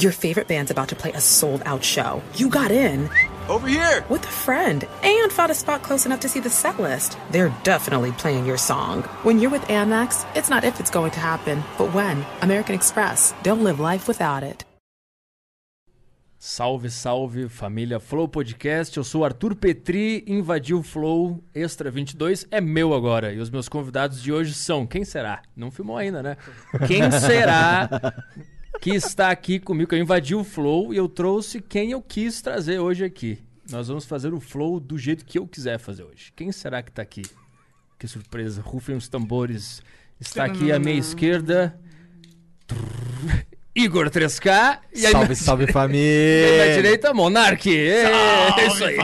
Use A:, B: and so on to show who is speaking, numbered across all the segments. A: Your favorite band's about to play a sold out show. You got in.
B: Over here!
A: With a friend and found a spot close enough to see the set list. They're definitely playing your song. When you're with Amex, it's not if it's going to happen, but when. American Express. Don't live life without it.
C: Salve, salve, família Flow Podcast. Eu sou Arthur Petri, invadiu o Flow Extra 22, é meu agora. E os meus convidados de hoje são, quem será? Não filmou ainda, né? Quem será que está aqui comigo? Eu invadi o Flow e eu trouxe quem eu quis trazer hoje aqui. Nós vamos fazer o Flow do jeito que eu quiser fazer hoje. Quem será que está aqui? Que surpresa, rufem os tambores. Está aqui à minha esquerda, Igor 3K. E aí,
D: Salve, salve
C: e na
D: família!
C: direita, Monark. É isso aí.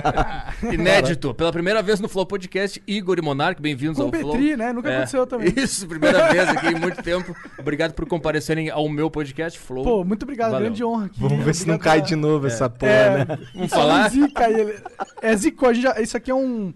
C: Inédito. Pela primeira vez no Flow Podcast, Igor e Monark, bem-vindos
E: Com
C: ao Flow. É.
E: Petri, né? Nunca aconteceu também.
C: Isso, primeira vez aqui em muito tempo. Obrigado por comparecerem ao meu podcast, Flow.
E: Pô, muito obrigado,
C: Valeu.
E: grande honra aqui.
D: Vamos ver se não cai de novo essa porra,
E: É,
D: né?
C: Vamos
E: só não
C: falar?
E: zica aí, ele. É zico, a gente já, isso aqui é um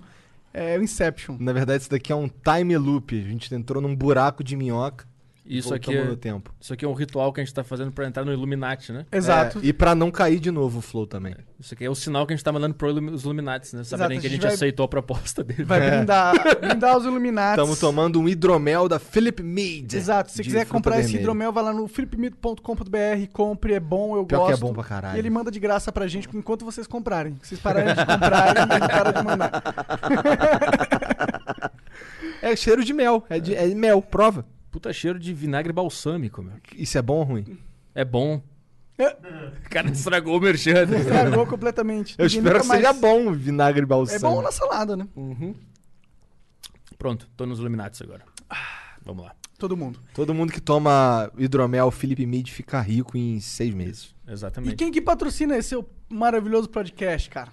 E: é um Inception.
D: Na verdade, isso daqui é um time loop. A gente entrou num buraco de minhoca. e
C: Isso aqui,
D: voltamos
C: é,
D: no tempo.
C: isso aqui é um ritual que a gente tá fazendo pra entrar no Illuminati, né?
E: Exato.
D: É, e pra não cair de novo o flow também.
C: Isso aqui é o sinal que a gente tá mandando pro Illumi- os Illuminatis, né? Saberem
E: Exato,
C: que a
E: a gente
C: gente
E: vai-
C: aceitou a proposta dele.
E: Vai brindar, brindar os Illuminati.
D: Estamos É. tomando um hidromel da Philip Mead.
E: Exato. Se
D: de
E: quiser
D: fruta
E: comprar esse
D: vermelha.
E: hidromel, vai lá no philipmito.com.br, compre, é bom, eu
D: Pior que é
E: gosto.
D: bom pra caralho.
E: E ele manda de graça pra gente enquanto vocês comprarem. Vocês pararem de comprar, ele para de mandar.
D: É cheiro de mel. É, de- é mel, prova.
C: Puta cheiro de vinagre balsâmico, meu.
D: Isso é bom ou ruim?
C: É bom.
E: É.
C: O cara estragou o merchan.
E: Estragou completamente.
D: Eu
E: Ninguém
D: espero
E: nunca
D: que seja
E: mais-
D: bom assim. o vinagre
E: É
D: balsâmico.
E: bom na salada, né?
C: Pronto, tô nos Illuminatis agora. Vamos lá.
E: Todo mundo.
D: Todo mundo que toma hidromel Philip Mead fica rico em seis meses.
C: Exatamente.
E: E quem que patrocina esse seu maravilhoso podcast, cara?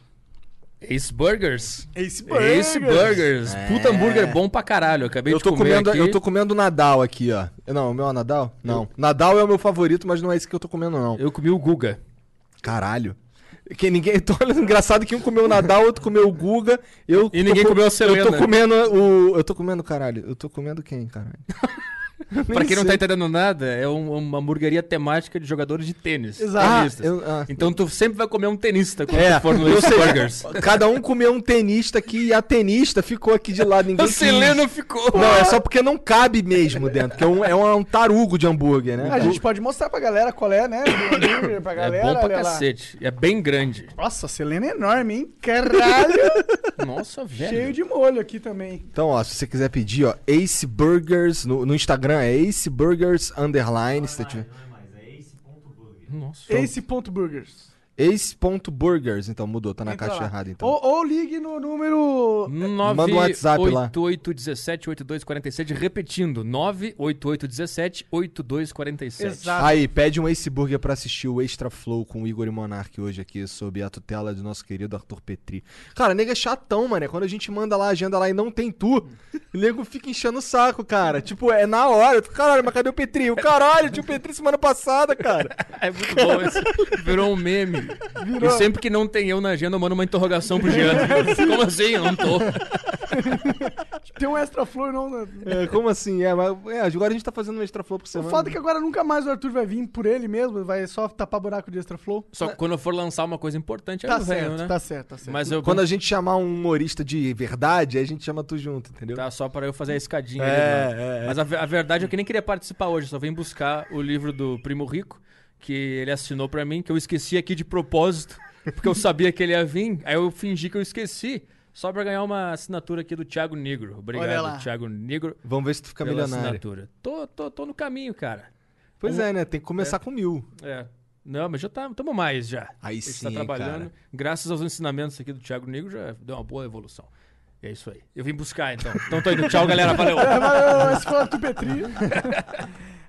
C: Ace Burgers.
E: Ace
C: Ace Burgers. Puta hambúrguer bom pra caralho. Acabei
D: É. Eu
C: de
D: tô,
C: comer
D: comendo,
C: aqui.
D: eu tô comendo Nadal aqui, ó. Não, o meu é Nadal? Não. Nadal é o meu favorito, mas não é esse que eu tô comendo, não.
C: Eu comi o Guga.
D: Caralho. Que ninguém. Tô olhando engraçado que um comeu o Nadal, outro comeu o Guga. Eu
C: E
D: tô
C: ninguém
D: com-
C: comeu a
D: Eu
C: Selena.
D: tô comendo o. Eu tô comendo, caralho. Eu tô comendo quem, caralho? Eu
C: Pra
D: nem
C: quem não tá
D: sei.
C: entendendo nada, é um- uma hamburgueria temática de jogadores de tênis.
E: Exato.
D: Ah,
C: Tenistas.
D: eu- ah.
C: Então tu sempre vai comer um tenista quando
D: É,
C: tu for no
D: ou
C: Ace
D: seja,
C: Burgers.
D: Cada um comeu um tenista aqui e a tenista ficou aqui de lado. Ninguém
C: O
D: quis.
C: Seleno ficou.
D: Não, é só porque não cabe mesmo dentro, porque é um, é um tarugo de hambúrguer, né?
E: A gente pode mostrar pra galera qual é, né? Do hambúrguer pra
C: É
E: galera,
C: bom pra
E: olha lá.
C: cacete. É bem grande.
E: Nossa, a Selena é enorme, hein? Caralho!
C: Nossa, velho.
E: Cheio de molho aqui também.
D: Então, ó, se você quiser pedir, ó, Ace Burgers, no, no Instagram é Ace Burgers Underline, se você tiver.
C: Nossa.
E: Ace ponto burgers.
D: Ace.burgers, então mudou, tá na
E: Entra
D: caixa
E: lá.
D: errada, então.
E: Ou, ou ligue no número...
C: Hum. Manda
D: um WhatsApp lá.
C: 8247 repetindo. 98817-8247.
E: Exato.
D: Aí, pede um Ace Burger pra assistir o Extra Flow com o Igor e Monark hoje aqui, sob a tutela do nosso querido Arthur Petri. Cara, nego é chatão, mano. é Quando a gente manda lá a agenda lá e não tem tu, o nego fica enchendo o saco, cara. Tipo, é na hora. Eu fico, Caralho, mas cadê o Petri? O caralho, tinha o Petri semana passada, cara.
C: É muito bom esse. Virou um meme. E sempre que não tem eu na agenda, eu mando uma interrogação pro Jean. Como assim? Eu não tô.
E: Tem um extra flor, não...
D: É, como assim? É, mas é, agora a gente tá fazendo um Extra Flow por
E: O
D: semana.
E: fato é que agora nunca mais o Arthur vai vir por ele mesmo, vai só tapar buraco de extra flow.
C: Só que quando eu for lançar uma coisa importante,
E: Tá
C: eu
E: certo,
C: venho, né?
E: tá certo, tá certo.
C: Mas eu
D: Quando a gente chamar um humorista de verdade, aí a gente chama tu junto, entendeu?
C: Tá só pra eu fazer a escadinha.
D: É,
C: ali, né?
D: é, é.
C: Mas a, ve- a verdade é que eu nem queria participar hoje, só vim buscar o livro do Primo Rico, que ele assinou pra mim, que eu esqueci aqui de propósito, porque eu sabia que ele ia vir, aí eu fingi que eu esqueci, só pra ganhar uma assinatura aqui do Thiago Negro.
E: Olha lá.
C: Obrigado, Thiago Negro,
D: Vamos ver se tu fica
C: pela
D: milionário.
C: assinatura. Tô, tô, tô no caminho, cara.
D: Pois é, né? Tem que começar com mil.
C: É. Não, mas já tá, estamos mais já.
D: Aí
C: a gente
D: sim, hein,
C: tá trabalhando. Graças aos ensinamentos aqui do Thiago Negro, já deu uma boa evolução. É isso aí. Eu vim buscar, então. Então tô indo. Tchau, galera. Valeu.
E: Ah, Esse foi o Arthur Petri.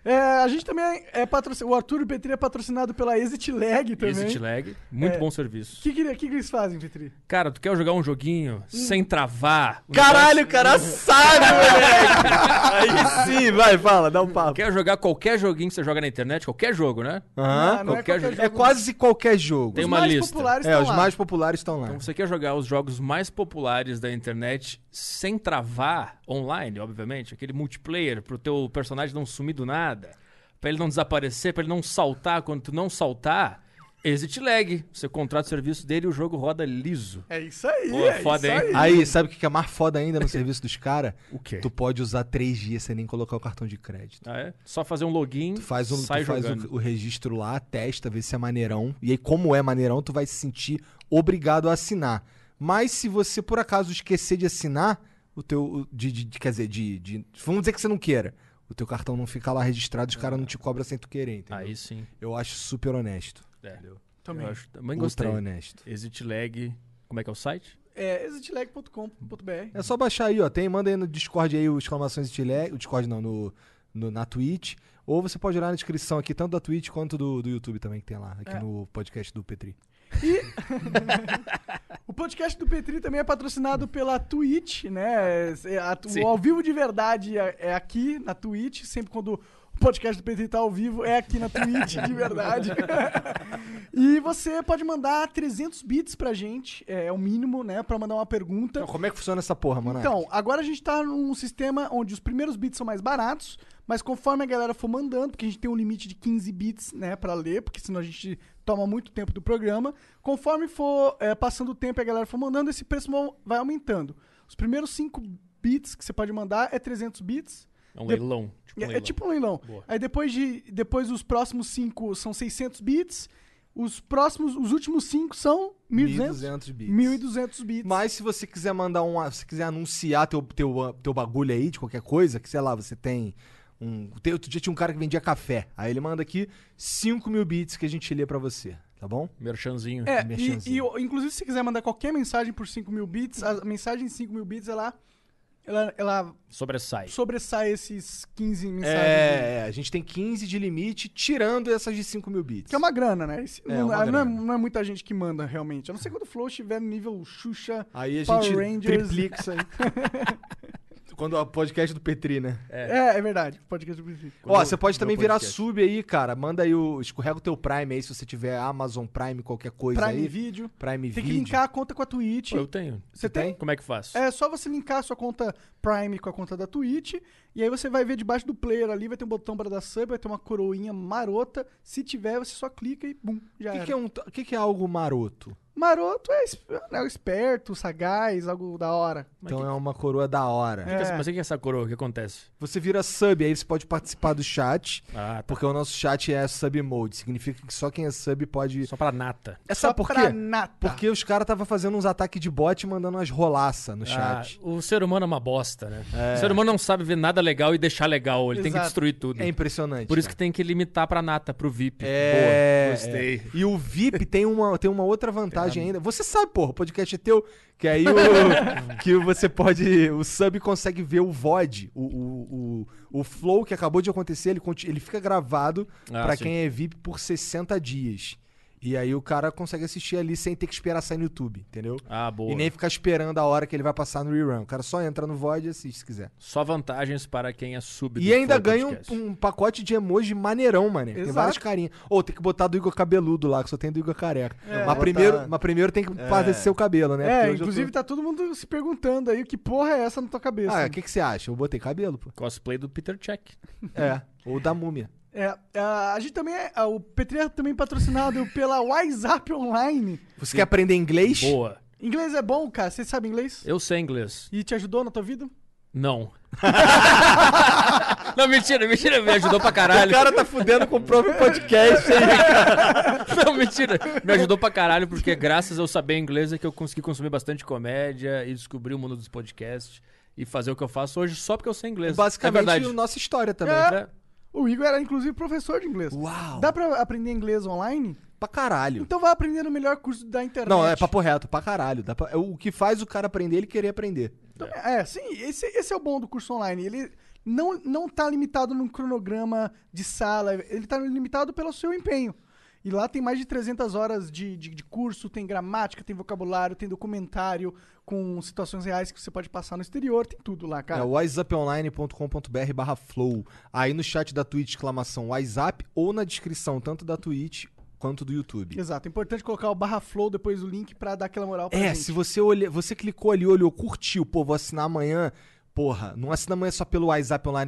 E: É, a gente também é patrocinado. O Arthur Petri é patrocinado pela Exit Lag também.
C: Exit lag. Muito
E: É.
C: bom
E: O
C: serviço.
E: que, que, ele- que que eles fazem, Petri?
C: Cara, tu quer jogar um joguinho
D: Hum.
C: sem travar? Um
D: Caralho, o cara sabe, moleque! Aí sim, vai, fala, dá um
C: negócio-
D: papo.
C: Quer jogar qualquer joguinho que você joga na internet? Qualquer jogo, né?
D: Aham.
E: Ah, não
C: qualquer jogo.
D: É
E: jogo.
D: quase qualquer jogo.
C: Tem
E: Os
C: uma
E: mais
C: lista.
E: populares
D: É,
E: estão
D: os
E: lá.
D: mais populares estão lá.
C: Então você quer jogar os jogos mais populares da internet sem travar online, obviamente, aquele multiplayer pro teu personagem não sumir do nada, pra ele não desaparecer, pra ele não saltar. Quando tu não saltar, exit lag. Você contrata o serviço dele e o jogo roda liso.
E: É isso aí,
C: Pô,
E: é
C: foda,
E: isso
C: hein?
E: aí.
D: Aí, sabe o que que é mais foda ainda no serviço dos caras?
C: O quê?
D: Tu pode usar 3G sem nem colocar o cartão de crédito.
C: Ah, é? Só fazer um login,
D: Tu faz, um, tu
C: sai
D: faz
C: jogando.
D: o, o registro lá, testa, vê se é maneirão. E aí, como é maneirão, tu vai se sentir obrigado a assinar. Mas se você, por acaso, esquecer de assinar, o teu. o- De, de- de- quer dizer, de, de- Vamos dizer que você não queira. O teu cartão não fica lá registrado, os caras não te cobram sem tu querer, entendeu?
C: Aí sim.
D: Eu acho super honesto.
C: É.
E: Também.
C: Eu acho, também gostei.
D: ultra honesto.
C: Exit lag. Como é que é o site?
E: É exitlag.com.br.
D: É só baixar aí, ó. Tem, manda aí no Discord aí o exclamações de Chile, o Discord não, no, no- na Twitch. Ou você pode olhar na descrição aqui, tanto da Twitch quanto do, do YouTube também que tem lá, aqui
E: É.
D: no podcast do Petri.
E: O podcast do Petri também é patrocinado pela Twitch, né? É, a-
C: Sim.
E: o ao vivo de verdade é é aqui na Twitch, sempre quando o podcast do Petri tá ao vivo é aqui na Twitch de verdade. e você pode mandar 300 bits pra gente, é, é o mínimo, né, Pra mandar uma pergunta.
D: Então, como é que funciona essa porra, mano?
E: Então, agora a gente tá num sistema onde os primeiros bits são mais baratos, mas conforme a galera for mandando, porque a gente tem um limite de 15 bits, né, pra ler, porque senão a gente toma muito tempo do programa. Conforme for eh, passando o tempo e a galera for mandando, esse preço mo- vai aumentando. Os primeiros 5 bits que você pode mandar é 300 bits.
C: É um
E: De-
C: leilão. Tipo um
E: É, é
C: leilão.
E: tipo um leilão.
C: Boa.
E: Aí depois, de, depois os próximos 5 são 600 bits. Os próximos, os últimos 5 são 1.200
D: bits.
E: 1.200 bits.
D: Mas se você quiser mandar um. Se você quiser anunciar teu, teu, teu bagulho aí de qualquer coisa, que sei lá, você tem. Um, tem- outro dia tinha um cara que vendia café. Aí ele manda aqui 5 mil bits que a gente lê pra você, tá bom?
C: Merchanzinho.
E: É, e, e,
D: Merchanzinho.
E: o- inclusive se quiser mandar qualquer mensagem por 5 mil bits, a mensagem em 5 mil bits, ela, ela, ela
C: Sobressai.
E: sobressai esses 15 mensagens. né?
D: É, é, a gente tem 15 de limite, tirando essas de 5 mil bits.
E: Que é uma grana, né? Esse-
D: É,
E: não,
D: uma
E: não é,
D: grana.
E: não é muita gente que manda, realmente. A não ser quando o Flow estiver no nível Xuxa,
D: Aí a
E: Power
D: gente
E: Rangers.
D: triplica isso aí. Quando o podcast do Petri, né?
E: É, é verdade. Podcast do Brasil.
D: Ó, você pode também
C: meu
D: virar
C: podcast.
D: sub aí, cara. Manda aí o. Escorrega o teu Prime aí, se você tiver Amazon Prime, qualquer coisa
E: Prime
D: aí.
E: Video.
D: Prime
E: Tem que
D: Video.
E: linkar a conta com a Twitch.
D: Tipo,
C: Pô, eu tenho.
E: Você tem?
C: Como é que faço?
E: É só você linkar a sua conta Prime com a conta da Twitch. E aí você vai ver debaixo do player ali, vai ter um botão para dar sub, vai ter uma coroinha marota. Se tiver, você só clica e bum, já
D: O que
E: era.
D: que, é um, o que, que é algo maroto?
E: Maroto é, es- né, o esperto, sagaz, algo da hora.
C: Mas
D: Então
C: que-
D: é uma coroa da hora.
E: É.
C: Mas o que é essa coroa? O que acontece?
D: Você vira sub, aí você pode participar do chat,
C: Ah, tá.
D: porque o nosso chat é sub mode. Significa que só quem é sub pode.
C: Só tá. pra nata.
D: É, sabe por
E: pra
D: quê?
E: nata.
D: Porque os caras estavam fazendo uns ataques de bot e mandando umas rolaça no chat. É.
C: Ah, o ser humano é uma bosta, né? O ser humano não sabe ver nada legal e deixar legal. Ele tem que
E: Exato.
C: destruir tudo.
D: É impressionante.
C: Por isso
D: cara.
C: que tem que limitar pra nata, pro VIP.
D: É,
C: Boa. Gostei.
D: é. E o VIP tem uma, tem uma outra vantagem ainda. Você sabe, porra, o podcast é teu, que aí o, que você pode. O sub consegue ver o VOD, o, o, o, o flow que acabou de acontecer, ele, conti- ele fica gravado
C: Ah,
D: pra
C: sim.
D: quem é VIP por 60 dias. E aí o cara consegue assistir ali sem ter que esperar sair no YouTube, entendeu?
C: Ah, boa.
D: E nem ficar esperando a hora que ele vai passar no rerun. O cara só entra no VOD e assiste se quiser.
C: Só vantagens para quem é sub.
D: E
C: do
D: ainda
C: Flow
D: ganha um,
C: Podcast.
D: um pacote de emoji maneirão, mano. Tem
E: Exato.
D: várias carinhas. Ou tem que botar do Igor cabeludo lá, que só tem do Igor careca. mas, primeiro, mas primeiro tem que fazer seu cabelo, né?
E: É,
D: Porque hoje eu
E: inclusive
D: Tô...
E: tá todo mundo se perguntando aí que porra é essa na tua cabeça.
D: Ah, o que, que você acha? Eu botei cabelo, pô.
C: Cosplay do Peter Check.
D: É. Ou da múmia.
E: É, a, a gente também é, a- o Petri é também patrocinado pela WhatsApp Online.
D: Você quer aprender inglês?
C: Boa.
E: Inglês é bom, cara. Você sabe inglês?
C: Eu sei inglês.
E: E te ajudou na tua vida?
C: Não. não, mentira, mentira. Me ajudou pra caralho.
D: O cara tá fudendo com o próprio podcast aí.
C: Não, mentira. Me ajudou pra caralho, porque graças a eu saber inglês é que eu consegui consumir bastante comédia e descobrir o mundo dos podcasts e fazer o que eu faço hoje só porque eu sei inglês. é
D: Basicamente,
C: verdade.
D: a nossa história também.
C: É.
E: O Igor era, inclusive, professor de inglês.
D: Uau.
E: Dá pra aprender inglês online?
D: Pra caralho.
E: Então vai aprender no melhor curso da internet.
D: Não, é papo reto, pra caralho. Dá pra- é O que faz o cara aprender, ele querer aprender.
E: Então, é, sim, esse, esse é o bom do curso online. Ele não, não tá limitado num cronograma de sala, ele tá limitado pelo seu empenho. E lá tem mais de 300 horas de, de, de curso, tem gramática, tem vocabulário, tem documentário com situações reais que você pode passar no exterior, tem tudo lá, cara.
D: É whatsapponline.com.br barra flow. Aí no chat da Twitch, exclamação WhatsApp, ou na descrição, tanto da Twitch quanto do YouTube.
E: Exato, é importante colocar o barra flow depois do link pra dar aquela moral pra
D: É,
E: gente.
D: se você olha, você clicou ali, olhou, curtiu, pô, vou assinar amanhã. Porra, não assina amanhã só pelo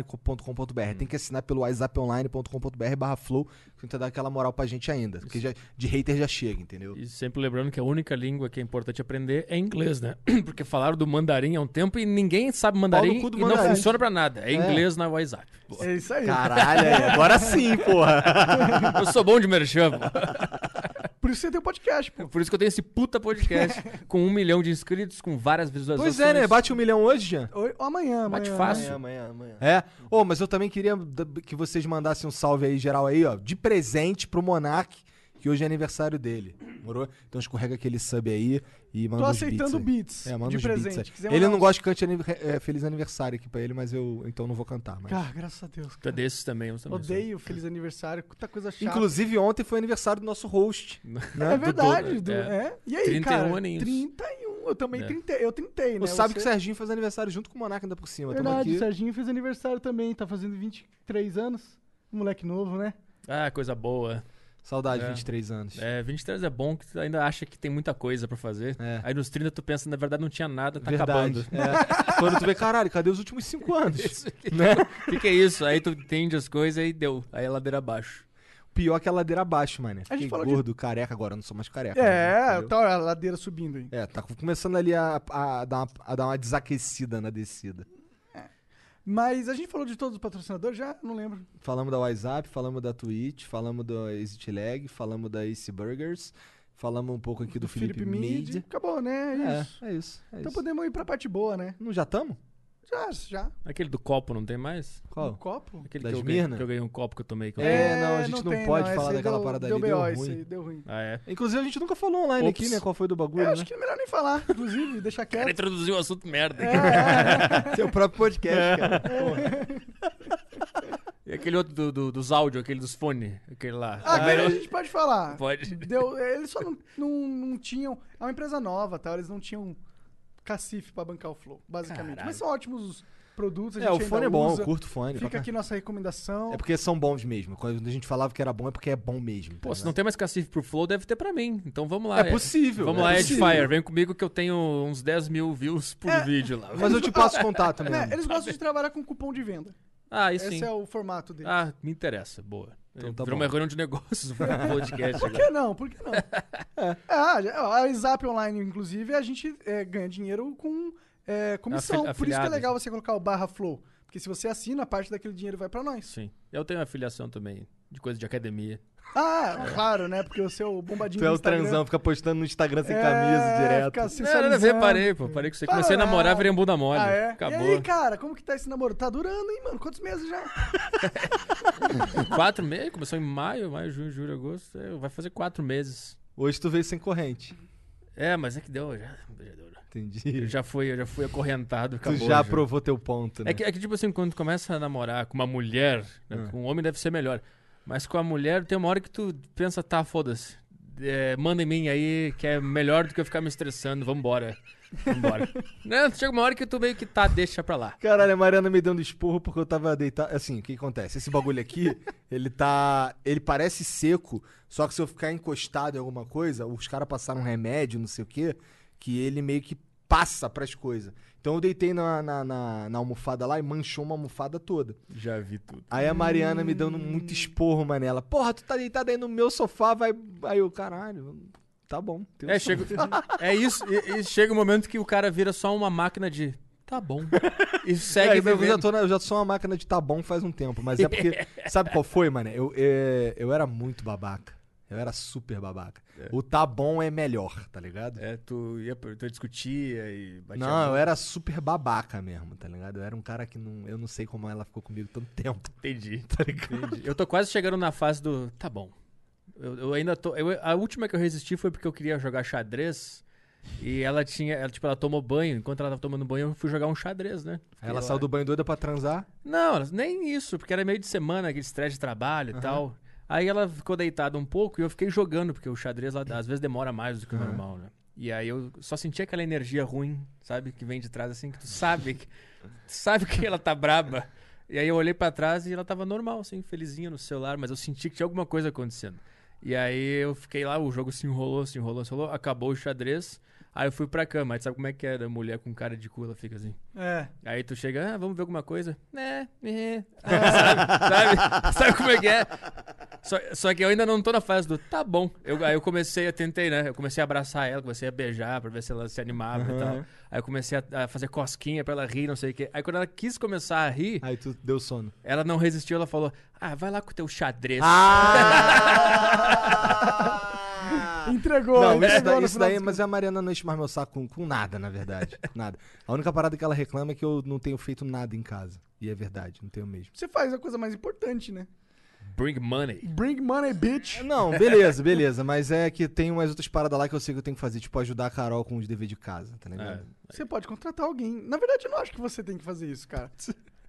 D: whatsapponline.com.br. Tem que assinar pelo whatsapponline.com.br barra flow, tentar dar aquela moral pra gente ainda. Porque já, de hater já chega, entendeu?
C: E sempre lembrando que a única língua que é importante aprender é inglês, né? Porque falaram do mandarim há um tempo e ninguém sabe mandarim
D: cu do
C: e
D: mandarim.
C: não funciona pra nada. É inglês na WhatsApp.
E: É isso aí.
D: Caralho, aí, agora sim, porra.
C: Eu sou bom de merchan, pô.
E: Por isso você tem o podcast, pô.
C: Por isso que eu tenho esse puta podcast com um milhão de inscritos, com várias visualizações.
D: Pois é, né? Bate um milhão hoje, Jean?
E: Ou, ou amanhã, amanhã.
C: Bate
E: né?
C: fácil.
D: amanhã, amanhã. É. Ô, mas eu também queria d- que vocês mandassem um salve aí, geral, aí, ó, de presente pro Monark, que hoje é aniversário dele. Morou? Então escorrega aquele sub aí e manda
E: Tô
D: uns beats.
E: aceitando
D: aí.
E: beats,
D: É, manda
E: de
D: uns beats
E: presente.
D: aí.
E: Quiser
D: Ele
E: mandar um-
D: não
E: uns-
D: gosta que cante anive- é, feliz aniversário aqui pra ele, mas eu então não vou cantar. Mas...
E: Cara, Ah, graças a Deus.
C: Tu é
E: Cara.
C: desses também, eu também sou.
E: Odeio feliz aniversário, puta coisa chata.
D: Inclusive, ontem foi aniversário do nosso host. né?
E: É
D: Do-
E: verdade.
C: do-
E: Du,
C: é.
E: é. E aí,
C: 31
E: cara?
C: aninhos.
E: 31. Eu também
C: É.
E: trintei. Eu trintei, né?
D: Tu sabe que o
E: Você-
D: Serginho faz aniversário junto com o Monark ainda por cima. Tamo
E: Verdade,
D: aqui.
E: o Serginho fez aniversário também. Tá fazendo 23 anos. Moleque novo, né?
C: Ah, coisa boa.
D: Saudade,
C: É.
D: 23 anos.
C: É, 23 é bom que tu ainda acha que tem muita coisa pra fazer.
D: É.
C: Aí nos 30 tu pensa, na verdade não tinha nada, tá acabando.
D: Verdade. É. Quando tu vê, caralho, cadê os últimos cinco anos?
C: O que, que é isso? Aí tu entende as coisas e deu. Aí é ladeira abaixo.
D: Pior que a ladeira abaixo, mano. Fiquei
E: falou de-
D: gordo, careca, agora eu não sou mais careca. né?
E: É,
D: Entendeu?
E: tá a ladeira subindo aí.
D: É, tá começando ali a, a dar uma, a dar uma desaquecida na descida.
E: Mas a gente falou de todos os patrocinadores já? Não lembro.
D: Falamos da WhatsApp, falamos da Twitch, falamos da Exit Lag, falamos da Ace Burgers, falamos um pouco aqui do, Felipe, Mid.
E: Acabou, né? É isso.
D: É, é isso. É
E: então
D: isso.
E: podemos ir pra parte boa, né?
D: Não já estamos?
E: Já, já.
C: Aquele do copo não tem mais?
E: No
D: Qual?
E: copo?
C: Aquele
D: Das
C: que eu, ganhei,
D: Mirna?
C: que eu ganhei um copo que eu tomei. Que eu-
D: É. não, a gente não pode
E: esse
D: falar
E: aí
D: daquela
E: deu-
D: parada
E: deu
D: ali, deu
E: BO, esse
D: ruim.
E: aí deu ruim.
C: Ah, é.
D: Inclusive a gente nunca falou online
C: Ops.
D: aqui, né? Qual foi do bagulho,
E: Eu
D: né?
E: acho que é melhor nem falar, inclusive, deixar
C: O cara
E: quieto.
C: introduziu um assunto merda.
E: É,
C: aqui.
E: é.
D: Seu próprio podcast, cara. É,
C: E aquele outro do- do- dos áudios, aquele dos fones, aquele lá.
D: Ah, é.
E: Agora Ah, a gente pode falar.
C: Pode.
E: Deu, eles só não, não, não tinham. É uma empresa nova, tá? Eles não tinham cacife pra bancar o Flow, basicamente.
C: Caralho.
E: Mas são ótimos produtos. A gente
D: É, o
E: ainda
D: fone é bom,
E: usa.
D: eu curto fone.
E: Fica
D: pra
E: aqui nossa recomendação.
D: cá. É porque são bons mesmo. Quando a gente falava que era bom, é porque é bom mesmo. tá
C: Pô, se
D: ligado?
C: não tem mais cacife pro Flow, deve ter pra mim. Então vamos lá.
D: É possível,
C: Vamos
D: é
C: lá,
D: possível. É.
C: Edfire. Vem comigo que eu tenho uns 10 mil views por vídeo lá.
D: Mas eu te passo o contato
E: Né,
D: mesmo.
E: Eles gostam de trabalhar com cupom de venda.
C: Ah, isso sim.
E: Esse é o formato deles.
C: Ah, me interessa. Boa. É,
D: Então tá
C: Virou
D: bom.
C: uma reunião de negócios um podcast.
E: Por que não? Por que não?
D: É.
E: Ah, já- ó, a Zap Online, inclusive, a gente é, ganha dinheiro com é, comissão.
C: Afili-
E: Por isso que é
C: afiliados,
E: legal
C: né?
E: você colocar o barra Flow. Porque se você assina, parte daquele dinheiro vai pra nós.
C: Sim. Eu tenho afiliação também de coisa de academia.
E: Ah, claro, né? Porque o seu bombadinho
D: É. Tu é
E: do
D: o
E: Instagram-
D: transão, fica postando no Instagram sem
E: É,
D: camisa direto.
C: Não, É,
E: fica
C: nada a ver,
E: sensualizando.
C: parei, pô. Parei com você. Comecei a
E: Para,
C: namorar,
E: né?
C: virei um bunda mole.
E: Ah, é?
C: Acabou.
E: E aí, cara, como que tá esse namoro? Tá durando, hein, mano? Quantos meses já?
C: Quatro meses? Começou em maio, maio, junho, julho, agosto. É, vai fazer quatro meses.
D: Hoje tu veio sem corrente.
C: É, mas é que deu. Já, já deu. Eu
D: Entendi.
C: já fui, eu já fui acorrentado.
D: tu
C: Acabou,
D: já aprovou teu ponto, né? Ah.
C: É que, é que, tipo assim, quando tu começa a namorar com uma mulher, né, com um homem deve ser melhor. Mas com a mulher, tem uma hora que tu pensa, tá, foda-se. É, manda em mim aí, que é melhor do que eu ficar me estressando, vambora. Vambora. né? Chega uma hora que tu meio que tá, deixa pra lá.
D: Caralho, a Mariana me dando esporro porque eu tava deitado. Assim, o que acontece? Esse bagulho aqui, ele tá. Ele parece seco, só que se eu ficar encostado em alguma coisa, os caras passaram um remédio, não sei o quê, que ele meio que passa pras coisas. Então eu deitei na, na, na- na almofada lá e manchou uma almofada toda.
C: Já vi tudo.
D: Aí a Mariana me dando
C: Hum.
D: muito esporro, manela. Porra, tu tá deitado aí no meu sofá, vai. Aí eu, caralho, tá bom. tem um
C: É,
D: som.
C: chega, é isso, e, e chega um momento que o cara vira só uma máquina de tá bom. E
D: É,
C: segue.
D: eu, já
C: vivendo.
D: tô na- eu já sou uma máquina de tá bom faz um tempo, mas é porque. sabe qual foi, mano? Eu, é, eu era muito babaca. Eu era super babaca. O tá bom é melhor, tá ligado?
C: É, tu ia, tu discutia e batia a
D: Não, eu era super babaca mesmo, tá ligado? Eu era um cara que não. Eu não sei como ela ficou comigo tanto tempo.
C: Entendi. Tá ligado? Eu tô quase chegando na fase do. Tá bom. Eu, eu ainda tô. eu- a última que eu resisti foi porque eu queria jogar xadrez. E ela tinha. Ela, tipo, ela tomou banho. Enquanto ela tava tomando banho, eu fui jogar um xadrez, né?
D: Aí
C: Fiquei
D: ela
C: lá.
D: saiu do banho doida pra transar.
C: Não, nem isso, porque era meio de semana, aquele estresse de trabalho e tal. Aí ela ficou deitada um pouco e eu fiquei jogando, porque o xadrez lá, às vezes demora mais do que o normal, né? E aí eu só senti aquela energia ruim, sabe? Que vem de trás, assim, que tu sabe que, tu sabe que ela tá braba. E aí eu olhei pra trás e ela tava normal, assim, felizinha no celular, mas eu senti que tinha alguma coisa acontecendo. E aí eu fiquei lá, o jogo se enrolou, se enrolou, se enrolou, acabou o xadrez. Aí eu fui pra cama, aí tu sabe como é que era mulher com cara de cu, ela fica assim.
E: É.
C: Aí tu chega, ah, vamos ver alguma coisa? Né, é. sabe, sabe, sabe como é que é? Só, só que eu ainda não tô na fase do tá bom. Eu, aí eu comecei, eu tentei, né? Eu comecei a abraçar ela, comecei a beijar pra ver se ela se animava e tal. Aí eu comecei a, a fazer cosquinha pra ela rir, não sei o quê. Aí quando ela quis começar a rir,
D: Aí tu deu sono.
C: ela não resistiu, ela falou: Ah, vai lá com o teu xadrez.
D: Ah!
E: Entregou,
D: Não,
E: entregou
D: isso
E: no
D: daí, isso
E: final
D: daí-
E: das
D: mas a Mariana não enche mais meu saco com, com nada, na verdade. Nada. A única parada que ela reclama é que eu não tenho feito nada em casa. E é verdade, não tenho mesmo.
E: Você faz a coisa mais importante, né?
C: Bring money.
E: Bring money, bitch.
D: Não, beleza, beleza. Mas é que tem umas outras paradas lá que eu sei que eu tenho que fazer, tipo ajudar a Carol com os deveres de casa, tá ligado?
E: Você pode contratar alguém. Na verdade, eu não acho que você tem que fazer isso, cara.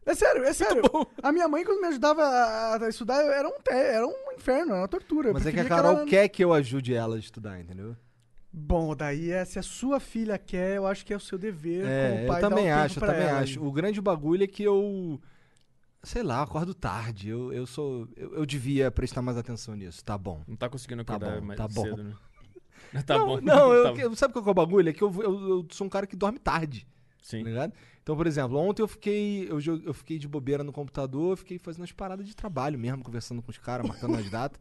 E: É sério, é sério. A minha mãe, quando me ajudava a, a estudar, eu- era um, te- era um inferno, era uma tortura. Eu
D: Mas é que a
E: preferia
D: Carol
E: ela-
D: quer que eu ajude ela a estudar, entendeu?
E: Bom, daí é, se a sua filha quer, eu acho que é o seu dever
D: É,
E: como pai
D: eu
E: dar o
D: também
E: tempo
D: acho, eu
E: pra
D: também
E: ela.
D: acho. O grande bagulho é que eu. Sei lá, acordo tarde. Eu, eu sou. Eu, eu devia prestar mais atenção nisso, tá bom.
C: Não tá conseguindo
D: Tá
C: acordar
D: bom,
C: mais
D: tá bom.
C: cedo, né? Tá
D: não,
C: bom.
D: Não, eu,
C: tá bom.
D: eu- sabe qual que é o bagulho? É que eu, eu, eu sou um cara que dorme tarde, tá
C: Sim.
D: ligado? Então, por exemplo, ontem eu fiquei. Eu, jo- eu fiquei de bobeira no computador, eu fiquei fazendo as paradas de trabalho mesmo, conversando com os caras, marcando as datas.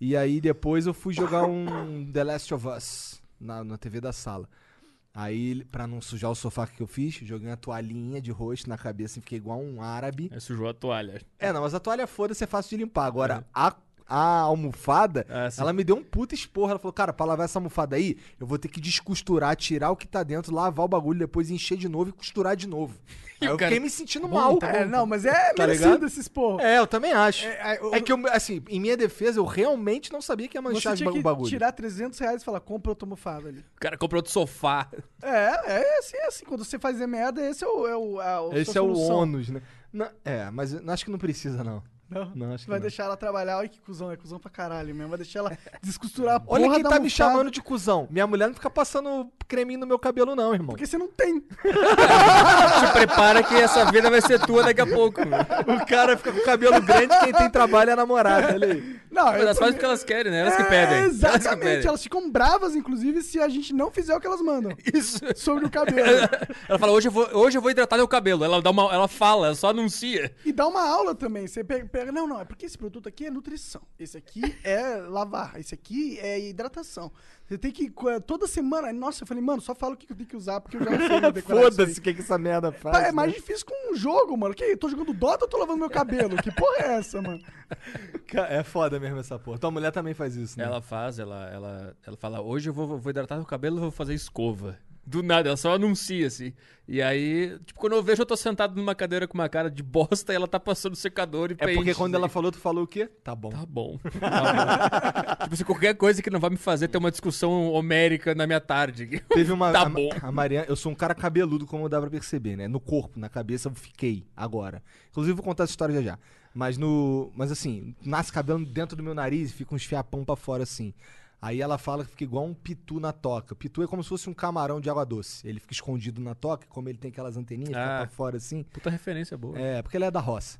D: E aí depois eu fui jogar um The Last of Us na, na TV da sala. Aí, pra não sujar o sofá que eu fiz, joguei uma toalhinha de rosto na cabeça e fiquei igual um árabe.
C: Aí sujou a toalha.
D: É, não, mas a toalha foda-se é fácil de limpar. Agora, a, a almofada,
E: É,
C: Ah, sim.
D: ela me deu um puta esporro. Ela falou, cara, pra lavar essa almofada aí, eu vou ter que descosturar, tirar o que tá dentro, lavar o bagulho, depois encher de novo e costurar de novo. Aí eu
C: cara,
D: fiquei me sentindo
C: bom,
D: mal.
C: tá
E: É, não, mas é
D: Tá
E: merecido
D: ligado?
E: esse esporro.
D: É, eu também acho. É,
E: É, é, o-
D: que, eu, assim, em minha defesa, eu realmente não sabia que ia manchar
E: você
D: as
E: tinha
D: ba- o
E: que
D: bagulho.
E: tirar 300 reais e falar, compra outra almofada ali.
C: O cara comprou outro sofá.
E: É, é assim, é assim. Quando você faz merda, esse é o... É o a- a
D: Esse
E: sua
D: é o
E: solução.
D: ônus, né? Não, é, mas eu acho que não precisa, não.
E: Não,
D: Não, acho que
E: vai
D: não.
E: deixar ela trabalhar. Olha que cuzão, é cuzão pra caralho mesmo. Vai deixar ela descosturar a porra
D: Olha quem
E: da
D: tá
E: almofada,
D: me chamando de cuzão. Minha mulher não fica passando creminho no meu cabelo, não, irmão.
E: Porque você não tem.
C: Te prepara que essa vida vai ser tua daqui a pouco. né?
D: O cara fica com o cabelo grande, quem tem trabalho é a namorada, olha aí.
E: Não,
C: Mas elas fazem o que elas querem, né? Elas que pedem.
E: É, Exatamente.
C: Elas
E: Elas,
C: que pedem.
E: ficam bravas, inclusive, se a gente não fizer o que elas mandam.
C: Isso.
E: Sobre o cabelo.
C: Ela fala, hoje eu vou, hoje eu vou hidratar meu cabelo. Ela, dá uma, ela fala, ela só anuncia.
E: E dá uma aula também. Você pega, pega- Não, não, é porque esse produto aqui é nutrição. Esse aqui é lavar. Esse aqui é hidratação. Você tem que. co- Toda semana. Nossa, eu falei, mano, só fala o que eu tenho que usar, porque eu já sei me decorar isso aí.
D: Foda-se o que, que essa merda faz.
E: Tá, é mais
D: né?
E: difícil com um jogo, mano. Que eu tô jogando Dota ou tô lavando meu cabelo? Que porra é essa, mano?
D: Ca- É foda mesmo essa porra. Tua mulher também faz isso, né?
C: Ela faz, ela, ela, ela fala, hoje eu vou, vou hidratar meu cabelo e vou fazer escova. Do nada, ela só anuncia, assim. E aí, tipo, quando eu vejo, eu tô sentado numa cadeira com uma cara de bosta e ela tá passando secador e
D: É porque quando ela
C: fala.
D: falou, tu falou o quê? Tá bom.
C: Tá bom. tá bom. tipo, assim, qualquer coisa que não vai me fazer ter uma discussão homérica na minha tarde.
D: Teve uma.
C: Tá
D: a,
C: bom.
D: a Mariana, eu sou um cara cabeludo, como dá pra perceber, né? No corpo, na cabeça, eu fiquei agora. Inclusive, vou contar essa história já já. Mas no. Mas assim, nasce cabelo dentro do meu nariz e fica uns fiapão pra fora assim. Aí ela fala que fica igual um pitu na toca. Pitu é como se fosse um camarão de água doce. Ele fica escondido na toca, e como ele tem aquelas anteninhas,
C: Ah.
D: fica pra fora assim.
C: Puta referência boa.
D: É, porque ela é da roça.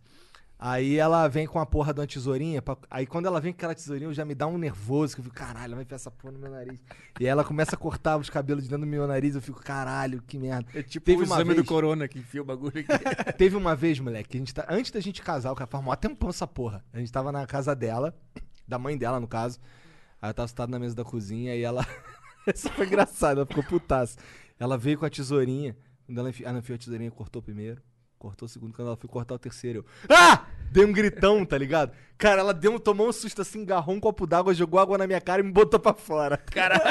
D: Aí ela vem com a porra de uma tesourinha. pra- Aí quando ela vem com aquela tesourinha, eu já me dá um nervoso. Que eu fico, caralho, ela vai enfiar essa porra no meu nariz. E aí ela começa a cortar os cabelos de dentro do meu nariz. Eu fico, caralho, que merda.
C: É tipo
D: Teve
C: o
D: uma
C: exame
D: vez-
C: do corona que enfia o bagulho aqui.
D: Teve uma vez, moleque, que a gente tá... antes da gente casar, o cara faz mó tempão essa porra. A gente tava na casa dela, da mãe dela, no caso. Aí eu tava sentado na mesa da cozinha e ela. Isso foi engraçado, ela ficou putaça. Ela veio com a tesourinha. Quando ela enfi... ah, não, enfiou a tesourinha, cortou o primeiro. Cortou o segundo, quando ela foi cortar o terceiro, eu. Ah! Dei um gritão, tá ligado? Cara, ela deu um, tomou um susto assim, agarrou um copo d'água, jogou água na minha cara e me botou pra fora.
C: Caralho.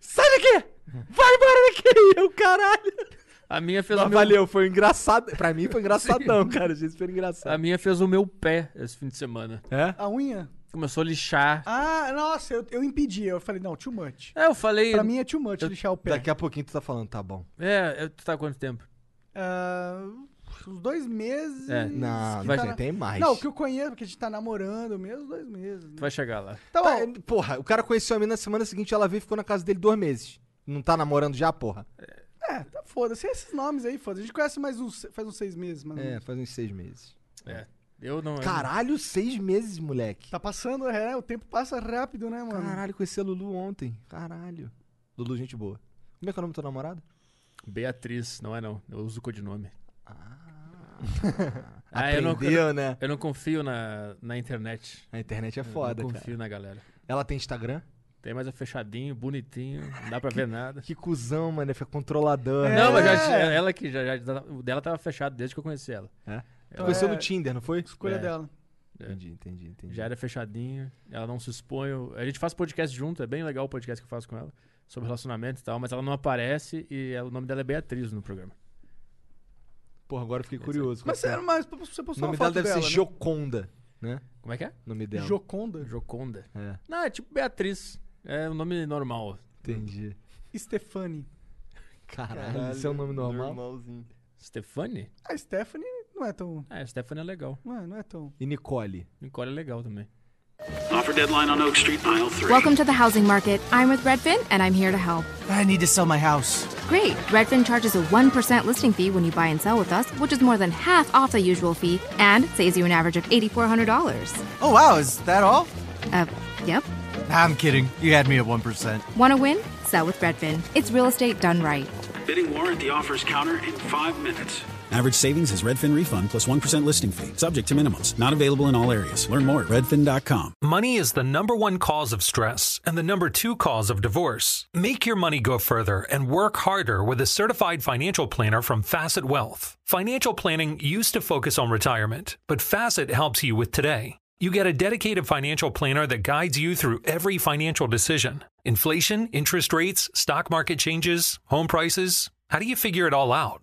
D: Sai daqui! Vai embora daqui! Eu, caralho!
C: A minha fez o
D: Mas
C: Ah, meu...
D: valeu, foi engraçado. Pra mim foi engraçadão, cara. Achei super
C: A
D: engraçado.
C: minha fez o meu pé esse fim de semana.
D: É?
E: A unha?
C: Começou a lixar.
E: Ah, nossa, eu, eu impedi. Eu falei, não, too much.
C: É, eu falei.
E: Pra mim é too much lixar o pé.
D: Daqui a pouquinho tu tá falando, tá bom.
C: É, eu- tu tá há quanto tempo?
E: Ah, uns dois meses.
C: É,
D: Não,
E: que
D: mas
E: tá
D: gente,
E: na-
D: tem mais.
E: Não, o que eu conheço, porque a gente tá namorando mesmo, dois meses. né?
C: Tu vai chegar lá.
E: Tá
D: Tá,
E: bom.
D: porra, o cara conheceu a mina na semana seguinte, ela veio e ficou na casa dele dois meses. Não tá namorando já, porra?
E: É, tá foda-se. Esses nomes aí, foda-se. A gente conhece mais uns, faz uns seis meses, mano.
D: É, faz uns seis meses.
C: É. Eu não.
D: Caralho, seis meses, moleque.
E: Tá passando, é, o tempo passa rápido, né, mano?
D: Caralho, conheci a Lulu ontem. Caralho. Lulu, gente boa. Como é que é o nome da tua namorada?
C: Beatriz, não é não. Eu uso o codinome.
D: Ah,
C: eu não-
D: aprendeu, né?
C: Eu não confio na, na internet.
D: A internet é
C: Foda,
D: foda,
C: não
D: cara.
C: confio na galera.
D: Ela tem Instagram?
C: Tem mais é fechadinho, bonitinho, não dá pra ver nada.
D: Que cuzão, mano. Fica controlador. né?
E: É.
C: Não, mas já- ela que já, já- O dela tava fechado desde que eu conheci ela.
E: Então
D: Conheceu
E: é
D: no Tinder, não foi?
E: Escolha
C: É.
E: dela.
C: É.
D: Entendi, entendi, entendi.
C: Já era fechadinho, ela não se expõe. eu- A gente faz podcast junto, é bem legal o podcast que eu faço com ela, sobre relacionamento e tal, mas ela não aparece e é- o nome dela é Beatriz no programa.
D: Porra, agora eu fiquei curioso.
E: Mas
D: Qual que é?
E: sério, mas você
D: O
E: postou uma
D: nome dela
E: foto
D: deve
E: dela,
D: ser
E: né?
D: Joconda, né?
C: Como é que é?
D: O nome dela.
E: Joconda?
C: Joconda.
D: É,
C: Não, é tipo Beatriz. É um nome normal.
D: entendi.
E: Stefani.
D: Caralho, isso é um nome normal.
B: Normalzinho.
C: Stefani?
E: A Stephanie não é tão...
C: Ah, Stefani é legal.
E: Não é, não é tão...
D: E Nicole.
C: Nicole é legal também.
F: Offer deadline on Oak Street, aisle 3.
G: Welcome to the housing market. I'm with Redfin and I'm here to help.
H: I need to sell my house.
G: Great. Redfin charges a 1% listing fee when you buy and sell with us, which is more than half off the usual fee and saves you an average of $8,400.
H: Oh, wow, is that all?
G: Uh, yep.
H: Nah, I'm kidding. You had me at 1%.
G: Want to win? Sell with Redfin. It's real estate done right.
F: Bidding war at the offers counter in five minutes.
I: Average savings is Redfin refund plus 1% listing fee. Subject to minimums. Not available in all areas. Learn more at redfin.com.
J: Money is the number one cause of stress and the number two cause of divorce. Make your money go further and work harder with a certified financial planner from Facet Wealth. Financial planning used to focus on retirement, but Facet helps you with today. You get a dedicated financial planner that guides you through every financial decision inflation, interest rates, stock market changes, home prices. How do you figure it all out?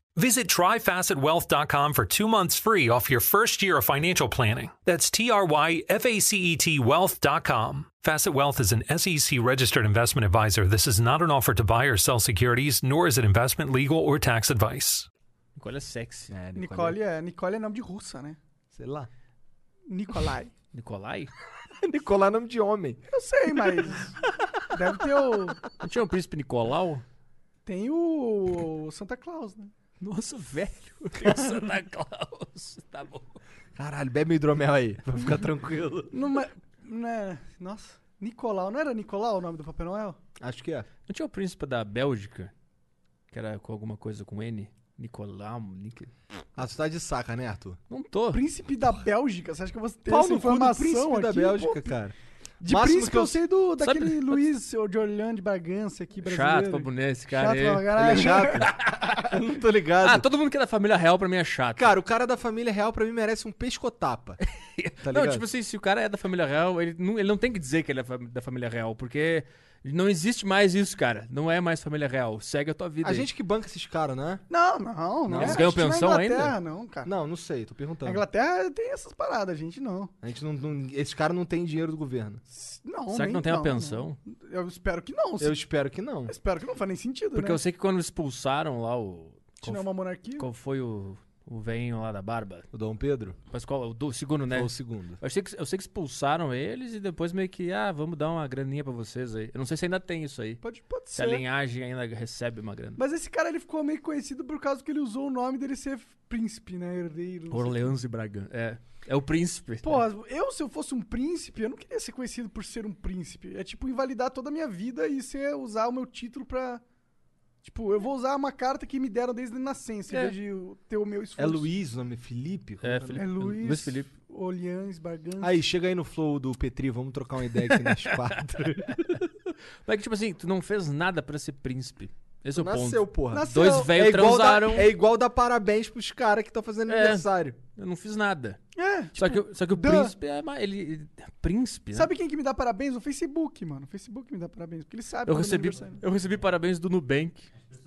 J: Visit tryfacetwealth.com for two months free off your first year of financial planning. That's T R Y F A C E T wealth.com. Facet Wealth is an SEC registered investment advisor. This is not an offer to buy or sell securities, nor is it investment, legal, or tax advice.
C: Nicole é sexy.
D: É,
E: Nicole é... Nicole é nome de russa, né?
D: Sei lá.
E: Nicolai.
C: Nicolai?
D: Nicole é nome de homem.
E: Eu sei, mas... deve ter o...
C: Não tinha um príncipe Nicolau?
E: Tem o Santa Claus, né?
C: Nossa, velho. Tem o Santa Claus. Tá bom.
D: Caralho, bebe um hidromel aí. Vai ficar tranquilo.
E: Numa... né? Nossa. Nicolau. Não era Nicolau o nome do Papai Noel?
D: Acho que é.
C: Não tinha o príncipe da Bélgica? Que era com alguma coisa com N? Nicolau? Nic-
D: Ah, tu tá de saca, né, Arthur?
C: Não tô.
E: Príncipe da Bélgica. Você acha que eu vou ter
D: Pau
E: essa
D: no cu do
E: informação
D: príncipe da
E: aqui?
D: Bélgica,
E: Pô,
D: cara.
E: De
D: Máximo
E: príncipe
D: que eu-
E: eu sei do, daquele
C: Sabe-
E: Luiz de Orleans de Bragança aqui brasileiro.
C: Chato pra boné esse cara
E: Chato pra
C: aí.
E: caralho.
D: Ele é chato. Eu não tô ligado.
C: Ah, todo mundo que é da família real pra mim é chato.
D: Cara, o cara da família real pra mim merece um pescotapa. Tá
C: não,
D: ligado?
C: tipo assim, se o cara é da família real, ele não, ele não tem que dizer que ele é fa- da família real, porque não existe mais isso, cara. Não é mais família real. Segue a tua vida.
D: A
C: aí.
D: gente que banca esses caras, né?
E: Não, não, não.
C: Não, eles
E: é.
C: ganham
E: A gente não é
C: pensão
E: Inglaterra,
C: ainda?
E: Não, cara.
D: Não, não sei, tô
E: A
D: perguntando.
E: Inglaterra tem essas paradas, a gente não.
D: A gente não, não- esses caras não têm dinheiro do governo.
E: Não,
C: Será que
E: nem-
C: não tem uma
E: não,
C: pensão?
E: não. Eu espero que não.
D: Eu
E: Eu...
D: espero que não.
E: espero que não faz nem sentido,
C: Porque
E: né?
C: eu sei que quando expulsaram lá o.
E: A gente não é
C: Qual,
E: uma monarquia.
C: qual foi o, o veinho lá da barba?
D: O Dom Pedro?
C: Mas qual? O do- segundo, né?
D: Ou o segundo?
C: Eu sei, que, eu sei que expulsaram eles e depois meio que, ah, vamos dar uma graninha pra vocês aí. Eu não sei se ainda tem isso aí.
E: Pode, pode
C: Se a
E: ser.
C: linhagem ainda recebe uma grana.
E: Mas esse cara ele ficou meio conhecido por causa que ele usou o nome dele ser príncipe, né? Herdeiro. não sei
C: Orleans e Bragan. É. É o príncipe.
E: Porra, eu, se eu fosse um príncipe, eu não queria ser conhecido por ser um príncipe. É tipo invalidar toda a minha vida e ser usar o meu título pra. Tipo, eu vou usar uma carta que me deram desde a nascença,
C: É.
E: em vez de eu ter o meu
D: É
E: esforço.
D: Luiz o nome? Felipe?
C: É, Felipe.
E: É Luiz,
C: Luiz Felipe.
E: Orleans, Barganza.
D: Aí, chega aí no flow do Petri, vamos trocar uma ideia aqui nas quatro.
C: Mas que, tipo assim, tu não fez nada pra ser príncipe. Esse é o ponto.
D: Nasceu, porra.
E: Nasceu.
C: Dois velhos
D: igual
C: transaram.
D: dar- é igual dar parabéns pros caras que estão fazendo
C: É.
D: aniversário.
C: Eu não fiz nada.
E: É,
C: só, que, só que o
E: duh.
C: príncipe é mais. Ele, ele- é príncipe, né?
E: Sabe quem que me dá parabéns? O Facebook, mano. O Facebook me dá parabéns, porque ele sabe.
C: eu
E: quando é
C: recebi,
E: meu aniversário.
C: eu recebi parabéns do Nubank.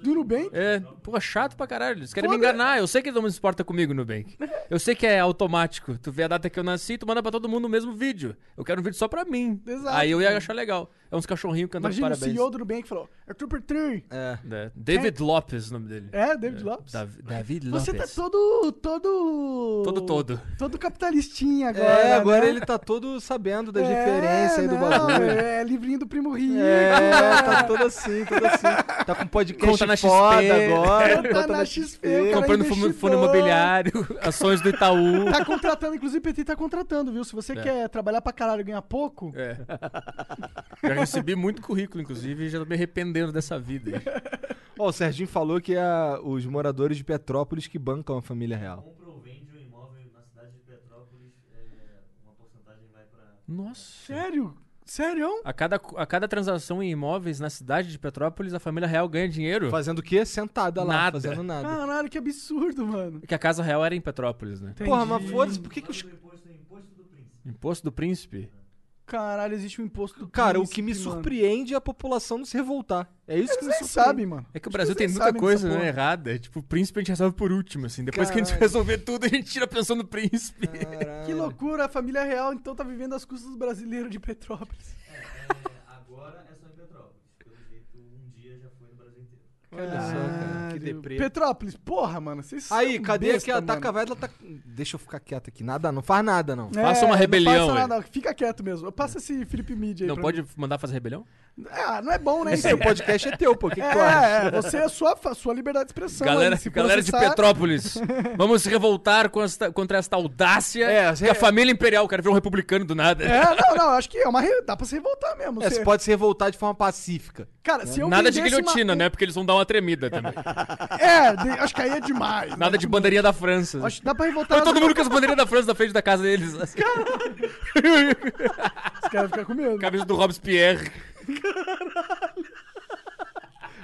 E: Do Nubank?
C: É, pô, chato pra caralho. Eles querem me
E: Foda.
C: enganar. Eu sei que todo mundo se importa comigo, Nubank. Eu sei que é automático. Tu vê a data que eu nasci, tu manda pra todo mundo o mesmo vídeo. Eu quero um vídeo só pra mim.
E: Exato.
C: Aí eu ia achar legal. É uns cachorrinhos cantando
E: Imagina
C: parabéns.
E: o CEO do Nubank falou, é Trooper 3.
D: É.
C: É, David Lopes, o nome dele.
E: É, David Lopes.
C: Davi- David Lopes.
E: Você tá todo, todo...
C: Todo, todo.
E: Todo capitalistinha agora,
D: É, agora
E: né?
D: ele tá todo sabendo das
E: É,
D: referências aí do
E: não,
D: bagulho.
E: É, livrinho do Primo Rico.
D: É, tá todo assim, todo assim. Tá com podcast
C: Conta na
D: foda
C: XP.
D: agora.
E: Conta na XP, cara.
C: Comprando fundo,
E: investidor.
C: fundo imobiliário, ações do Itaú.
E: Tá contratando, inclusive o PT tá contratando, viu? Se você
D: É.
E: quer trabalhar pra caralho e ganhar pouco,
C: É. Já recebi muito currículo, inclusive, e já tô me arrependendo dessa vida.
D: Ó, o Serginho falou que é os moradores de Petrópolis que bancam a família real.
C: Nossa.
E: sério? Sério?
C: A cada, a cada transação em imóveis na cidade de Petrópolis, a família real ganha dinheiro.
D: Fazendo o quê? Sentada lá,
C: Nada.
D: fazendo Hum. nada.
E: Caralho, que absurdo, mano.
C: Que a casa real era em Petrópolis, né?
D: Porra, mas foda-se, por que, que os.
C: Imposto do Príncipe.
E: Caralho, existe um imposto do
D: Cara, o
E: príncipe,
D: que me
E: mano.
D: surpreende é a população não se revoltar. É isso que me
E: Vocês nem
D: surpreende.
E: sabem, mano.
C: É que o
E: Acho
C: Brasil tem
E: vocês
C: muita
E: sabem
C: coisa
E: dessa
C: né,
E: porra.
C: errada. Tipo, o príncipe a gente resolve por último, assim. Depois que a gente
D: Caralho.
C: resolver tudo, a gente tira pensando no príncipe.
E: Que loucura, a família real então tá vivendo às custas do brasileiro de Petrópolis.
D: Olha só, cara, que deprê.
E: Petrópolis, porra, mano, vocês
D: Aí,
E: são
D: cadê
E: besta,
D: que a Taca
E: mano.
D: Vai? Ela tá. Deixa eu ficar quieto aqui. Nada, não faz nada, não.
C: Faça uma
E: É, não
C: rebelião,
E: passa
C: aí.
E: nada, Fica quieto mesmo. Passa esse Felipe Mídia aí.
C: Não
E: pra
C: pode mandar fazer rebelião?
E: mim. Ah, não é bom, né?
D: Esse seu podcast é teu, pô. O que, que tu acha?
E: É, é, você é sua, fa- sua liberdade de expressão.
C: Galera,
E: aí, Então, se
C: galera de
E: processar-
C: Petrópolis, vamos se revoltar com esta- contra esta audácia
D: É,
C: que a família imperial. O cara virou um republicano do nada.
E: É, não, não, acho que é uma. re- Dá pra se revoltar mesmo.
D: É,
E: Você-
D: você pode se revoltar de forma pacífica.
E: Cara, se eu
C: Nada de
E: vendesse uma-
C: guilhotina, né? Porque eles vão dar uma tremida também.
E: É, de- acho que aí é demais. né?
C: Nada de bandeirinha da França.
E: Acho que dá pra revoltar.
C: Foi todo mundo com as bandeirinhas da França na frente da casa deles. assim.
E: Os caras ficam com medo.
C: Camisa do Robespierre.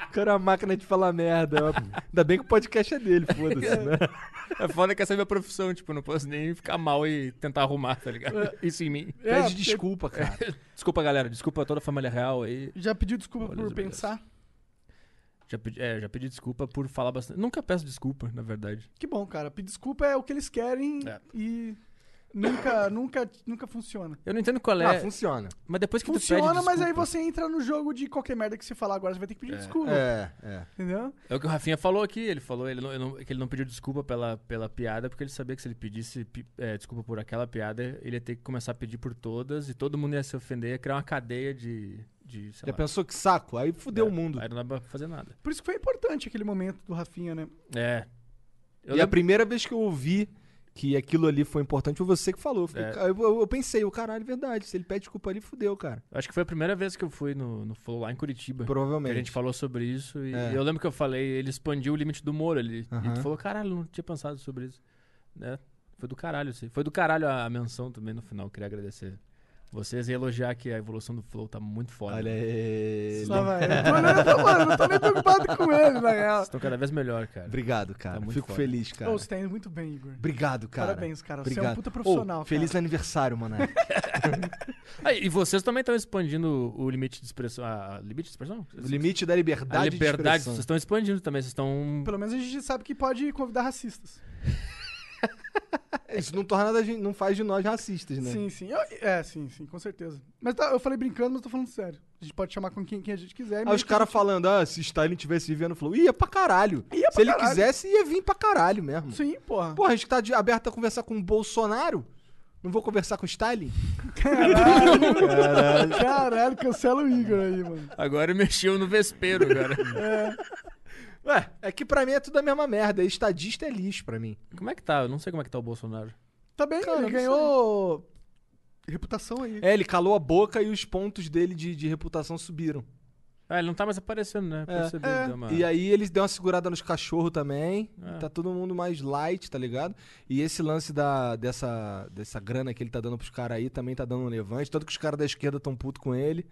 D: O cara é uma máquina de falar merda. É uma- Ainda bem que o podcast é dele, foda-se, né?
C: É foda que essa é a minha profissão, tipo, não posso nem ficar mal e tentar arrumar, tá ligado? Isso em mim.
E: É,
D: Pede desculpa, cara.
C: Desculpa, galera. Desculpa a toda a família real aí.
E: Já pediu desculpa
C: Olha os
E: por
C: obrigados.
E: pensar.
C: Já pedi, é, já pedi desculpa por falar bastante. Nunca peço desculpa, na verdade.
E: Que bom, cara. Pedir desculpa é o que eles querem
C: É.
E: e nunca, nunca, nunca funciona.
C: Eu não entendo qual é.
D: Ah, funciona.
C: Mas depois que tu pede
E: Funciona, mas é aí
C: desculpa-
E: você entra no jogo de qualquer merda que você falar agora, você vai ter que pedir desculpa.
D: É, é.
E: Entendeu?
C: É o que o Rafinha falou aqui, ele falou ele não- ele não- que ele não pediu desculpa pela, pela piada, porque ele sabia que se ele pedisse pi- é, desculpa por aquela piada, ele ia ter que começar a pedir por todas e todo mundo ia se ofender, ia criar uma cadeia de. de sei
D: Já
E: Tá
C: lá, É,
D: pensou que saco? Aí fudeu o mundo.
C: Aí não dá pra fazer nada.
E: Por isso que foi importante aquele momento do Rafinha, né?
C: É. Eu
D: e a
C: lembro-
D: primeira vez que eu ouvi que aquilo ali foi importante foi você que falou. Eu, fiquei,
C: É.
D: "Ca- eu- eu- eu pensei, o caralho, é verdade. Se ele pede desculpa ali, fudeu, cara.
C: Acho que foi a primeira vez que eu fui no, no Flow lá em Curitiba. Que
D: Provavelmente.
C: a gente falou sobre isso. E
D: É.
C: eu lembro que eu falei, ele expandiu o limite do humor ali. E tu
D: Aham.
C: falou, caralho, não tinha pensado sobre isso. Né? Foi do caralho, sim. Foi do caralho a a menção também no final. Queria agradecer vocês e elogiar que a evolução do Flow tá muito foda.
D: Olha ele.
E: Só vai. Eu tô, olhando, eu tô- mano, eu não tô nem preocupado com ele, na real.
C: Vocês estão cada vez melhor, cara.
D: Obrigado, cara.
C: Tá muito
D: Fico
C: foda.
D: feliz, cara.
E: Ô, você tá indo muito bem, Igor.
D: Obrigado, cara.
E: Parabéns, cara. Você é um
D: Obrigado.
E: puta profissional,
D: Ô, Feliz
E: cara.
D: aniversário, mano.
C: Ah, e vocês também estão expandindo o limite de expressão. A a limite de expressão?
D: o limite da
C: a
D: liberdade. de
C: liberdade.
D: expressão.
C: Vocês estão expandindo também. Vocês estão.
E: Pelo menos a gente sabe que pode convidar racistas.
D: É, Isso não torna da gente, não faz de nós racistas, né?
E: Sim, sim. Eu- é, sim, sim, com certeza. Mas tá, eu falei brincando, mas tô falando sério. A gente pode chamar com quem, quem a gente quiser.
D: Aí os
E: meio que a
D: caras falando, ah, se Stalin tivesse vivendo Flow, ia pra caralho.
E: Ia pra
D: se ele
E: caralho.
D: quisesse, ia vir pra caralho mesmo.
E: gente- Sim, porra.
D: Porra, a gente tá de- aberto a conversar com o Bolsonaro? Não vou conversar com o Stalin?
E: Caralho, cancela o Igor aí, mano.
C: Agora mexeu no vespeiro, cara.
D: Ué, é que pra mim é tudo a mesma merda. Estadista é lixo pra mim.
C: como é que tá? Eu não sei como é que tá o Bolsonaro.
E: Tá bem,
D: Cara,
E: ele
D: não
E: ganhou reputação aí.
D: É, ele calou a boca e os pontos dele de, de reputação subiram.
C: Ah, ele não tá mais aparecendo, né? Percebi, deu uma-
D: É, E aí eles deu uma segurada nos cachorros também.
C: É.
D: Tá todo mundo mais light, tá ligado? E esse lance da, dessa, dessa grana que ele tá dando pros caras aí também tá dando um levante. Tanto que os caras da esquerda tão puto com ele.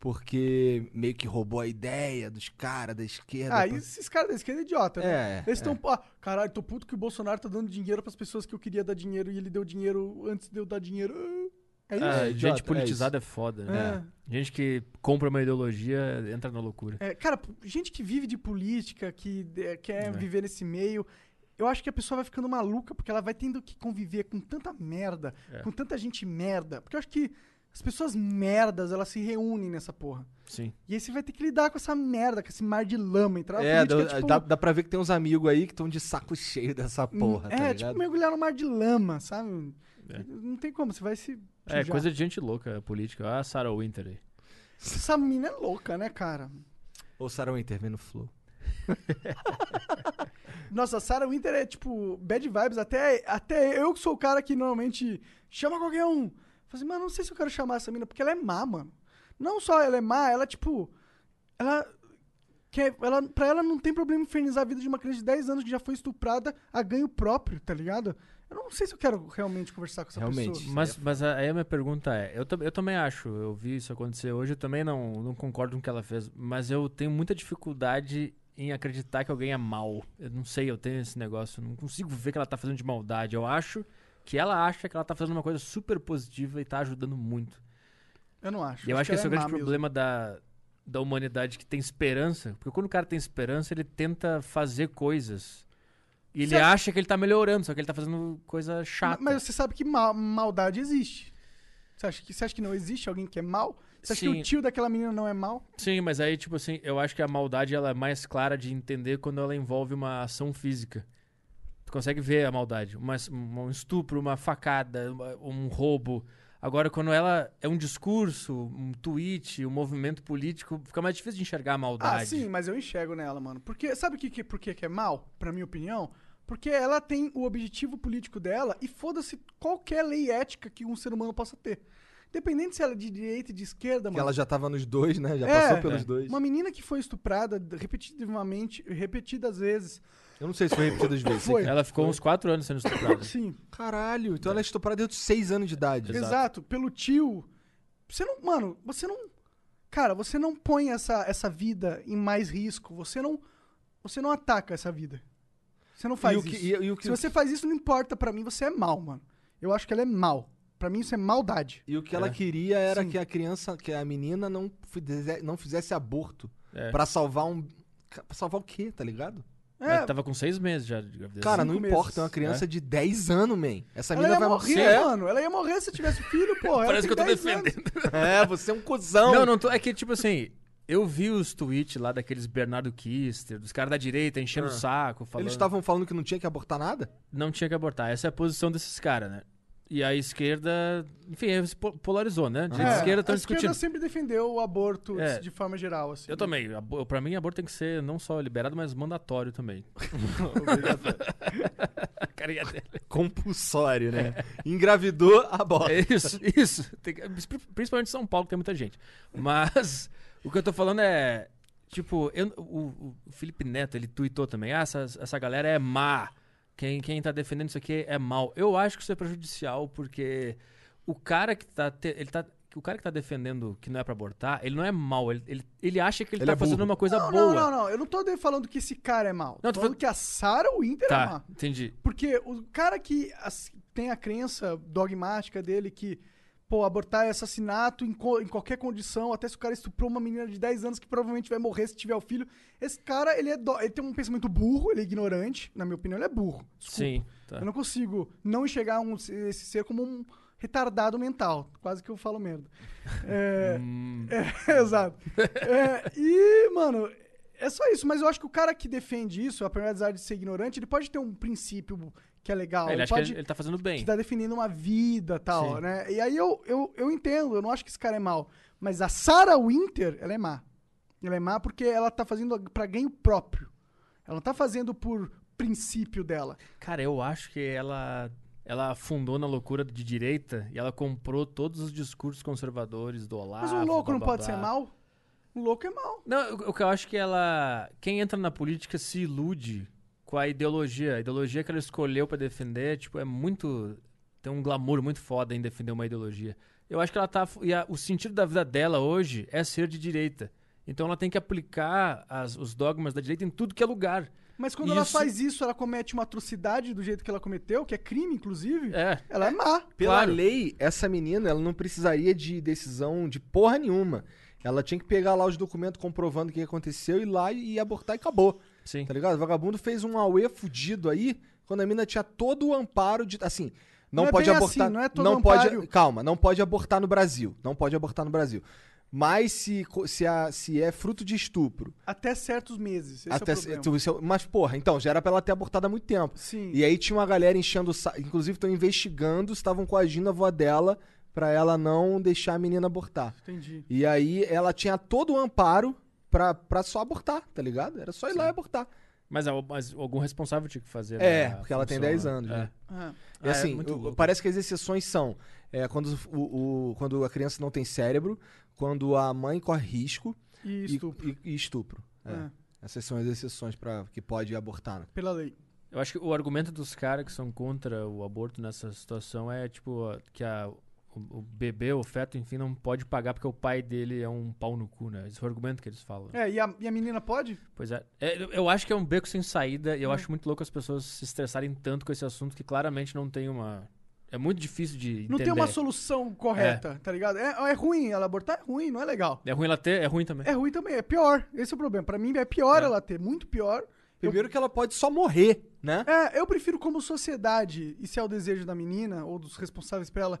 D: Porque meio que roubou a ideia dos caras da esquerda.
E: Ah, e
D: pra-
E: esses caras da esquerda é idiota, né?
D: É,
E: Eles estão. caralho, tô puto que o Bolsonaro tá dando dinheiro pras pessoas que eu queria dar dinheiro e ele deu dinheiro antes de eu dar dinheiro. Ah, É isso.
C: Ah,
D: É, idiota,
C: gente politizada é, foda, né? Gente que compra uma ideologia entra na loucura.
E: É, cara, p- gente que vive de política, que é, quer viver nesse meio, eu acho que a pessoa vai ficando
D: É.
E: maluca porque ela vai tendo que conviver com tanta merda, com tanta gente merda. Porque eu acho que As pessoas merdas, elas se reúnem nessa porra.
C: Sim.
E: E aí você vai ter que lidar com essa merda, com esse mar de lama. Entrar na
D: É,
E: política
D: dá,
E: tipo-
D: dá, dá pra ver que tem uns amigos aí que estão de saco cheio dessa porra,
E: é,
D: tá
E: tipo
D: ligado? É.
E: mergulhar no mar de lama, sabe? Não tem como, você vai se.
C: É,
E: sujar.
C: coisa de gente louca, a política. Ah, Sarah Winter aí.
E: Essa mina é louca, né, cara?
D: Ou Sarah Winter vendo Flow.
E: Nossa, Sarah Winter é tipo bad vibes. Até, até eu que sou o cara que normalmente chama qualquer um. Falei assim, mano, não sei se eu quero chamar essa mina, porque ela é má, mano. Não só ela é má, ela tipo. Ela. Quer, ela pra ela não tem problema infernizar a vida de uma criança de 10 anos que já foi estuprada a ganho próprio, tá ligado? Eu não sei se eu quero realmente conversar com essa
D: Realmente.
E: pessoa.
C: Mas, mas a- aí a minha pergunta é: eu, tam- eu também acho, eu vi isso acontecer hoje, eu também não, não concordo com o que ela fez, mas eu tenho muita dificuldade em acreditar que alguém é mal. Eu não sei, eu tenho esse negócio, eu não consigo ver que ela tá fazendo de maldade. Eu acho que ela acha que ela tá fazendo uma coisa super positiva e tá ajudando muito.
E: Eu não acho.
C: E eu acho que esse é o
E: ela
C: grande
E: má mesmo.
C: problema da, da humanidade que tem esperança. Porque quando o cara tem esperança, ele tenta fazer coisas. E ele
E: Certo.
C: acha que ele tá melhorando, só que ele tá fazendo coisa chata.
E: Mas você sabe que ma- maldade existe. Você acha, que, você acha que não existe alguém que é mal? Você acha que
C: Sim.
E: o tio daquela menina não é mal?
C: Sim, mas aí, tipo assim, eu acho que a maldade ela é mais clara de entender quando ela envolve uma ação física. Tu consegue ver a maldade. Uma, um estupro, uma facada, uma- um roubo. Agora, quando ela é um discurso, um tweet, um movimento político, fica mais difícil de enxergar a maldade.
E: Ah, sim, mas eu enxergo nela, mano. Porque sabe o que, que, por que, que é mal, pra minha opinião? Porque ela tem o objetivo político dela e foda-se qualquer lei ética que um ser humano possa ter. Independente se ela é de direita e de esquerda,
D: Que
E: mano.
D: ela já tava nos dois, né? Já
E: É,
D: passou pelos
E: é.
D: dois.
E: Uma menina que foi estuprada repetitivamente, repetidas vezes.
D: Eu não sei se foi repetidas vezes. sei
E: Foi.
D: que- é.
C: Ela ficou uns quatro anos sendo estuprada.
E: Sim.
D: Caralho, então ela é estuprada desde os seis anos de idade.
E: Exato. pelo tio. Você não, mano, você não Cara, você não põe essa, essa vida em mais risco, você não você não ataca essa vida. Você não faz
D: E o que-
E: isso.
D: e- e o que-
E: Se você faz isso não importa pra mim, você é mal, mano. Eu acho que ela é mal. Pra mim isso é maldade.
D: E o que ela queria era que a criança, que a menina não fizesse, não fizesse aborto
C: É.
D: Pra salvar um Ca- pra salvar o quê, tá ligado?
E: É,
C: Mas tava com seis meses já de gravidez.
D: Cara,
E: cinco
D: não importa, é uma
E: meses. né?
D: criança de 10 anos, man. Essa
E: Ela
D: menina
E: ia
D: vai
E: morrer,
D: morrer. É.
E: mano. Ela ia morrer se tivesse filho, porra.
C: Parece
E: ela
C: que eu
E: tem
C: tô
E: 10 anos.
C: defendendo.
D: É, você é um cuzão.
C: Não, não tô. É que, tipo assim, eu vi os tweets lá daqueles Bernardo Kister, dos caras da direita
E: Ah.
C: enchendo o saco, falando.
D: Eles estavam falando que não tinha que abortar nada?
C: não tinha que abortar. Essa é a posição desses caras, né? E a esquerda, enfim, aí se po- polarizou, né? Direita
E: É,
C: e esquerda
E: a
C: estão discutindo.
E: esquerda sempre defendeu o aborto
C: É.
E: de forma geral, assim.
C: Eu também. Abo- Pra mim, aborto tem que ser não só liberado, mas mandatório também. Carinha dela.
D: Compulsório, né? Engravidou, aborta.
C: É isso, isso. Tem que- principalmente em São Paulo, que tem muita gente. Mas o que eu tô falando é. Tipo, eu- o, o Felipe Neto, ele tweetou também. Ah, essa, essa galera é má. Quem, quem tá defendendo isso aqui é mal. Eu acho que isso é prejudicial, porque o cara que tá. te- ele tá o cara que tá defendendo que não é pra abortar, ele não é mal. Ele, ele, ele acha que ele,
D: Ele
C: tá
D: é burro.
C: fazendo uma coisa
E: Não,
C: boa.
E: não, não, não. Eu não tô de- falando que esse cara é
C: Não,
E: mal. Não,
C: tô
E: tô
C: falando-
E: falando que a Sarah Winter é má.
C: Tá, entendi.
E: Porque o cara que as- tem a crença dogmática dele que, pô, abortar é assassinato em, co- em qualquer condição, até se o cara estuprou uma menina de 10 anos que provavelmente vai morrer se tiver o filho. Esse cara, ele, é do- ele tem um pensamento burro, ele é ignorante. Na minha opinião, ele é burro. Desculpa.
C: Sim. Tá.
E: Eu não consigo não enxergar um- esse ser como um retardado mental. Quase que eu falo merda. É,
C: Hum.
E: é, exato. É, e, mano, é só isso. Mas eu acho que o cara que defende isso, apesar de ser ignorante, ele pode ter um princípio que é legal.
C: ele acha que
E: pode
C: ele, ele tá fazendo bem.
E: está defendendo uma vida e tal,
C: Sim.
E: né? E aí eu, eu, eu entendo, eu não acho que esse cara é mal. Mas a Sarah Winter, ela é má. Ela é má porque ela tá fazendo pra ganho próprio. Ela não tá fazendo por princípio dela.
C: Cara, eu acho que ela ela afundou na loucura de direita e ela comprou todos os discursos conservadores do Olavo.
E: Mas um louco
C: blá,
E: não
C: blá,
E: pode
C: blá.
E: ser mal? Um louco é mal.
C: Não, o o que eu acho que ela. Quem entra na política se ilude com a ideologia. A ideologia que ela escolheu pra defender, tipo, é muito. Tem um glamour muito foda em defender uma ideologia. Eu acho que ela tá. E a- o sentido da vida dela hoje é ser de direita. Então ela tem que aplicar as- os dogmas da direita em tudo que é lugar.
E: Mas quando ela
C: Isso-
E: faz isso, ela comete uma atrocidade do jeito que ela cometeu, que é crime, inclusive.
C: É.
E: Ela é má.
D: Pela
C: Claro.
D: lei, essa menina, ela não precisaria de decisão de porra nenhuma. Ela tinha que pegar lá os documentos comprovando o que aconteceu, ir lá e e abortar e acabou.
C: Sim.
D: Tá ligado? O vagabundo fez um auê fudido aí, quando a mina tinha todo o amparo de. Assim, Não,
E: Não é
D: pode
E: bem
D: abortar.
E: assim, não é todo
D: pode.
E: otário.
D: Calma, não pode abortar no Brasil. Não pode abortar no Brasil. Mas se, co- se, a- se é fruto de estupro.
E: Até certos meses. Esse
D: até
E: é o
D: se-
E: problema.
D: tu- se- mas, porra, então, já era pra ela ter abortado há muito tempo.
E: Sim.
D: E é- aí tinha uma galera enchendo o saco. Inclusive, estão investigando, estavam coagindo a avó dela pra ela não deixar a menina abortar.
E: Entendi.
D: E aí ela tinha todo o amparo pra, pra só abortar, tá ligado? Era só ir lá e abortar.
C: Mas, al- mas algum responsável tinha que fazer.
D: É,
C: né, a
D: porque ela tem
C: função,
D: 10
C: né?
D: anos,
C: É.
D: né?
E: Ah,
D: E
C: Ah, é
D: assim,
C: muito
D: o-
C: louco.
D: parece que as exceções são é, quando, o, o- quando a criança não tem cérebro, quando a mãe corre risco
E: e
D: e-
E: estupro.
D: e, e estupro. É.
E: É.
D: Essas são as exceções para que pode abortar. né?
E: Pela lei.
C: Eu acho que o argumento dos caras que são contra o aborto nessa situação é, tipo, a- que a, o, o bebê, o feto, enfim, não pode pagar porque o pai dele é um pau no cu, né? Esse é o argumento que eles falam.
E: É, e a, e a menina pode?
C: Pois é. É, eu- Eu acho que é um beco sem saída e eu acho muito louco as pessoas se estressarem tanto com esse assunto que claramente não tem uma. É muito difícil de entender.
E: Não tem uma solução correta, tá ligado? É, é ruim, ela abortar é ruim, não é legal.
C: É ruim ela ter, é ruim também.
E: É ruim também, é pior. Esse é o problema. Pra mim é pior ela ter, muito pior. Eu-
D: Primeiro que ela pode só morrer, né?
E: É, eu prefiro como sociedade, e se é o desejo da menina ou dos responsáveis pra ela,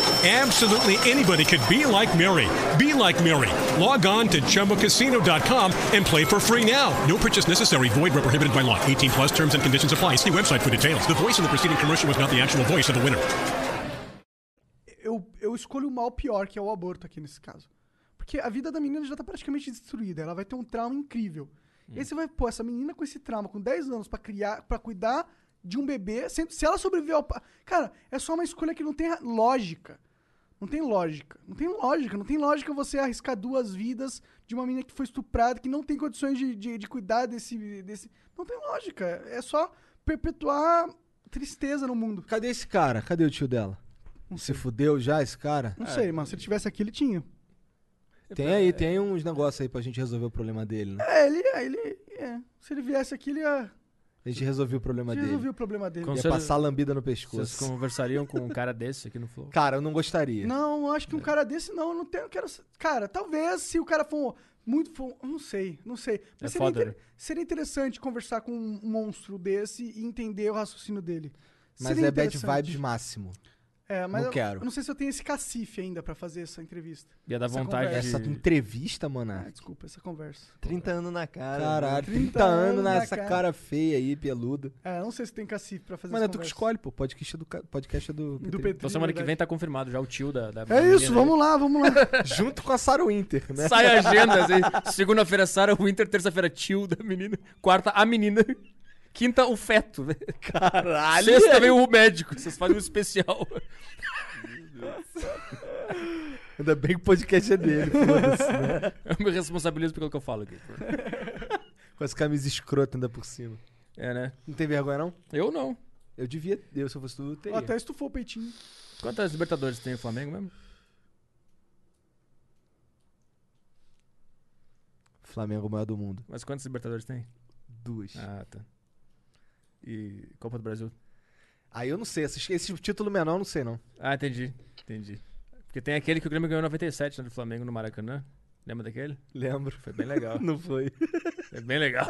J: Absolutely anybody could be like Mary. Be like Mary. Log on to chumbacasino.com and play for free now. No purchase necessary. Void where prohibited by law. 18 plus terms and conditions apply. See website for details. The voice in the preceding commercial was not the actual voice of the winner.
E: eu, eu escolho o mal pior, que é o aborto aqui nesse caso. Porque a vida da menina já tá praticamente destruída, ela vai ter um trauma incrível. E aí você vai pôr essa menina com esse trauma, com 10 anos, pra criar, para cuidar de um bebê, se, se ela sobreviveu ao. pa- Cara, é só uma escolha que não tem ra- lógica. Não tem lógica. Não tem lógica. Não tem lógica você arriscar duas vidas de uma menina que foi estuprada, que não tem condições de, de, de cuidar desse, desse. Não tem lógica. É só perpetuar tristeza no mundo.
D: Cadê esse cara? Cadê o tio dela? Se fudeu já esse cara?
E: Não sei, mano. Se ele tivesse aqui, ele tinha.
D: Tem aí, tem uns negócios aí pra gente resolver o problema dele, né?
E: É, ele. é, ele é. Se ele viesse aqui, ele ia
D: A gente resolveu o problema
E: resolver
D: dele.
E: o problema dele.
C: Com
D: Ia
C: certeza-
D: passar lambida no
C: Vocês
D: pescoço.
C: conversariam com um cara desse aqui no Flow?
D: Cara, eu não gostaria.
E: Não, eu acho
D: É.
E: que um cara desse não, eu não tenho, eu quero. Cara, talvez se o cara for um- muito for, um- não sei, não sei.
C: É
E: Mas seria,
C: foda,
E: inter-
D: né?
E: seria interessante conversar com um monstro desse e entender o raciocínio dele.
D: Mas
E: Seria
D: é bad
E: interessante.
D: vibes máximo.
E: É, mas
D: Não
E: eu,
D: quero.
E: Eu não sei se eu tenho esse cacife ainda pra fazer essa entrevista.
C: Ia dar
E: Essa
C: vontade
E: conversa.
D: Essa
C: de.
D: entrevista, mano.
E: Ah, desculpa, essa conversa.
K: 30 anos na cara.
D: Caralho, 30,
E: 30
D: anos
E: anos na
D: nessa cara.
E: cara.
D: feia aí, peluda.
E: É, eu não sei se tem cacife pra fazer
D: Mano, é
E: essa
D: tu que
E: conversa.
D: escolhe, pô. Podcast é do, ca- podcast é do,
E: Do
D: Petri.
E: Petri,
C: Então semana que
E: verdade.
C: vem tá confirmado já o tio da. da
E: É
C: menina
E: isso,
D: né?
C: aí.
E: vamos lá, vamos lá.
D: Junto com a Sarah Winter, né?
C: Sai a agenda. assim. Segunda-feira, Sarah Winter. Terça-feira, tio da menina. Quarta, a menina. Quinta, o feto. né?
D: Caralho!
C: Sexta, vem o médico. Vocês fazem um especial.
D: Ainda bem que o podcast é dele, foda-se, né?
C: Eu me responsabilizo É pelo que eu falo aqui.
D: Com as camisas escrotas ainda por cima.
C: É, né?
D: Não tem vergonha, não?
C: Eu não.
D: Eu devia. Eu, se eu fosse tu, eu teria.
E: Até estufou o peitinho.
C: Quantas Libertadores tem o Flamengo mesmo?
D: Flamengo, o maior do mundo.
C: Mas quantas Libertadores tem?
D: Duas.
C: Ah, tá. E Copa do Brasil?
D: Aí eu não sei. Esses, esse título menor, eu não sei, não.
C: Ah, entendi. Entendi. Porque tem aquele que o Grêmio ganhou em 97, né? Do Flamengo no Maracanã. Lembra daquele?
D: Lembro.
C: Foi bem legal.
D: Não foi.
C: É bem legal.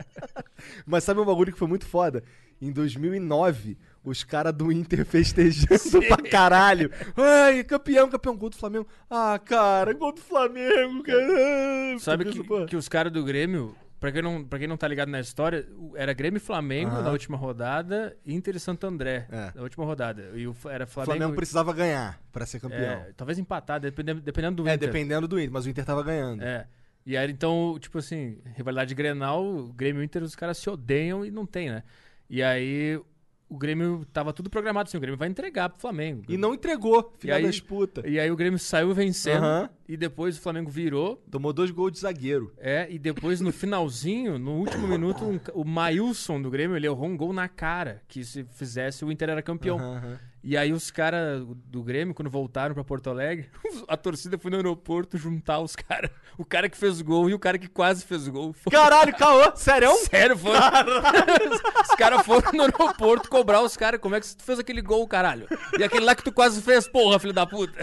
D: Mas sabe um bagulho que foi muito foda? Em 2009, os caras do Inter festejando pra caralho. Ai, campeão, campeão, gol do Flamengo. Ah, cara, gol do Flamengo, cara.
C: É. Sabe
D: Fiquei
C: que,
D: pensando, pô.
C: que os caras do Grêmio, pra quem, não, pra quem não tá ligado na história, o- era Grêmio e Flamengo na última rodada, Inter e Santo André
D: É.
C: na última rodada. E o, F- era
D: O
C: Flamengo.
D: Flamengo precisava ganhar pra ser campeão.
C: é, talvez empatar, dependendo, dependendo do
D: É,
C: Inter.
D: dependendo do Inter, mas o Inter tava ganhando.
C: É. E aí, então, tipo assim, rivalidade Grenal, Grêmio e Inter, os caras se odeiam e não tem, né? E aí, o Grêmio tava tudo programado assim, o Grêmio vai entregar pro Flamengo.
D: E não entregou,
C: E
D: filha
C: aí,
D: das puta.
C: e aí o Grêmio saiu vencendo,
D: Aham.
C: e depois o Flamengo virou,
D: Tomou dois gols de zagueiro.
C: é, e depois no finalzinho, no último minuto, um ca- o Mailson do Grêmio, ele errou um gol na cara, que se fizesse o Inter era campeão.
D: Aham, aham.
C: E aí os caras do Grêmio, quando voltaram pra Porto Alegre, a torcida foi no aeroporto juntar os caras. O cara que fez gol e o cara que quase fez gol. Foi-
D: Caralho, caô, sério?
C: Sério, foi. os caras foram no aeroporto cobrar os caras. Como é que tu fez aquele gol, caralho? E aquele lá que tu quase fez, porra, filho da puta.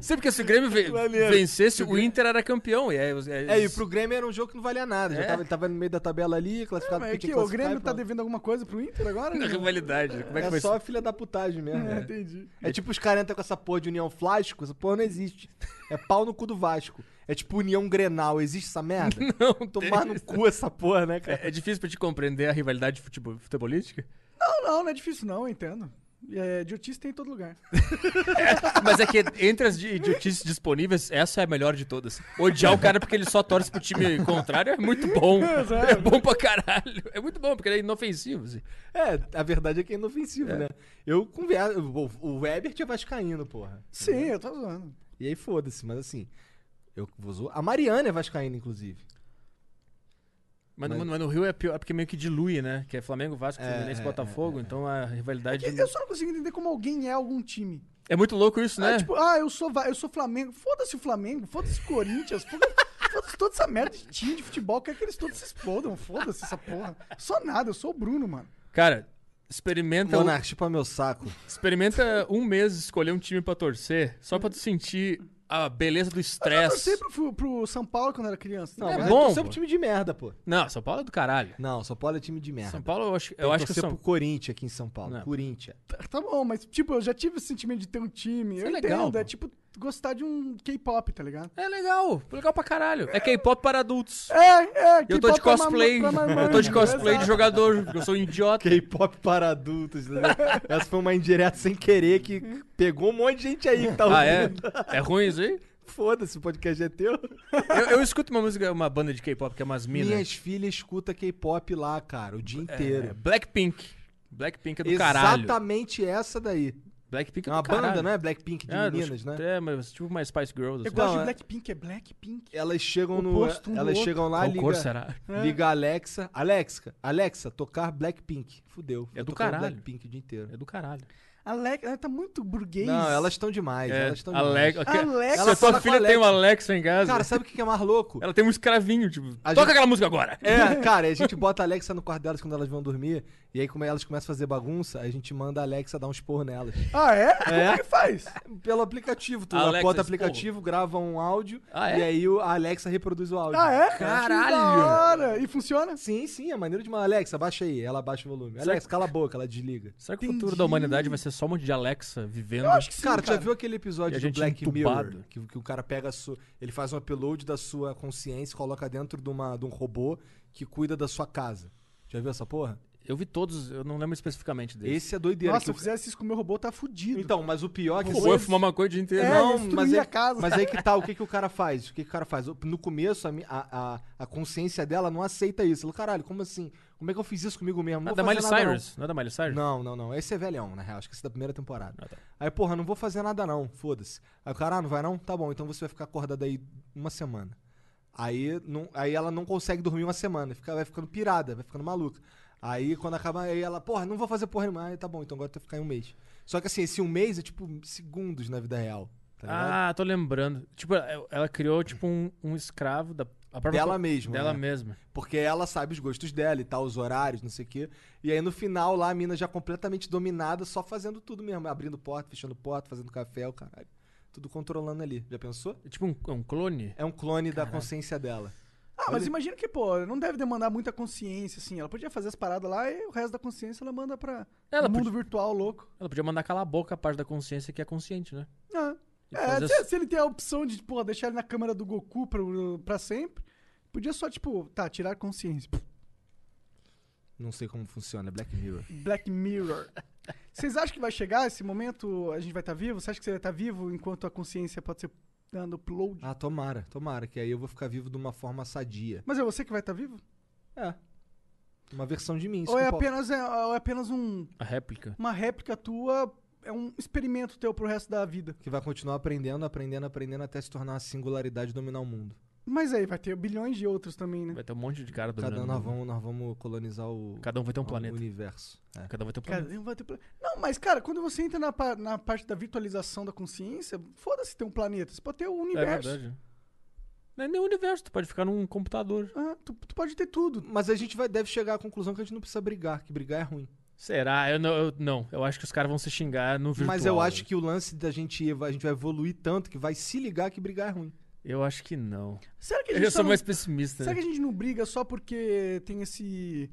C: Sempre que esse Grêmio ve-
D: Ah. Maneiro.
C: vencesse, o Inter era campeão. E aí,
D: É, e pro Grêmio era um jogo que não valia nada. Já
C: É.
D: tava, ele tava no meio da tabela ali, classificado
E: Mas
D: porque
E: é
D: tinha
E: que o
D: classificar
E: Grêmio
D: e
E: tá
D: pronto.
E: devendo alguma coisa pro Inter agora?
C: Na rivalidade. Como é que
D: É
C: vai
D: só
C: ser?
D: a filha da putagem mesmo.
E: É,
D: É,
E: entendi.
D: É tipo os caras entram com essa porra de União Flasco, essa porra não existe. É pau no cu do Vasco. É tipo União Grenal, existe essa merda? Não. Tomar no cu essa porra, né, cara?
C: É, é difícil pra te compreender a rivalidade futebol, futebolística?
E: Não, não, não é difícil não, eu entendo. É, idiotice tem em todo lugar.
C: Mas é que entre as de- idiotices disponíveis, essa é a melhor de todas. Odiar o cara porque ele só torce pro time contrário é muito bom. É bom pra caralho. É muito bom, porque ele é inofensivo. assim.
D: É, a verdade é que é inofensivo, né? Eu converso. O o Ebert é vascaíno, porra.
E: Sim, eu tô zoando.
D: E aí foda-se, mas assim. Eu vou zoar. A Mariana é vascaína, inclusive.
C: Mas, no- mas no Rio é pior, é porque meio que dilui, né? Que é Flamengo, Vasco,
D: É,
C: Fluminense,
D: é,
C: Botafogo. Então a rivalidade.
E: Eu só não consigo entender como alguém é algum time.
C: É muito louco isso, né?
E: Ah, tipo, ah, eu sou, va- eu sou Flamengo. Foda-se o Flamengo, foda-se o Corinthians, foda-se foda-se toda essa merda de time de futebol. Quer que eles todos se explodam, foda-se essa porra. Só nada, eu sou o Bruno, mano.
C: Cara, experimenta, um,
D: Monarca, Então, chupa meu saco.
C: experimenta um mês escolher um time pra torcer, só pra tu sentir a beleza do
E: Eu torci
C: estresse.
E: pro, fu- pro São Paulo quando era criança. tá
D: Não,
E: Não,
D: mas
C: bom,
D: eu torço pro
C: pô.
D: time de merda, pô.
C: Não, São Paulo é do caralho.
D: Não, São Paulo é time de merda.
C: São Paulo, eu acho,
D: Tem
C: eu acho que
D: torcer
C: São
D: pro Corinthians aqui em São Paulo.
C: Não.
D: Corinthians.
E: tá- tá bom, mas tipo, eu já tive esse sentimento de ter um time.
C: Isso
E: eu
C: é
E: entendo,
C: legal, pô.
E: é tipo gostar de um K-pop, tá ligado?
C: É legal, legal pra caralho. É K-pop para adultos.
E: É, é.
C: eu tô
E: K-pop
C: de
E: pra mam-
C: cosplay.
E: pra é mamãe,
C: Eu tô de cosplay de
E: exato.
C: jogador, porque eu sou um idiota.
D: K-pop é para adultos. né? Essa foi uma indireta sem querer que pegou um monte de gente aí que tá
C: Ah, é?
D: ouvindo.
C: É ruim isso aí?
D: Foda-se, o podcast é teu.
C: Eu, eu escuto uma música, uma banda de K-pop que é umas minas.
D: Minhas filhas escutam K-pop lá, cara, o dia
C: É,
D: inteiro.
C: Blackpink. Blackpink é do caralho.
D: Exatamente essa daí.
C: Blackpink
D: É
C: é
D: uma
C: do caralho.
D: banda, não é? Blackpink de
C: É,
D: meninas,
C: tipo-
D: né?
C: É, mas tipo uma Spice Girls.
E: Eu
C: Assim.
D: Não,
E: gosto de
D: é-
E: Blackpink, é Blackpink.
D: Elas chegam no.
E: Oposto um do
D: Elas
E: outro.
D: chegam lá,
C: Qual
D: liga, É.
C: cor será?
D: liga a Alexa. Alexa, Alexa, tocar Blackpink. Fudeu.
C: É do
D: Tocando
C: caralho.
D: Blackpink o dia inteiro.
C: É do caralho.
E: Alex, ela tá muito burguês.
D: Não, elas estão demais.
C: É,
D: Elas estão demais.
C: Alex...
E: Alexa.
C: Se a
D: Ela
C: tua
D: fala com
C: filha tem
D: Alexa.
C: uma Alexa em casa,
D: Cara, sabe o que que é mais louco?
C: ela tem um escravinho, tipo,
D: A
C: toca
D: gente-
C: aquela música agora.
D: É, cara, a gente bota a Alexa no quarto delas quando elas vão dormir, e aí como elas começam a fazer bagunça, a gente manda a Alexa dar um esporro nelas.
E: Ah, é? Como que faz?
D: Pelo aplicativo, tu
C: Alexa, esporro.
D: bota o aplicativo, grava um áudio,
C: Ah, é?
D: e aí o- a Alexa reproduz o áudio.
E: Ah, é?
C: Caralho.
E: Que da hora. E funciona?
D: Sim, sim, é maneiro demais. Alexa, baixa aí, ela abaixa o volume. Alexa, cala a boca, ela desliga.
C: Será que o futuro da humanidade vai ser só um monte de Alexa vivendo?
D: cara, tu já
E: cara.
D: viu aquele
C: E
D: episódio
C: a
D: do
C: gente
D: Black
C: entubado.
D: Mirror? Que, que o cara pega a sua. Ele faz um upload da sua consciência, coloca dentro de, uma, de um robô que cuida da sua casa. Já viu essa porra?
C: Eu vi todos, eu não lembro especificamente desse.
D: Esse é doideira.
E: Nossa, se
D: que
E: eu
D: o-
E: fizesse isso com o meu robô, tá fudido.
D: Então, mas o pior é que.
C: Pô, eu ia fumar maconha o dia inteiro.
E: É,
C: Não,
E: ia destruir
D: mas aí,
E: a casa.
D: mas aí que tá, o que, que o cara faz? O que, que o cara faz? No começo, a, mi- a, a, a consciência dela não aceita isso. Ela, caralho, como assim? Como é que eu fiz isso comigo mesmo? Não
C: Nada da
D: vou fazer
C: Miley
D: nada, não."
C: Cyrus. Nada da Miley Cyrus.
D: Não, não, não. Esse é velhão, na real. Acho que esse é da primeira temporada. Aí, porra, não vou fazer nada não. Foda-se. Aí o cara, ah, não vai não? Tá bom, então você vai ficar acordado aí uma semana. Aí, não, aí ela não consegue dormir uma semana. Fica, vai ficando pirada, vai ficando maluca. Aí quando acaba, aí ela, porra, não vou fazer porra nenhuma. Aí, tá bom, então agora tem que ficar em um mês. Só que assim, esse um mês é tipo segundos na vida real. Tá ligado?
C: Ah, tô lembrando. Tipo, ela ela criou, tipo, um, um escravo da a própria
D: Dela
C: co-
D: mesma,
C: Dela
D: né?
C: mesma.
D: Porque ela sabe os gostos dela e tal, os horários, não sei o quê. E aí no final lá a mina já completamente dominada, só fazendo tudo mesmo. Abrindo porta, fechando porta, fazendo café, o caralho. Tudo controlando ali. Já pensou?
C: É Tipo, um, um clone.
D: É um clone da consciência dela.
E: Ah, mas imagina que, pô, não deve demandar muita consciência, assim. Ela podia fazer as paradas lá e o resto da consciência ela manda pra
C: Ela
E: o mundo
C: podia-
E: virtual louco.
C: Ela podia mandar calar a boca a parte da consciência que é consciente, né?
E: Ah.
C: E
E: É,
C: fazer
E: se,
C: as-
E: se ele tem a opção de, pô, deixar ele na câmera do Goku pra, pra sempre, podia só, tipo, tá, tirar a consciência.
D: Não sei como funciona, é Black Mirror.
E: Black Mirror. Vocês acham que vai chegar esse momento? A gente vai estar vivo? Você acha que você vai estar vivo enquanto a consciência pode ser dando upload?
D: Ah, tomara, tomara, que aí eu vou ficar vivo de uma forma sadia.
E: Mas é você que vai estar vivo?
D: É. Uma versão de mim. isso
E: Ou é
D: que importa.
E: apenas, é, ou é apenas um,
C: A réplica.
E: uma réplica tua, é um experimento teu pro resto da vida?
D: Que vai continuar aprendendo, aprendendo, aprendendo até se tornar uma singularidade e dominar o mundo.
E: Mas aí vai ter bilhões de outros também, né?
C: Vai ter um monte de cara do
D: Cada um nós vamos, nós vamos colonizar o.
C: Cada um vai ter um
D: o
C: planeta.
D: universo. É.
C: Cada um vai ter um
E: Cara,
C: planeta.
E: não vai ter pla- Não, mas cara, quando você entra na, pa- na parte da virtualização da consciência, foda-se ter um planeta, você pode ter o universo.
C: É verdade. Não é nem o universo, tu pode ficar num computador.
E: Ah, tu, tu pode ter tudo.
D: Mas a gente vai, deve chegar à conclusão que a gente não precisa brigar, que brigar é ruim.
C: Será? Eu não, eu, não, eu acho que os caras vão se xingar no virtual.
D: Mas eu acho que o lance da gente eva- a gente vai evoluir tanto que vai se ligar que brigar é ruim.
C: Eu acho que não.
E: Será que a
C: Eu
E: gente
C: já
E: só
C: sou
E: não-
C: mais pessimista.
E: Será que
C: Né?
E: a gente não briga só porque tem esse.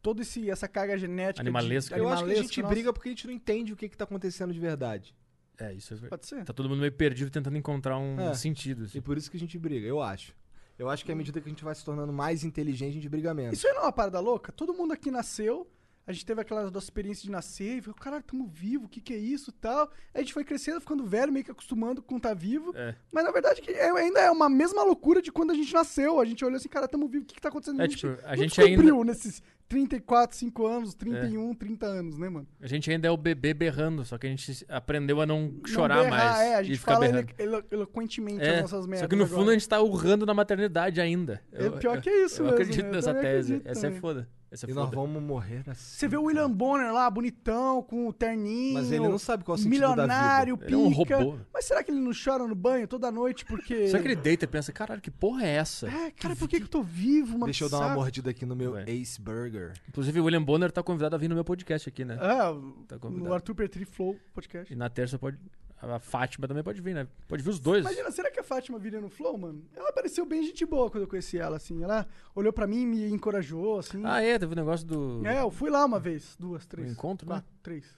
E: Todo esse essa carga genética. de-
C: Animalesca.
D: Eu acho que a
E: animalesca,
D: gente
E: nossa.
D: briga porque a gente não entende o que, que tá acontecendo de verdade.
C: É, isso é verdade.
E: Pode ser.
C: Tá todo mundo meio perdido tentando encontrar um
D: É.
C: sentido. assim.
D: E por isso que a gente briga, eu acho. Eu acho que à medida que a gente vai se tornando mais inteligente, a gente briga menos.
E: Isso aí não é uma parada louca? Todo mundo aqui nasceu. A gente teve aquela nossa experiência de nascer e falou, caralho, tamo vivo, o que que é isso tal. A gente foi crescendo, ficando velho, meio que acostumando com tá vivo.
C: É.
E: Mas na verdade que é- ainda é uma mesma loucura de quando a gente nasceu. A gente olhou assim, cara, tamo vivo, o que que tá acontecendo?
C: É, tipo, a
E: não
C: gente
E: descobriu
C: ainda-
E: nesses 34, 5 anos, 31, 30 anos, né, mano?
C: A gente ainda é o bebê berrando, só que a gente aprendeu a não chorar
E: não berrar,
C: mais.
E: É, a gente
C: e ficar
E: fala
C: berrando.
E: elo- elo- eloquentemente
C: É,
E: as nossas merdas.
C: só que no
E: agora.
C: fundo a gente tá urrando na maternidade ainda.
E: É, pior que é isso
C: Eu
E: mesmo,
C: acredito
E: né? Eu
C: nessa
E: também
C: tese.
E: acredito
C: Essa
E: também.
C: é foda. Essa é
D: E nós
C: foda.
D: vamos morrer assim.
E: Você vê o William Bonner lá, bonitão, com o terninho.
D: Mas ele não sabe qual é o sentido da vida.
E: Milionário,
C: Ele é um
E: pica.
C: robô.
E: Mas será que ele não chora no banho toda noite porque...
C: Só que ele deita e pensa, caralho, que porra é essa?
E: É, cara, por que que eu tô vivo, mano?
D: Deixa eu
E: Que
D: dar uma
E: saco.
D: mordida aqui no meu
C: Vai.
D: Ace Burger.
C: Inclusive, o William Bonner tá convidado a vir no meu podcast aqui, né?
E: É,
C: Tá convidado.
E: no Arthur Petri Flow
C: E
E: podcast.
C: na terça pode. A Fátima também pode vir, né? Pode vir os dois.
E: Imagina, será que a Fátima viria no Flow, mano? Ela pareceu bem gente boa quando eu conheci ela, assim. Ela olhou pra mim e me encorajou, assim.
C: Ah, é, teve um negócio do.
E: É, eu fui lá uma vez, duas, três.
C: encontro, né?
E: quatro, Três.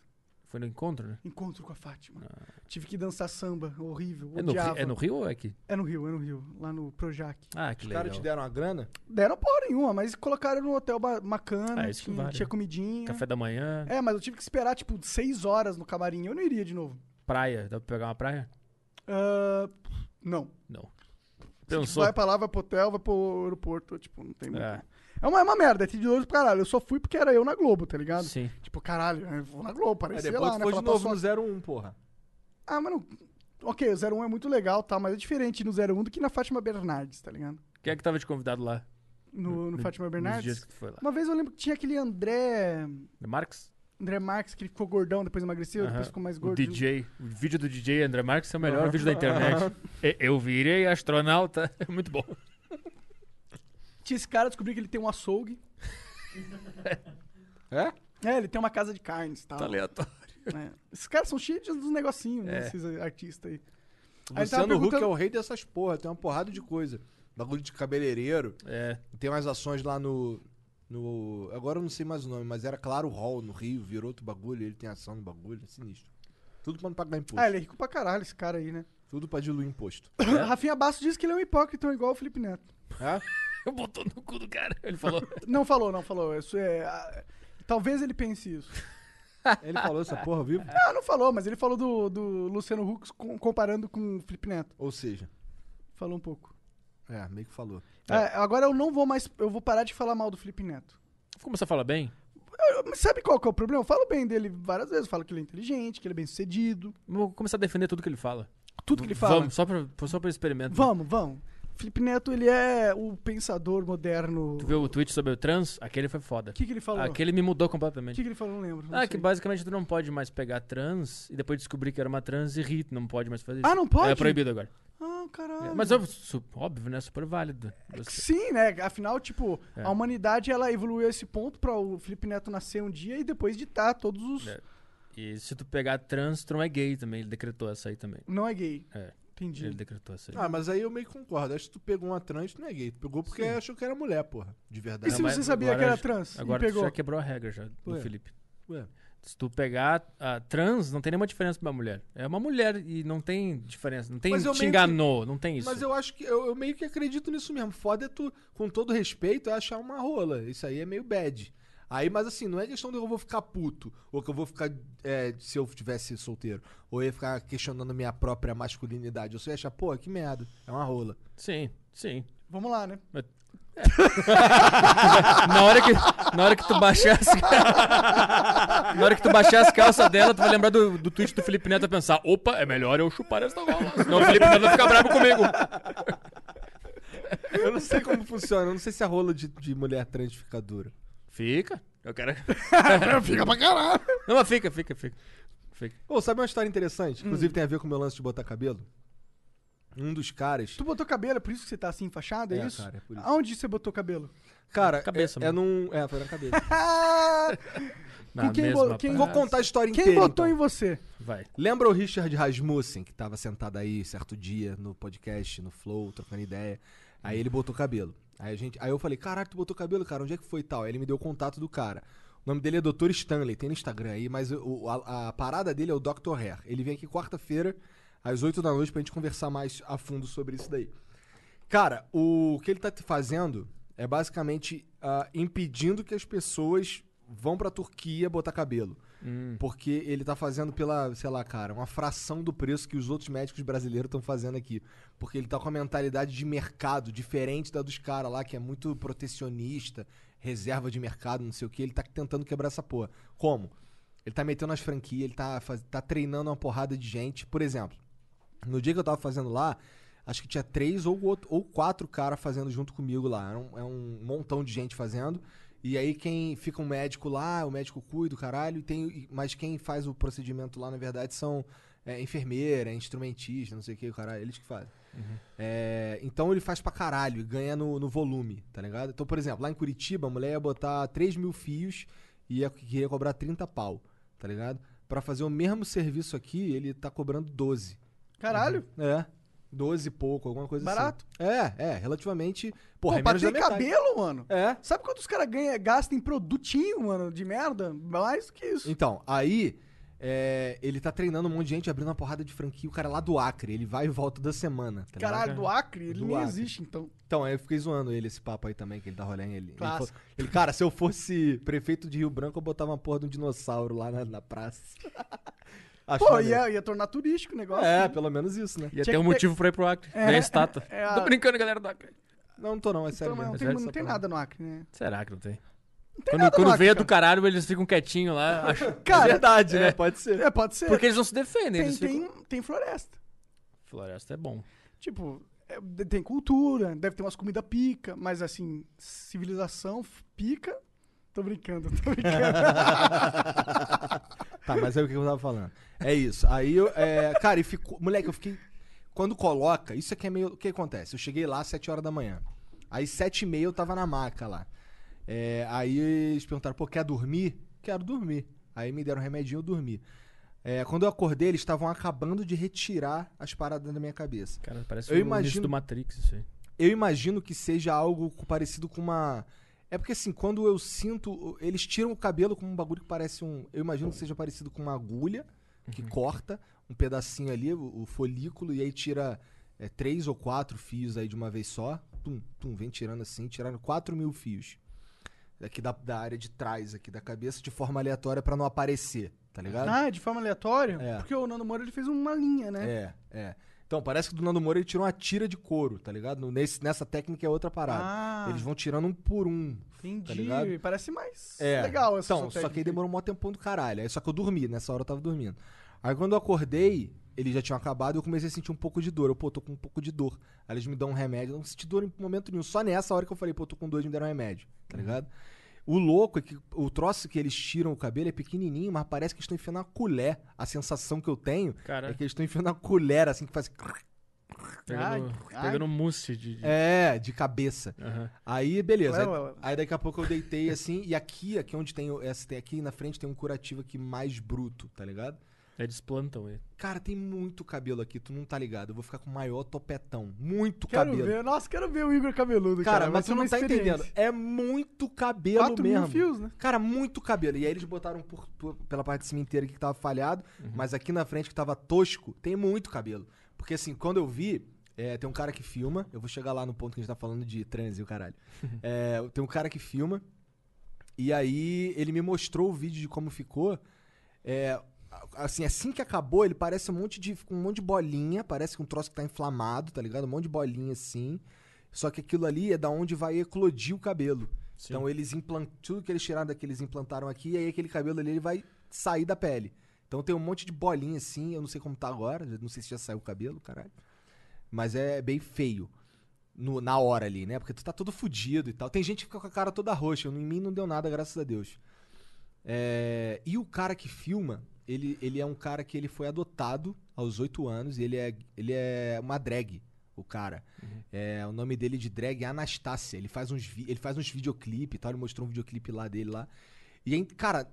C: Foi no encontro, né?
E: Encontro com a Fátima. Tive que dançar samba, horrível.
C: É no, Ri-
E: odiava.
C: é no Rio ou é aqui?
E: É no Rio, é no Rio, lá no Projac.
C: Ah, que
D: Os
C: legal.
D: caras te deram a grana?
E: Deram porra nenhuma, mas colocaram no hotel ba- bacana,
C: Ah, isso que
E: tinha,
C: vale.
E: tinha comidinha.
C: Café da manhã,
E: um É, mas eu tive que esperar, tipo, seis horas no camarim. Eu não iria de novo.
C: praia. Dá pra pegar uma praia?
E: Ah, não.
C: Não.
E: Se
C: Pensou?
E: vai pra lá, vai pro hotel, vai pro aeroporto, tipo, não tem muito.
C: É.
E: É, uma, é uma merda, é de olho pro caralho. Eu só fui porque era eu na Globo, tá ligado?
C: Sim.
E: Tipo, caralho, eu vou na Globo,
D: É,
E: parecia
D: depois
E: lá,
D: tu
E: né?
D: foi de
E: Fala,
D: novo
E: "Posso-
D: no 01, porra.
E: Ah, mas não... Ok, o 01 é muito legal, tá? Mas é diferente no 01 do que na Fátima Bernardes, tá ligado?
C: Quem é que tava de convidado lá?
E: No, no Fátima
C: Nos dias
E: Bernardes.
C: que tu tá. foi lá.
E: Uma vez eu lembro que tinha aquele André...
C: Marques?
E: André Marques, que ele ficou gordão, depois emagreceu,
C: Aham.
E: depois ficou mais
C: O
E: gordo. de novo.
C: DJ. O vídeo do DJ André Marques é o melhor vídeo da internet. E- Eu virei astronauta. É muito bom.
E: Tinha esse cara, eu descobri que ele tem um açougue.
D: É?
E: É, ele tem uma casa de carnes e tal.
C: Tá aleatório.
E: É. Esses caras são cheios de- dos negocinhos, né?
C: É.
E: Esses artistas aí. Aí ele tava
D: Luciano Huck é
E: perguntando-
D: o rei dessas porra, tem uma porrada de coisa. Bagulho de cabeleireiro.
C: É.
D: Tem umas ações lá no. no agora eu não sei mais o nome, mas era Claro Hall no Rio, virou outro bagulho, ele tem ação no bagulho, é sinistro. Tudo pra não pagar imposto.
E: Ah, ele é rico pra caralho, esse cara aí, né?
D: Tudo pra diluir imposto.
C: É?
E: Rafinha Basso disse que ele é um hipócrita, igual o Felipe Neto.
D: É?
C: Botou no cu do cara. Ele falou.
E: Não falou, não falou. Isso é. ah, Talvez ele pense isso.
D: Ele falou essa porra ao vivo?
E: Ah, não falou, mas ele falou do, do Luciano Huck com- comparando com o Felipe Neto.
D: Ou seja,
E: Falou um pouco.
D: é, meio que falou.
E: É, agora eu não vou mais. Eu vou parar de falar mal do Felipe Neto.
C: Como você fala bem?
E: Eu- mas sabe qual que é o problema? Eu falo bem dele várias vezes. Eu falo que ele é inteligente, que ele é bem sucedido.
C: Vou começar a defender tudo que ele fala.
E: Tudo que ele fala.
C: Vamos, só pra, só pra experimento.
E: Vamos, vamos. Felipe Neto, ele é o pensador moderno.
C: Tu viu o tweet sobre o trans? Aquele foi foda.
E: O que, que ele falou?
C: Aquele me mudou
E: O
C: completamente.
E: que, que ele falou? Não lembro. não
C: Ah, que
E: sei.
C: basicamente tu não pode mais pegar trans e depois descobrir que era uma trans e rir, tu não pode mais fazer isso.
E: Ah, não pode?
C: É proibido agora.
E: Ah, caralho.
C: É, mas óbvio, su- óbvio, né? Super válido. Você-
E: Sim, né? Afinal, tipo,
C: É.
E: a humanidade ela evoluiu a esse ponto pra o Felipe Neto nascer um dia e depois ditar todos os.
C: É. E se tu pegar trans, tu não é gay também. Ele decretou essa aí também.
E: Não é gay.
C: É,
E: Entendi.
C: ele decretou essa aí.
D: Ah, mas aí eu meio que concordo. Acho que tu pegou uma trans, tu não é gay. Tu pegou porque achou que era mulher, porra. De
E: E
D: verdade.
E: se
C: mas
E: você sabia
C: agora
E: que era
C: já-
E: trans e
C: Agora tu
E: pegou?
C: já quebrou a regra já, do
D: Ué.
C: Felipe.
D: Ué.
C: Se tu pegar a trans, não tem nenhuma diferença pra mulher. É uma mulher e não tem diferença. Não tem
D: Mas eu meio
C: te enganou, não tem isso.
D: Mas eu acho que eu, eu meio que acredito nisso mesmo. Foda é tu, com todo respeito, é achar uma rola. Isso aí é meio bad. Aí, mas assim, não é questão de eu vou ficar puto, ou que eu vou ficar. é, se eu tivesse solteiro, ou eu ia ficar questionando minha própria masculinidade. Eu só ia achar, pô, que merda, é uma rola.
C: Sim, sim.
E: Vamos lá, né?
C: Na hora que, na hora que tu baixar as Na hora que tu baixar as calças dela, tu vai lembrar do, do tweet do Felipe Neto e pensar: opa, é melhor eu chupar essa rola. Senão o Felipe Neto vai ficar bravo comigo.
D: Eu não sei como funciona. Eu não sei se a rola de, de mulher trans fica dura.
C: Fica. Eu quero.
E: Fica pra caralho.
C: Não, mas fica, fica, fica. Fica.
D: Ô, sabe uma história interessante? Inclusive tem a ver com o meu lance de botar cabelo. Um dos caras.
E: Tu botou cabelo, é por isso que você tá assim, fachada, é,
D: É,
E: isso?
D: cara, é por isso.
E: Aonde você botou cabelo?
D: Cara,
C: Cabeça
D: é, é num. É, foi na cabeça.
C: Na
E: Ah! quem
C: mesma
E: bo- quem-
D: Vou
C: parada.
D: contar a história
E: Quem
D: inteira.
E: botou
D: então.
E: em você?
C: Vai.
D: Lembra o Richard Rasmussen, que tava sentado aí certo dia no podcast, no Flow, trocando ideia. Aí ele botou cabelo. Aí, a gente, aí eu falei, caralho, tu botou cabelo, cara, onde é que foi e tal? Aí ele me deu o contato do cara. O nome dele é Dr. Stanley, tem no Instagram aí, mas o- a, a parada dele é o Dr. Hair. Ele vem aqui quarta-feira, às 8 da noite, pra gente conversar mais a fundo sobre isso daí. Cara, o que ele tá te fazendo é basicamente ah, impedindo que as pessoas vão pra Turquia botar cabelo. Porque ele tá fazendo pela, sei lá, cara, uma fração do preço que os outros médicos brasileiros estão fazendo aqui. Porque ele tá com a mentalidade de mercado diferente da dos caras lá, que é muito protecionista, reserva de mercado, não sei o que. Ele tá tentando quebrar essa porra. Como? Ele tá metendo as franquias, ele tá, faz- tá treinando uma porrada de gente. Por exemplo, no dia que eu tava fazendo lá, acho que tinha três ou, outro- ou quatro caras fazendo junto comigo lá. Era um, é um montão de gente fazendo. E aí quem fica um médico lá, o médico cuida, o caralho, e tem, e- mas quem faz o procedimento lá, na verdade, são é, enfermeira, instrumentista, não sei o que, o caralho, eles que fazem. É, então ele faz pra caralho e ganha no, no volume, tá ligado? Então, por exemplo, lá em Curitiba, a mulher ia botar 3 mil fios e ia, queria cobrar 30 pau, tá ligado? Pra fazer o mesmo serviço aqui, ele tá cobrando 12.
E: Caralho.
D: É. 12 e pouco, alguma coisa
E: Barato.
D: assim. Barato. É, é, relativamente. Porra,
E: Pô,
D: é
E: pra
D: menos da
E: ter
D: metade.
E: cabelo, mano.
D: É.
E: Sabe quantos caras ganha- gastam em produtinho, mano, de merda? Mais do que isso.
D: Então, aí é, ele tá treinando um monte de gente, abrindo uma porrada de franquia. O cara é lá do Acre, ele vai e volta da semana. tá ligado?
E: Caralho, do Acre, ele
D: Do
E: nem
D: Acre.
E: existe, então.
D: Então, aí eu fiquei zoando ele, esse papo aí também, que ele dá rolê em ele. Ele
E: Clássico.
D: falou- Ele, cara, se eu fosse prefeito de Rio Branco, eu botava uma porra de um dinossauro lá na, na praça. Acho
E: Pô, é-
D: maneiro.
E: ia, ia tornar turístico o negócio. Então,
D: É, pelo menos isso, né?
C: Ia
E: Tinha
C: ter um
E: que pe-
C: motivo pra ir pro Acre.
E: É,
C: Ganhar estátua.
E: é a-
C: Tô brincando, galera do Acre.
D: Não, não tô não, é sério
E: Então,
D: mesmo.
E: mas não
C: mas
E: tem,
C: é
E: não
C: essa
E: tem
C: parada.
E: nada no Acre, né?
C: Será que não tem?
E: tem
C: quando
E: nada no
C: quando
E: Acre,
C: vê é
E: cara.
C: do caralho, eles ficam quietinhos lá. acho-
D: É
E: Cara,
D: verdade, né?
C: é.
D: Pode ser.
E: É, pode ser.
C: Porque eles não se defendem.
E: tem,
C: Eles ficam...
E: tem, tem floresta.
C: Floresta é bom.
E: Tipo, é, de- tem cultura, deve ter umas comidas pica, mas assim, civilização f- pica. Tô brincando, tô brincando.
D: Tá, mas aí o que eu tava falando? É isso. Aí eu. é, cara, e ficou. Moleque, eu fiquei. Quando coloca, isso aqui é meio. O que acontece? Eu cheguei lá às 7 horas da manhã. Aí 7 e meia eu tava na maca lá. É, aí eles perguntaram, pô, quer dormir? Quero dormir. Aí me deram um remedinho eu dormi. É, quando eu acordei, eles estavam acabando de retirar as paradas da minha cabeça.
C: Cara, parece
D: Eu
C: o início
D: imagino-
C: do Matrix isso aí.
D: Eu imagino que seja algo co- parecido com uma. É porque assim, quando eu sinto. Eles tiram o cabelo com um bagulho que parece um. Eu imagino que seja parecido com uma agulha
E: Uhum.
D: que corta um pedacinho ali, o, o folículo, e aí tira é, três ou quatro fios aí de uma vez só. Tum, tum, vem tirando assim, tiraram quatro mil fios. Aqui da, da área de trás, aqui da cabeça, de forma aleatória pra não aparecer, tá ligado?
E: ah, de forma aleatória?
D: É.
E: Porque o Nando Moura ele fez uma linha, né?
D: É, é. Então, parece que do Nando Moura ele tirou uma tira de couro, tá ligado? No- Nesse, nessa técnica é outra parada.
E: Ah.
D: Eles vão tirando um por um.
E: Entendi.
D: ligado?
E: Parece mais
D: É.
E: legal essa
D: Então,
E: sua
D: só que aí
E: técnica.
D: demorou um maior tempão do caralho. Aí, só que eu dormi, nessa hora eu tava dormindo. Aí quando eu acordei, eles já tinham acabado e eu comecei a sentir um pouco de dor. Eu, pô, tô com um pouco de dor. Aí eles me dão um remédio. Eu não senti dor em momento nenhum. Só nessa hora que eu falei, pô, tô com dor, eles me deram um remédio, tá ligado? O louco é que o troço que eles tiram o cabelo é pequenininho, mas parece que eles estão enfiando uma colher. A sensação que eu tenho
C: Caralho.
D: é que eles estão enfiando uma colher, assim, que faz...
C: Pegando,
E: ai.
C: pegando mousse de. de-
D: É, de cabeça.
C: Aham.
D: Aí, beleza.
E: Ué,
D: Aí-
E: ué, ué.
D: Aí daqui a pouco eu deitei assim, e aqui, aqui onde tem o- essa, tem- aqui na frente tem um curativo aqui mais bruto, tá ligado?
C: Eles plantam ele.
D: Cara, tem muito cabelo aqui, tu não tá ligado. Eu vou ficar com o maior topetão. Muito
E: Quero
D: cabelo.
E: ver, nossa, quero ver o Igor cabeludo, cara.
D: Cara,
E: vai
D: mas
E: ser
D: tu
E: uma
D: não tá
E: experiência.
D: entendendo. É muito cabelo
E: 4 mil
D: mesmo.
E: fios, né?
D: Cara, muito cabelo. E aí eles botaram por- por- pela parte de cima inteira aqui que tava falhado, mas aqui na frente que tava tosco, tem muito cabelo. Porque assim, quando eu vi, é, tem um cara que filma, eu vou chegar lá no ponto que a gente tá falando de transe e o caralho. É, tem um cara que filma, e aí ele me mostrou o vídeo de como ficou. É, a- assim, assim que acabou, ele parece um monte de um monte de bolinha, parece que um troço que tá inflamado, tá ligado? Um monte de bolinha assim. Só que aquilo ali é da onde vai eclodir o cabelo. Então eles implantam tudo que eles tiraram daqui, eles implantaram aqui e aí aquele cabelo ali ele vai sair da pele. Então tem um monte de bolinha assim, eu não sei como tá agora, eu não sei se já saiu o cabelo, caralho. Mas é bem feio. no- na hora ali, né? Porque tu tá todo fudido e tal. Tem gente que fica com a cara toda roxa. Em mim não deu nada, graças a Deus. É, e o cara que filma, ele, ele é um cara que ele foi adotado aos 8 anos e ele é, ele é uma drag, o cara. É, o nome dele de drag é Anastácia. Ele faz uns, vi- ele faz uns videoclipe e tal. Ele mostrou um videoclipe lá dele lá. E, aí, cara,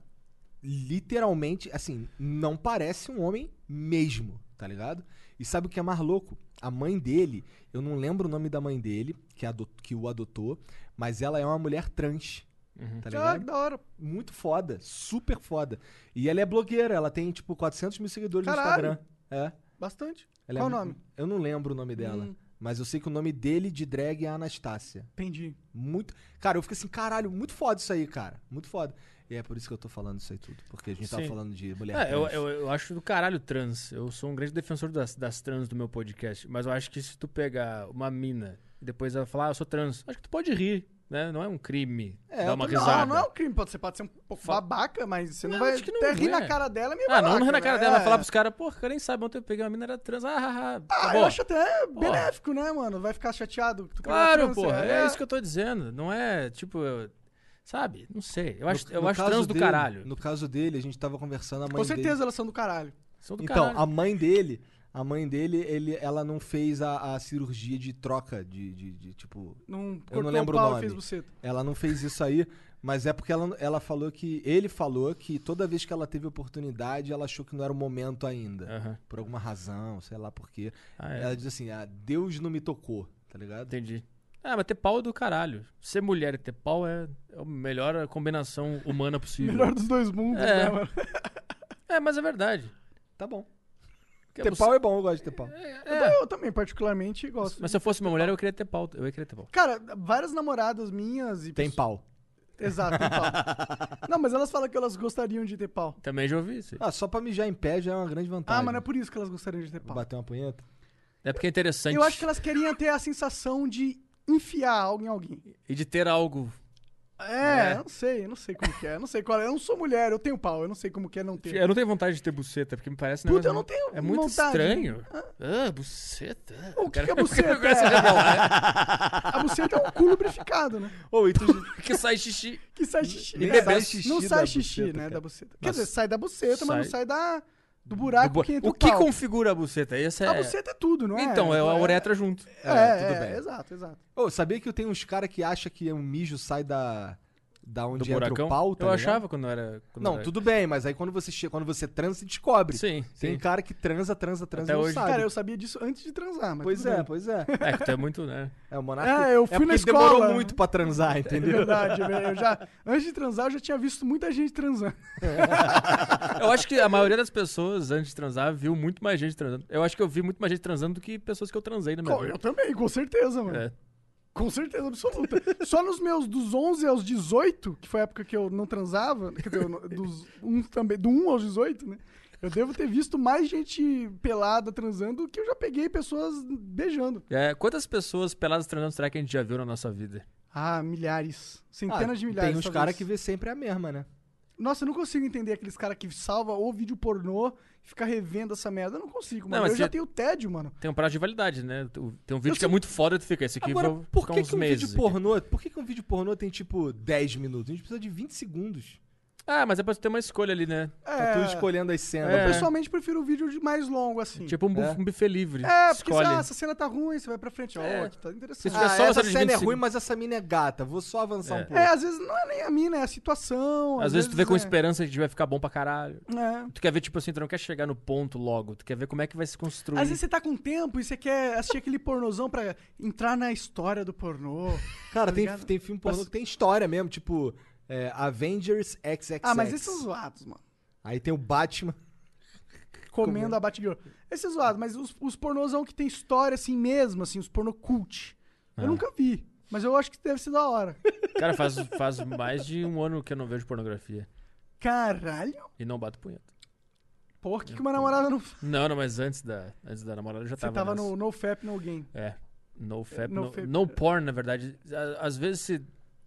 D: literalmente, assim, não parece um homem mesmo, tá ligado? E sabe o que é mais louco? A mãe dele, eu não lembro o nome da mãe dele, que, adot- que o adotou, mas ela é uma mulher trans. Tá ligado?
C: Né?
E: Ah, que da hora.
D: Muito foda, super foda. E ela é blogueira, ela tem tipo 400 mil seguidores
E: Caralho.
D: no Instagram. É.
E: Bastante.
D: Ela
E: Qual
D: é-
E: o nome? Hum.
D: Eu não lembro o nome dela, mas eu sei que o nome dele de drag é Anastácia.
E: Entendi.
D: Muito. Cara, eu fico assim, caralho, muito foda isso aí, cara. Muito foda. E é por isso que eu tô falando isso aí tudo, porque a gente tava
C: Sim.
D: falando de mulher
C: É, eu,
D: trans.
C: eu, eu acho do caralho trans. Eu sou um grande defensor das, das trans do meu podcast. Mas eu acho que se tu pegar uma mina e depois ela falar, ah, eu sou trans, acho que tu pode rir, né? Não é um crime dar uma
D: eu
C: risada.
E: Não, não é um crime. Pode, você pode ser um pouco babaca, mas você não,
C: Não,
E: vai
C: acho que não
E: até rir
C: é.
E: na cara dela é meio
C: Ah,
E: babaca,
C: não, não é na cara
E: né?
C: dela. Ela
E: É.
C: Falar pros caras, pô, cara nem sabe, ontem eu peguei uma mina, era trans. Ah, ah, ah,
E: Ah,
C: acabou.
E: eu acho até benéfico, né, mano? Vai ficar chateado. Tu
C: Claro, porra. É, isso que eu tô dizendo. Não é, tipo... eu- Sabe? Não sei. Eu acho,
D: No-
C: eu
D: no
C: acho
D: caso
C: trans do
D: dele-
C: caralho.
D: No caso dele, a gente tava conversando, a mãe
E: Com certeza
D: dele...
E: elas são do caralho.
C: São do
D: Então,
C: caralho.
D: a mãe dele, a mãe dele, ele, ela não fez a, a cirurgia de troca de, de- de, tipo...
E: Não cortou
D: Eu não lembro
E: o
D: o
E: pau e
D: nome.
E: fez buceta.
D: Ela não fez isso aí, mas é porque ela, ela falou que. Ele falou que toda vez que ela teve oportunidade, ela achou que não era o momento ainda.
C: Aham.
D: Por alguma razão, sei lá por quê.
C: Ah, é.
D: Ela diz assim: ah, Deus não me tocou, tá ligado?
C: Entendi. Ah, mas ter pau é do caralho. Ser mulher e ter pau é é a melhor combinação humana possível.
E: Melhor dos dois mundos,
C: É.
E: né, mano?
C: É, mas é verdade.
D: Tá bom.
C: Que
D: ter
C: você-
D: pau é bom, eu gosto de ter pau.
E: Eu, eu também, particularmente, gosto.
C: é. Mas se eu fosse uma mulher, eu queria ter pau. Eu ia querer ter pau.
E: Cara, várias namoradas minhas e
D: Tem
E: pessoas-
D: pau.
E: Exato, tem pau. não, mas elas falam que elas gostariam de ter pau.
C: Também já ouvi isso. aí.
D: Ah, só pra mijar em pé já é uma grande vantagem.
E: Ah, mas não é por isso que elas gostariam de ter pau.
D: Bater uma punheta.
C: É porque é interessante.
E: Eu acho que elas queriam ter a sensação de enfiar algo em alguém.
C: E de ter algo.
E: É, eu não sei, eu não sei como que é, eu não sei qual é. Eu não sou mulher, eu tenho pau, eu não sei como que é não ter.
C: Eu não tenho vontade de ter buceta, porque me parece um negócio
E: Puta, eu não tenho
C: É muito
E: vontade.
C: estranho. Ah, buceta.
E: O que,
C: Cara,
E: que é buceta? É. A buceta é um cu lubrificado, né?
D: Ô, e tu.
C: é. que sai xixi.
E: Que sai xixi.
D: Nem
E: né?
D: sai xixi
E: não
D: da
E: sai xixi,
D: buceta,
E: né,
D: cara.
E: da buceta. Quer
C: Mas-
E: dizer, sai da buceta, mas não
C: Sai.
E: sai da, do buraco
C: Bu-
E: que entra
C: O
E: o
C: que
E: pau.
C: configura a buceta? Essa é...
E: A buceta é tudo, não é?
C: Então, é a uretra junto.
E: É, é,
D: tudo bem.
E: exato, exato.
D: Ô, sabia que eu tenho uns caras que acham que um mijo sai da. Da
C: Do
D: onde entra
C: buracão.
D: o pau, tá
C: eu
D: ligado?
C: achava quando era. Quando
D: Não,
C: era...
D: tudo bem, mas aí quando você chega, quando você transa, você descobre.
C: Sim,
D: Tem
C: sim.
D: cara que transa, transa,
C: Até
D: transa e não
C: hoje.
D: sabe.
E: Cara, eu sabia disso antes de transar, mas
D: Pois
E: tudo
D: é,
E: bem.
D: pois é.
C: É, que tu é muito, né?
D: É, o Monark.
E: É, eu
D: é
E: fui na
D: porque
E: escola.
D: demorou muito pra transar,
E: É
D: entendeu? Ah,
E: verdade, velho. Eu já, antes de transar, eu já tinha visto muita gente transando.
C: Eu acho que a maioria das pessoas, antes de transar, viu muito mais gente transando. Eu acho que eu vi muito mais gente transando do que pessoas que eu transei na minha
E: Co- Eu
C: vida.
E: também, com certeza, mano.
C: É.
E: Com certeza absoluta. Só nos meus dos 11 aos 18, que foi a época que eu não transava, quer dizer, eu não- dos um também, do 1 aos 18, né? Eu devo ter visto mais gente pelada transando do que eu já peguei pessoas beijando.
C: É, quantas pessoas peladas transando será que a gente já viu na nossa vida?
E: Ah, milhares. Centenas
D: Ah,
E: de milhares.
D: Tem uns
E: talvez.
D: caras que vê sempre a mesma, né?
E: Nossa, eu não consigo entender aqueles caras que salva ou vídeo pornô e fica revendo essa merda. Eu não consigo, mano.
C: mas
E: eu já
C: você-
E: tenho tédio, mano.
C: Tem um prazo de validade, né? Tu- Tem um vídeo
E: Eu
C: que é
E: sei-
C: muito foda e tu fica, esse aqui
D: Agora,
C: vou
D: por
C: ficar
D: que,
C: uns
D: que um
C: meses.
D: vídeo
C: aqui.
D: pornô. Por que, que um vídeo pornô tem tipo 10 minutos? A gente precisa de 20 segundos.
C: Ah, mas é pra tu ter uma escolha ali, né?
D: Pra tu escolhendo as cenas.
C: É.
E: Eu pessoalmente prefiro o vídeo de mais longo, assim.
C: Tipo um, bu- um buffet livre.
E: é, porque
C: Escolhe.
E: ah, essa cena tá ruim, você vai pra frente. Ó,
C: É.
E: que tá
C: Se
E: interessante.
C: tiver
D: Ah,
C: só uma
D: essa
C: cena de 20
D: cena é ruim,
C: segundos.
D: mas essa mina é gata. Vou só avançar
C: É.
D: um pouco.
E: É, às vezes não é nem a mina, é a situação.
C: Às, vezes tu vê com
E: é.
C: esperança de que vai ficar bom pra caralho.
E: É.
C: Tu quer ver, tipo assim, tu não quer chegar no ponto logo. Tu quer ver como é que vai se construir.
E: Às vezes você tá com tempo e você quer assistir aquele pornozão pra entrar na história do pornô.
D: Cara,
E: tá
D: tem,
E: ligado?
D: tem filme pornô que tem história mesmo, tipo é, Avengers XXX.
E: Ah, mas esses são zoados, mano.
D: Aí tem o Batman.
E: Comendo
C: é?
E: a Batgirl. Esses são zoados, mas os, os pornozão que tem história assim mesmo, assim, os pornô cult.
C: Ah.
E: Eu nunca vi, mas eu acho que deve ser da hora.
C: Cara, faz, faz mais de um ano que eu não vejo pornografia.
E: Caralho.
C: E não bato punheta.
E: Porra, que, que uma namorada não... Você
C: Não, não, mas antes da, antes da namorada eu já tava.
E: tava
C: nessa.
E: no No Fap, No Game.
C: É. No fap,
E: No
C: no,
E: fap.
C: no porn, na verdade. Á- Às vezes se.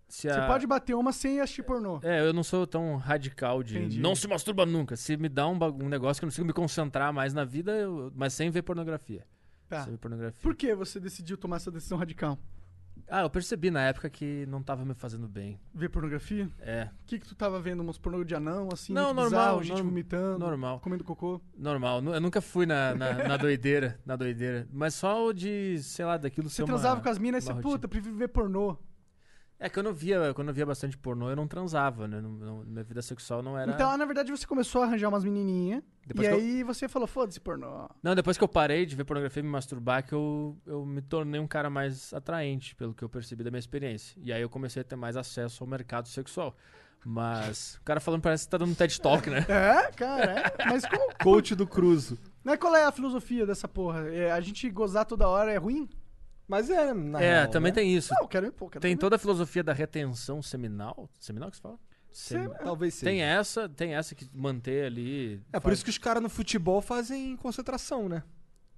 C: se
E: Você
C: a-
E: pode bater uma sem assistir pornô.
C: É, eu não sou tão radical de.
E: Entendi.
C: Não se masturba nunca. Se me dá um, bagu- um negócio que eu não consigo me concentrar mais na vida, eu- mas sem ver pornografia.
E: Tá.
C: sobre pornografia.
E: Por que você decidiu tomar essa decisão radical?
C: Ah, eu percebi na época que não tava me fazendo bem.
E: Ver pornografia?
C: É,
E: O que, que tu tava vendo? Umas pornô de anão, assim?
C: Não,
E: muito
C: normal,
E: bizarro, gente
C: norm-
E: vomitando.
C: normal.
E: Comendo cocô.
C: normal. Nu- Eu nunca fui na, na, na doideira, na doideira. Mas só o de, sei lá, daquilo
E: Você
C: ser uma-
E: transava com as minas e
C: uma
E: você,
C: rotina.
E: puta, prefiro ver pornô.
C: É, quando eu via, quando eu via bastante pornô, eu não transava, né? Não- não- minha vida sexual não era.
E: Então, na verdade, você começou a arranjar umas menininhas.
C: Depois
E: e
C: que eu-
E: aí você falou, foda-se pornô.
C: Não, depois que eu parei de ver pornografia e me masturbar, que eu, eu me tornei um cara mais atraente, pelo que eu percebi da minha experiência. E aí eu comecei a ter mais acesso ao mercado sexual. Mas o cara falando parece que tá dando um TED Talk, né?
E: É, cara, é. Mas como...
D: Coach do Cruzo.
E: Mas qual é a filosofia dessa porra? É, a gente gozar toda hora é ruim?
D: Mas é, na
C: é,
D: real,
C: também
D: né?
C: tem isso.
E: Não, eu quero ir, pô, eu quero
C: Tem
E: também.
C: toda a filosofia da retenção seminal. Seminal que se fala? Seminal.
D: Talvez seja.
C: Tem essa, tem essa que manter ali.
D: É por isso que os caras no futebol fazem concentração, né?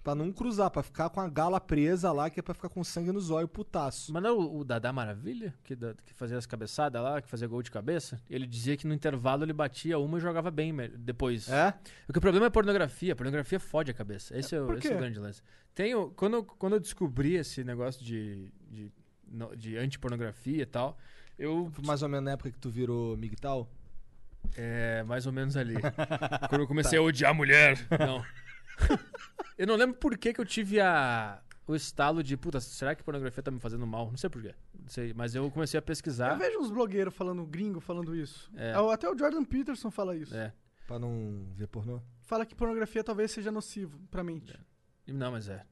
D: Pra não cruzar, pra ficar com a gala presa lá, que é pra ficar com sangue nos olhos, putaço.
C: Mas não é o, o Dadá Maravilha, que, da- que fazia as cabeçadas lá, que fazia gol de cabeça? Ele dizia que no intervalo ele batia uma e jogava bem me- depois.
D: É?
C: Porque o problema é pornografia. Pornografia fode a cabeça. Esse é, o,
E: Por
C: esse é o
E: quê?
C: grande lance. Tem o- quando, eu- quando eu descobri esse negócio de, de, no- de antipornografia e tal, eu.
D: Mais ou menos na época que tu virou migtal.
C: É, mais ou menos ali. quando eu comecei
E: Tá.
C: a odiar a mulher. Não. eu não lembro por que, que eu tive a. O estalo de, puta, será que pornografia tá me fazendo mal? Não sei porquê. Não sei, mas eu comecei a pesquisar.
E: Eu vejo uns blogueiros falando, gringo falando isso.
C: É.
E: Até o Jordan Peterson fala isso.
C: É.
D: Pra não ver pornô.
E: Fala que pornografia talvez seja nocivo pra mente.
C: Não, mas é.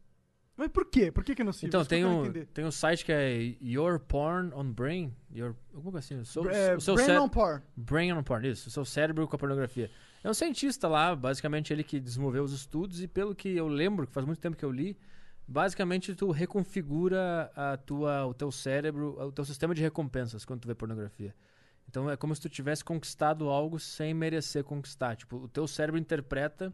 E: Mas por quê? Por que, que é nocivo?
C: então,
E: Isso que eu
C: tem
E: quero
C: um,
E: entender.
C: tem um site que é Your Porn on Brain. Your, alguma coisa assim. O seu,
E: É,
C: o seu
E: Brain
C: cé-
E: on Par.
C: Brain on Porn, isso. O seu cérebro com a pornografia. É um cientista lá, basicamente ele que desenvolveu os estudos. E pelo que eu lembro, que faz muito tempo que eu li, basicamente tu reconfigura a tua, o teu cérebro, o teu sistema de recompensas quando tu vê pornografia. Então é como se tu tivesse conquistado algo sem merecer conquistar. Tipo, o teu cérebro interpreta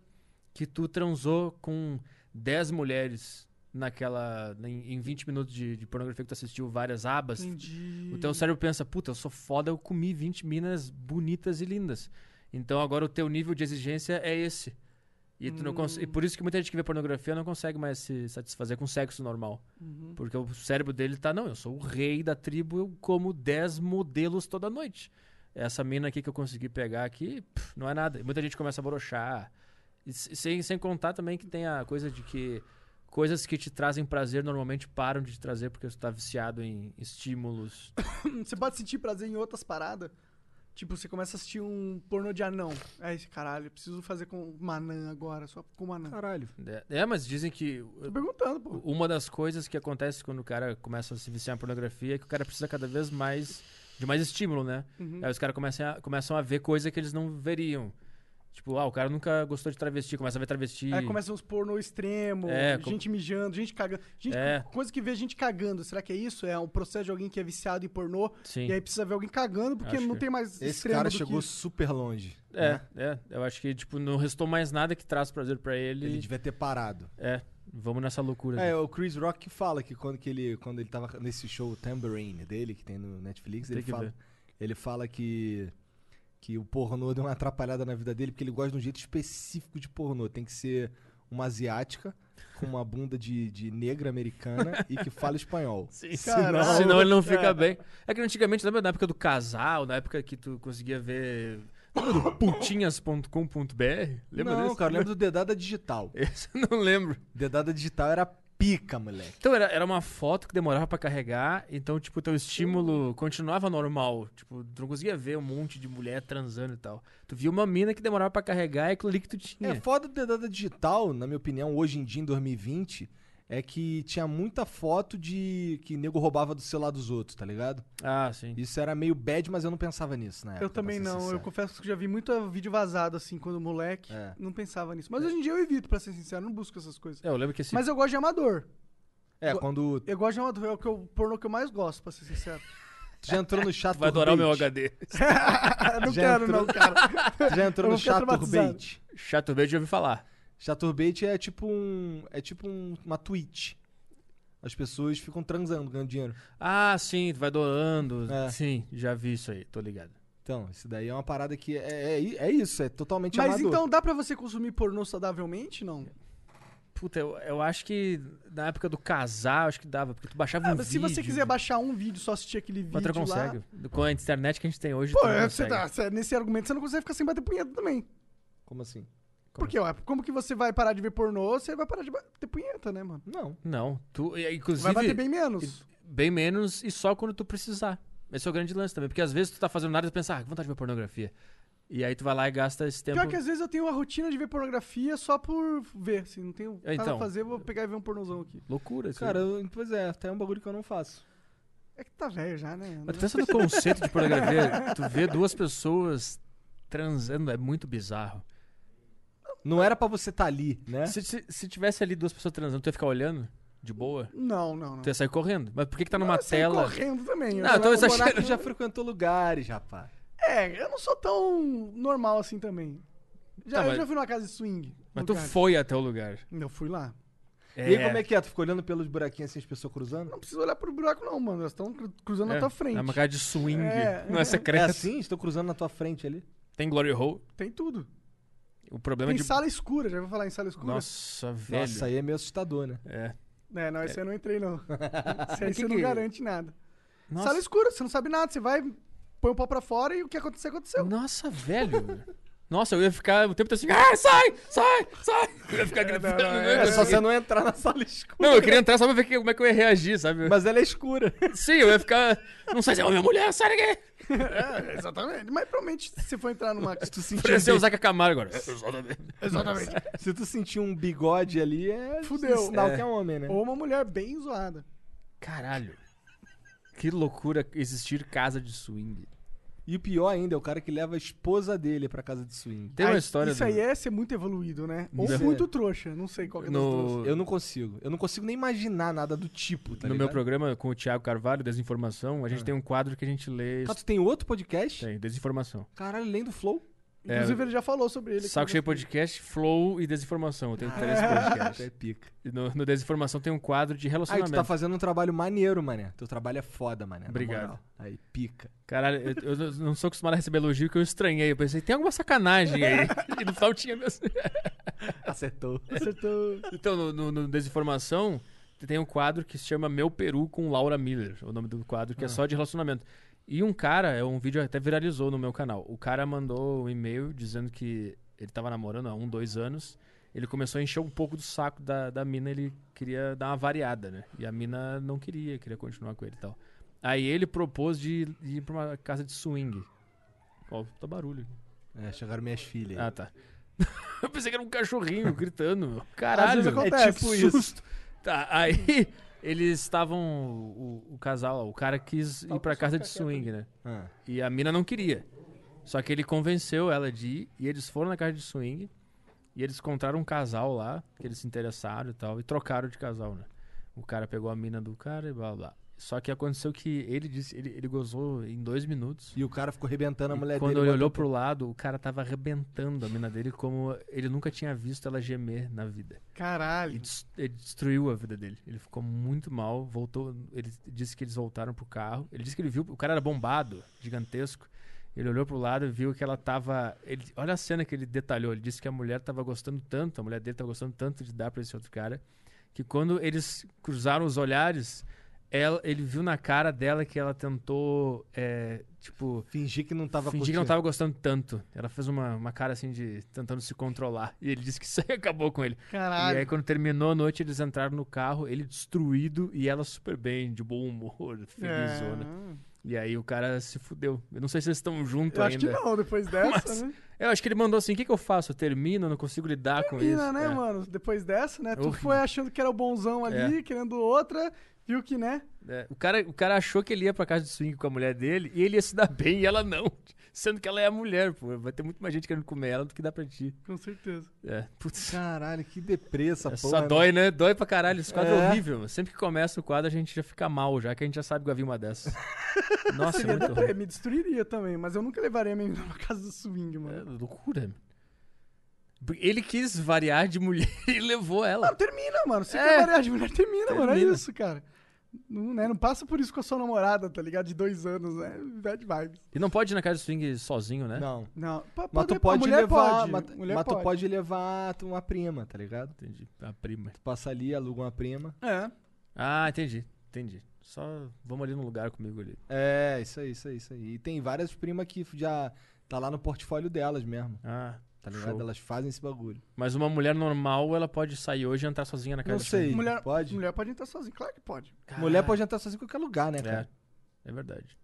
C: que tu transou com 10 mulheres naquela. em, em 20 minutos de, de pornografia que tu assistiu várias abas.
E: Entendi.
C: Então, O teu cérebro pensa, puta, eu sou foda, eu comi 20 minas bonitas e lindas. Então agora o teu nível de exigência é esse. E, tu não cons- e por isso que muita gente que vê pornografia não consegue mais se satisfazer com sexo normal. Porque o cérebro dele tá, não, eu sou o rei da tribo, eu como 10 modelos toda noite. Essa mina aqui que eu consegui pegar aqui, pff, não é nada. E muita gente começa a brochar. E s- sem, sem contar também que tem a coisa de que coisas que te trazem prazer normalmente param de te trazer porque você tá viciado em estímulos
E: Você pode sentir prazer em outras paradas? Tipo, você começa a assistir um pornô de anão. Aí, você, caralho, eu preciso fazer com uma anã agora, só com uma anã.
D: Caralho.
C: É, É, mas dizem que
E: Tô
C: uh,
E: perguntando, pô.
C: uma das coisas que acontece quando o cara começa a se viciar em pornografia é que o cara precisa cada vez mais de mais estímulo, né?
D: Uhum.
C: Aí os caras começam a, começam a ver coisa que eles não veriam. Tipo, ah, o cara nunca gostou de travesti, começa a ver travesti.
E: Aí começam uns pornô extremo,
C: É, com-
E: gente mijando, gente cagando. Gente,
C: É.
E: coisa que vê gente cagando. Será que é isso? É um processo de alguém que é viciado em pornô
C: Sim.
E: e aí precisa ver alguém cagando porque
C: Acho
E: não
C: que-
E: tem mais
D: Esse
E: extremo
D: cara
E: do
D: chegou
E: que isso.
D: super longe. né?
C: É, é. Eu acho que, tipo, não restou mais nada que traz prazer pra ele.
D: Ele devia ter parado.
C: É, vamos nessa loucura.
D: É,
C: né?
D: o Chris Rock que fala que quando, que ele, quando ele tava nesse show Tambourine dele, que tem no Netflix,
C: Tem
D: ele
C: que
D: fala,
C: ver.
D: ele fala que, que o pornô deu uma atrapalhada na vida dele, porque ele gosta de um jeito específico de pornô. Tem que ser uma asiática com uma bunda de, de negra americana e que fala espanhol.
C: Senão, senão ele não fica bem. É que antigamente, lembra na época do casal, na época que tu conseguia ver. Lembra do putinhas.com.br? Lembra
D: não,
C: desse?
D: cara, lembra do Dedada Digital.
C: Esse eu não lembro.
D: Dedada Digital era pica, moleque.
C: Então era, era uma foto que demorava pra carregar, então, tipo, teu estímulo continuava normal. Tipo, tu não conseguia ver um monte de mulher transando e tal. Tu via uma mina que demorava pra carregar e aquilo ali que tu tinha.
D: É, foda do Dedada Digital, na minha opinião, hoje em dia, em 2020, é que tinha muita foto de que nego roubava do celular dos outros, tá ligado?
C: ah, sim.
D: Isso era meio bad, mas eu não pensava nisso na época.
E: Eu também
D: pra ser
E: não. Eu
D: sincero.
E: confesso que já vi muito vídeo vazado, assim, quando moleque.
D: É.
E: Não pensava nisso. Mas hoje em dia eu evito, pra ser sincero. Não busco essas coisas.
C: É, eu lembro que esse.
E: Mas eu gosto de amador.
D: É, quando
E: Eu gosto de amador. É o que eu, pornô que eu mais gosto, pra ser sincero.
D: tu já entrou no chato
C: Vai adorar o meu HD.
E: não
D: Já
E: quero,
D: entrou-
E: não, cara.
D: Tu já entrou
E: Eu
D: no
E: vou ficar
D: chaturbate.
C: Chato verde eu ouvi falar.
D: Chaturbate é tipo um. É tipo um- uma tweet. As pessoas ficam transando, ganhando dinheiro.
C: Ah, sim, tu vai doando.
D: É.
C: Sim, já vi isso aí, tô ligado.
D: Então, isso daí é uma parada que é, é, é isso, é totalmente
E: Mas
D: amador.
E: então dá pra você consumir pornô saudavelmente, não?
C: Puta, eu, eu acho que na época do casar, acho que dava, porque tu baixava
E: Ah,
C: um
E: mas se
C: vídeo.
E: você quiser baixar um vídeo, só assistir aquele
C: Mas tu
E: vídeo
C: não
E: lá...
C: consegue. Com a internet que a gente tem hoje,
E: Pô,
C: tu não
E: é, você
C: consegue.
E: tá, você- nesse argumento você não consegue ficar sem bater punheta também.
D: Como assim?
E: Porque, ó, como que você vai parar de ver pornô, você vai parar de bater punheta, né, mano?
D: Não.
C: Não, tu, e- inclusive...
E: Vai bater bem menos.
C: Bem menos e só quando tu precisar. Esse é o grande lance também, porque às vezes tu tá fazendo nada e tu pensa, ah, que vontade de ver pornografia. E aí tu vai lá e gasta esse tempo...
E: Pior que às vezes eu tenho a rotina de ver pornografia só por ver, assim, não tenho
C: É,
E: nada
C: então.
E: a fazer, vou pegar e ver um pornozão aqui.
C: Loucura isso né?
D: Cara,
C: aí.
D: eu- pois é, até é um bagulho que eu não faço.
E: É que tá velho já, né?
C: Mas tu pensa no conceito de pornografia, tu vê duas pessoas transando, é muito bizarro.
D: Não era pra você estar ali,
E: É?
D: né?
C: Se, se- se tivesse ali duas pessoas transando, tu ia ficar olhando? De boa?
E: Não, não, não.
C: Tu ia sair correndo. Mas por que que tá numa
E: Eu saio
C: tela...
E: correndo também. eu
C: Não, eu
E: saio
C: tô
E: lá pro
C: exagerando.
E: buraco.
D: já frequentou lugares, rapaz.
E: É, eu não sou tão normal assim também. Já,
C: Tá,
E: eu
C: mas-
E: já fui numa casa de swing.
C: Mas tu
E: lugar.
C: foi até o lugar.
E: Eu fui lá.
D: E aí, como é que é? Tu ficou olhando pelos buraquinhos assim, as pessoas cruzando?
E: Não precisa olhar pro buraco não, mano. Elas estão cruzando tá na tua frente.
C: É uma cara de swing.
E: É.
C: Não é
D: É
C: secreto.
D: assim? Estou cruzando na tua frente ali.
C: Tem Glory Hole.
E: Tem tudo.
C: O problema
E: Tem
C: é de.
E: sala escura, já vou falar em sala escura?
C: Nossa, velho.
D: Nossa, aí é meio assustador, né?
C: É.
E: É, não, esse aí eu não entrei, não. Esse aí
C: que
E: você não
C: que- é?
E: garante nada.
C: Nossa,
E: Sala escura, você não sabe nada. Você vai, põe o pau pra fora e o que aconteceu, aconteceu.
C: Nossa, velho. Nossa, eu ia ficar o tempo todo assim. Ah, sai! Sai! Sai! Eu ia ficar gritando. né? não,
D: É só você não entrar na sala escura.
C: Não, eu queria entrar só pra ver que- como é que eu ia reagir, sabe?
D: Mas ela é escura.
C: Sim, eu ia ficar. Não sei se é homem ou mulher, sai daqui!
E: É, exatamente. Mas provavelmente se for entrar numa...
D: Se tu, sentir
C: Parecia o
E: assim,
D: um
C: Zeca Camargo agora.
E: exatamente.
D: bi- se tu sentir um bigode ali, é
E: Fudeu.
D: sinal
E: É.
D: que é homem, né?
E: Ou uma mulher bem zoada.
C: Caralho. Que loucura existir casa de swing.
D: E o pior ainda é o cara que leva a esposa dele pra casa de swing.
C: Tem uma
E: Aí,
C: história
E: Isso
C: do- é.
E: aí é ser muito evoluído, né? Ou
D: Não.
E: muito trouxa, não sei qual que é das duas.
C: no,
D: Eu não tá consigo. Eu não consigo nem imaginar nada do tipo, tá
C: no
D: ligado?
C: meu programa com o Thiago Carvalho, Desinformação, a gente tem um quadro que a gente lê.
D: Ah, tu tem outro podcast?
C: Tem, Desinformação.
D: Caralho, além do Flow?
E: Inclusive ele já falou sobre ele. Ah. aqui.
C: é. Saco Cheio Podcast, Flow e Desinformação. Eu tenho interesse em
D: É
C: podcast.
D: pica.
C: E No, no Desinformação tem um quadro de
D: Aí tu
C: relacionamento.
D: tá fazendo um trabalho maneiro, mané. Teu trabalho é foda, mané. na
C: Obrigado.
D: moral. Aí, pica.
C: Caralho, eu, eu não sou acostumado a receber elogio que eu estranhei. Eu pensei, tem alguma sacanagem aí. e no final tinha mesmo.
D: Acertou.
E: Acertou.
C: Então, no, no- no Desinformação, tem um quadro que se chama Meu Peru com Laura Miller, o nome do quadro, que é só de relacionamento. E um cara, é um vídeo até viralizou no meu canal. O cara mandou um e-mail dizendo que ele tava namorando há um, dois anos. Ele começou a encher um pouco do saco da, da mina, ele queria dar uma variada, né? E a mina não queria, queria continuar com ele e tal. Aí ele propôs de ir pra uma casa de swing. Ó, tá barulho.
D: É, chegaram minhas filhas. aí.
C: Ah, tá. eu pensei que era um cachorrinho gritando. meu.
E: Às
C: Caralho,
E: vezes acontece.
C: é tipo isso. Tá, aí eles estavam. O, o casal, o cara quis ir pra casa de swing, né?
D: Ah.
C: E a mina não queria. Só que ele convenceu ela de ir e eles foram na casa de swing e eles encontraram um casal lá, que eles se interessaram e tal, e trocaram de casal, né? O cara pegou a mina do cara e blá blá. blá. Só que aconteceu que ele disse, ele, ele gozou em dois minutos.
D: E o cara ficou arrebentando a
C: E
D: mulher
C: quando
D: É dele.
C: ele olhou
D: botou-
C: pro lado, o cara tava arrebentando a mina dele como ele nunca tinha visto ela gemer na vida. E
E: Caralho.
C: des- ele destruiu a vida dele. Ele ficou muito mal, voltou, ele disse que eles voltaram pro carro. Ele disse que ele viu, o cara era bombado, gigantesco. Ele olhou pro lado e viu que ela tava, ele, olha a cena que ele detalhou, ele disse que a mulher tava gostando tanto, a mulher dele tava gostando tanto de dar pra esse outro cara, que quando eles cruzaram os olhares, ela- ele viu na cara dela que ela tentou, é, tipo,
D: Fingir que não tava
C: Fingi que não tava gostando tanto. Ela fez uma, uma cara assim de tentando se controlar. E ele disse que isso aí acabou com ele.
E: Caralho.
C: E aí, quando terminou a noite, eles entraram no carro, ele destruído e ela super bem, de bom humor, felizona.
E: É.
C: E aí o cara se fudeu. Eu não sei se eles estão juntos
E: Eu acho
C: ainda.
E: que não, depois dessa,
C: Mas-
E: né?
C: Eu acho que ele mandou assim: o que, que eu faço? Eu termino, eu não consigo lidar com
E: Mina,
C: isso.
E: né,
C: É.
E: mano? Depois dessa, né? Tu
C: Horrível.
E: foi achando que era o bonzão
D: É.
E: ali, querendo outra, viu que, né?
C: É, O, cara, o cara achou que ele ia pra casa de swing com a mulher dele e ele ia se dar bem e ela não. Sendo que ela é a mulher, pô. Vai ter muito mais gente querendo comer ela do que dá pra ti.
E: Com certeza.
C: É, putz.
D: Caralho, que depressa,
C: É,
D: porra.
C: Só
D: né?
C: dói, né? Dói pra caralho. Esse quadro
D: É.
C: é horrível. Sempre que começa o quadro, a gente já fica mal, já que a gente já sabe que vai vir uma dessas. Nossa, é
E: Seria
C: muito
E: da pra...
C: ruim.
E: Me destruiria também, mas eu nunca levaria a minha menina pra casa do swing,
C: É
E: mano.
C: loucura. Ele quis variar de mulher e levou ela.
E: Mano, termina, mano. Você
C: É.
E: quer variar de mulher, termina, mano. É
C: Termina.
E: isso, cara. Não, né, não passa por isso com a sua namorada, tá ligado? De dois anos, né? Bad vibes.
C: E não pode ir na casa de swing sozinho, né?
D: Não.
E: Não, pa-
D: Mas tu
E: a
D: pode
E: mulher
D: levar.
E: pode,
D: Mas,
E: mulher
D: mas tu
E: pode.
D: pode levar tu- uma prima, tá ligado?
C: Entendi. A prima.
D: Tu passa ali, aluga uma prima.
E: É.
C: Ah, entendi. Entendi. Só vamos ali no lugar comigo ali.
D: É, isso aí, isso aí, isso aí. E tem várias primas que já tá lá no portfólio delas mesmo.
C: Ah,
D: Tá ligado?
C: Show.
D: Elas fazem esse bagulho.
C: mas uma mulher normal, ela pode sair hoje e entrar sozinha na casa
D: Não
C: de swing.
D: sei.
E: Mulher
D: pode?
E: Mulher pode entrar sozinha, claro que pode. É
D: Mulher pode entrar sozinha em qualquer lugar, né, cara?
C: É, é verdade.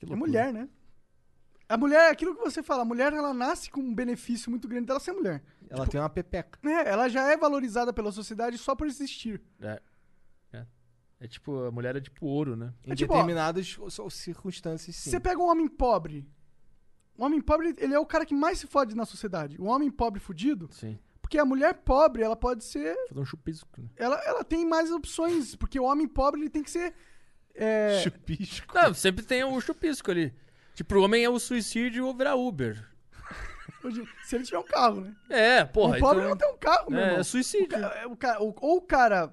C: Que
E: É
C: loucura.
E: mulher, né? A mulher, aquilo que você fala, a mulher ela nasce com um benefício muito grande dela ser mulher.
D: Ela tem uma pepeca.
E: É, ela já é valorizada pela sociedade só por existir.
C: É tipo, a mulher é tipo ouro, né?
D: Em
E: É tipo, ó,
D: determinadas so- circunstâncias, sim.
E: Você pega um homem pobre. O homem pobre, ele é o cara que mais se fode na sociedade. O homem pobre fudido.
C: Sim.
E: Porque a mulher pobre, ela pode ser.
C: Fazer um chupisco, né?
E: Ela, ela tem mais opções. Porque o homem pobre, ele tem que ser. É,
D: Chupisco.
C: Não, sempre tem o chupisco ali. Tipo, o homem é o suicídio ou virar Uber.
E: hoje- se ele tiver um carro, né?
C: É, porra.
E: o pobre
C: então-
E: não tem um carro, meu
C: é,
E: irmão.
C: é suicídio.
E: O ca- é, o ca- o- ou o cara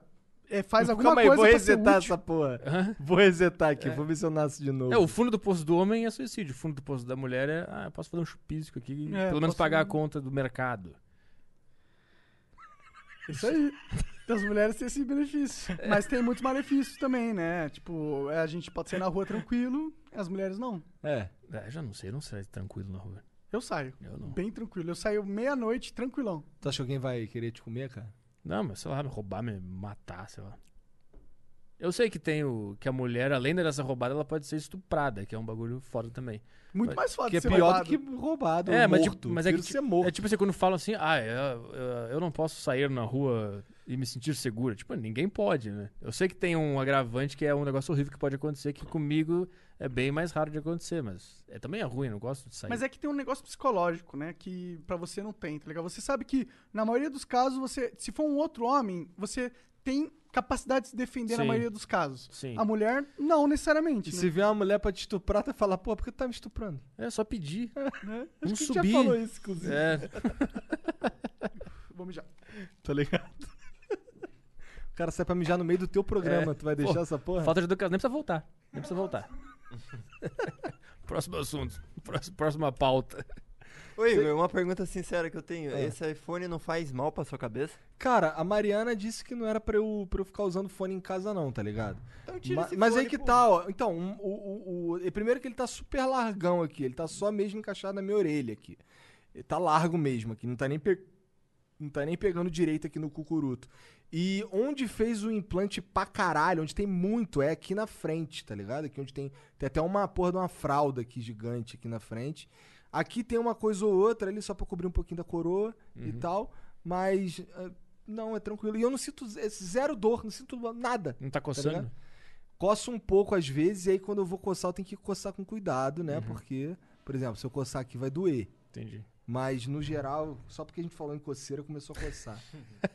E: é, faz alguma
D: Calma aí,
E: coisa.
D: vou
E: pra ser
D: resetar
E: útil.
D: essa porra.
C: Hã?
D: Vou resetar aqui, vou ver se eu nasço de novo.
C: É, o fundo do poço do homem é suicídio. O fundo do poço da mulher é, ah, eu posso fazer um chupisco aqui, e
E: É,
C: pelo menos
E: posso-
C: pagar a conta do mercado.
E: Isso aí. Então, as mulheres têm esse benefício.
D: É.
E: Mas tem muitos malefícios também, né? Tipo, a gente pode sair na rua tranquilo, as mulheres não.
D: É.
C: É, já não sei, eu não sei tranquilo na rua.
E: Eu saio.
C: Eu não.
E: Bem tranquilo. Eu saio meia-noite, tranquilão.
D: Tu acha que alguém vai querer te comer, cara?
C: Não, mas sei lá, me roubar, me matar, sei lá. Eu sei que tem o. que a mulher, além dessa roubada, ela pode ser estuprada, que é um bagulho foda também.
E: Muito
C: Mas-
E: mais foda
D: Que é
E: ser
D: pior
E: roubado.
D: do que roubado.
C: é,
D: ou
C: mas,
D: morto.
C: tipo, mas é que.
D: Prefiro ser
C: tipo-
D: morto.
C: É tipo assim, quando falam assim, ah, eu, eu- eu não posso sair na rua e me sentir segura. Tipo, ninguém pode, né? Eu sei que tem um agravante que é um negócio horrível que pode acontecer, que comigo é bem mais raro de acontecer, mas é, também é ruim, eu não gosto de sair.
E: Mas é que tem um negócio psicológico, né? Que pra você não tem, tá ligado? Você sabe que, na maioria dos casos, você. Se for um outro homem, você tem capacidade de se defender na
C: Sim.
E: maioria dos casos.
C: Sim.
E: A mulher, não necessariamente.
D: E
E: né?
D: se vier uma mulher pra te estuprar, tu fala, pô, por que tu tá me estuprando?
C: É só pedir.
E: Né?
C: Não
E: que a gente já
C: subir.
E: falou isso, inclusive.
C: É,
E: Vou mijar.
D: Tá ligado? O cara sai pra mijar no meio do teu programa,
C: É.
D: tu vai deixar
C: Pô,
D: essa porra?
C: falta de educação. Nem precisa voltar. Nem precisa voltar. Próximo assunto. Próximo- Próxima pauta.
K: Oi, Igor, uma pergunta sincera que eu tenho. Esse iPhone não faz mal pra sua cabeça?
D: Cara, a Mariana disse que não era pra eu, pra eu ficar usando fone em casa, não, tá ligado?
K: Então tira
D: Ma-
K: esse
D: mas
K: fone,
D: aí que
K: pô.
D: tá, ó. Então, um- o, o- o- e primeiro que ele tá super largão aqui. Ele tá só mesmo encaixado na minha orelha aqui. Ele tá largo mesmo aqui. Não tá nem, pe- não tá nem pegando direito aqui no cucuruto. E onde fez o implante pra caralho, onde tem muito, é aqui na frente, tá ligado? Aqui onde tem, tem até uma porra de uma fralda aqui gigante aqui na frente. Aqui tem uma coisa ou outra ali só pra cobrir um pouquinho da coroa
K: Uhum.
D: e tal. Mas ah, não, é tranquilo. E eu não sinto z- zero dor, não sinto nada.
C: Não tá coçando?
D: ligado? coço um pouco às vezes, e aí quando eu vou coçar, eu tenho que coçar com cuidado, né? Porque, por exemplo, se eu coçar aqui vai doer.
C: Entendi.
D: Mas no geral, só porque a gente falou em coceira, começou a coçar.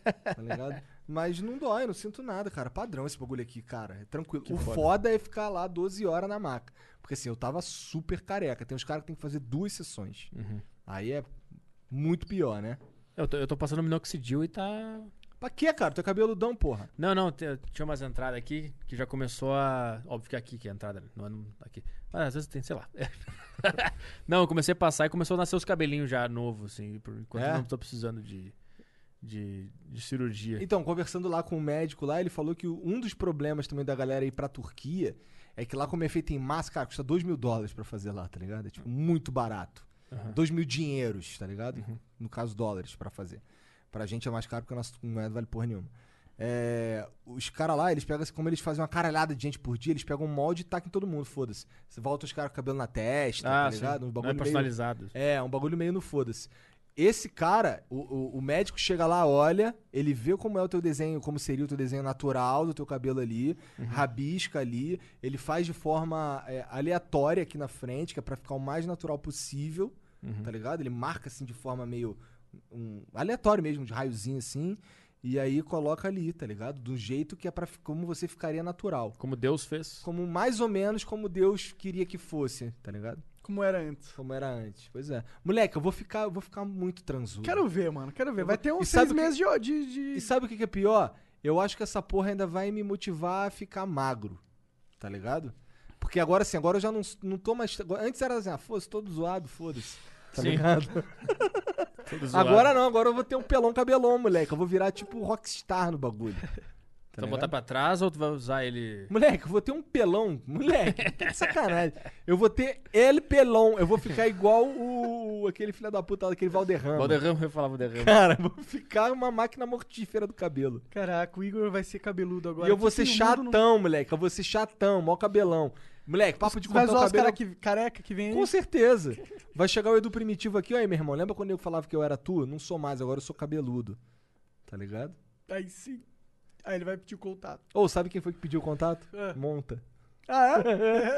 D: tá ligado? Mas não dói, eu não sinto nada, cara. Padrão esse bagulho aqui, cara. É tranquilo. o foda. é ficar lá 12 horas na maca. Porque assim, eu tava super careca. Tem uns caras que tem que fazer duas sessões. Aí é muito pior, né?
C: Eu tô, eu tô passando minoxidil e tá.
D: Pra quê, cara? Tu é cabeludão, porra.
C: Não, não, te- tinha umas entradas aqui que já começou a. Óbvio que é aqui que é a entrada, né? não é no- aqui. Mas às vezes tem, sei lá. não, eu comecei a passar e começou a nascer os cabelinhos já novos, assim, por enquanto
D: É?
C: eu não tô precisando de, de, de cirurgia.
D: Então, conversando lá com o médico lá, ele falou que o- um dos problemas também da galera ir pra Turquia é que lá como é feito em massa, cara, custa 2 mil dólares pra fazer lá, tá ligado? É tipo muito barato. dois mil dinheiros, tá ligado?
C: Uhum.
D: No caso, dólares pra fazer. Pra gente é mais caro porque a nossa moeda vale porra nenhuma. É, os caras lá, eles pegam, assim, como eles fazem uma caralhada de gente por dia, eles pegam um molde e tacam em todo mundo, foda-se. Você volta os caras com cabelo na testa, tá
C: sim.
D: ligado?
C: não
D: Um
C: é
D: bagulho meio-
C: personalizado.
D: é, um bagulho meio no foda-se. Esse cara, o, o, o médico chega lá, olha, ele vê como é o teu desenho, como seria o teu desenho natural do teu cabelo ali, rabisca ali, ele faz de forma é, aleatória aqui na frente, que é pra ficar o mais natural possível, tá ligado? Ele marca assim de forma meio um, aleatório mesmo, de raiozinho assim, e aí coloca ali, tá ligado? Do jeito que é para como você ficaria natural.
C: Como Deus fez.
D: Como mais ou menos como Deus queria que fosse, tá ligado?
E: Como era antes.
D: Como era antes. Pois é. Moleque, eu vou ficar, eu vou ficar muito transudo.
E: Quero ver, mano. Quero ver. Vai ter
D: E
E: uns
D: sabe
E: seis
D: o que-
E: meses de- de. de-
D: E sabe o que que é pior? Eu acho que essa porra ainda vai me motivar a ficar magro, tá ligado? Porque agora assim, agora eu já não, não tô mais. Antes era assim, ah, foda-se, todo zoado, foda-se. Tá
C: Sim.
D: ligado?
C: Todo zoado.
D: agora não, agora eu vou ter um pelão cabelão, moleque. Eu vou virar tipo rockstar no bagulho. Tá
C: Tu vai Então, botar pra trás ou tu vai usar ele.
D: Moleque, eu vou ter um pelão. Moleque, tá de sacanagem. Eu vou ter ele pelão. Eu vou ficar igual o aquele filho da puta, aquele Valderrama.
C: Valderrama, eu falava Valderrama.
D: Cara, eu vou ficar uma máquina mortífera do cabelo.
E: Caraca, o Igor vai ser cabeludo agora.
D: e eu vou
E: Porque
D: ser
E: o um mundo
D: chatão,
E: não-
D: moleque. Eu vou ser chatão, mó cabelão. Moleque, papo de
E: Vai
D: cortar o
E: zoar os
D: cabelo.
E: caras que, careca que vem aí?
D: Com certeza. Vai chegar o Edu Primitivo aqui, ó aí, meu irmão. Lembra quando eu falava que eu era tu? Não sou mais, agora eu sou cabeludo. Tá ligado?
E: Aí sim. Aí ele vai pedir o contato.
D: Ou sabe quem foi que pediu o contato?
E: É.
D: Monta.
E: Ah,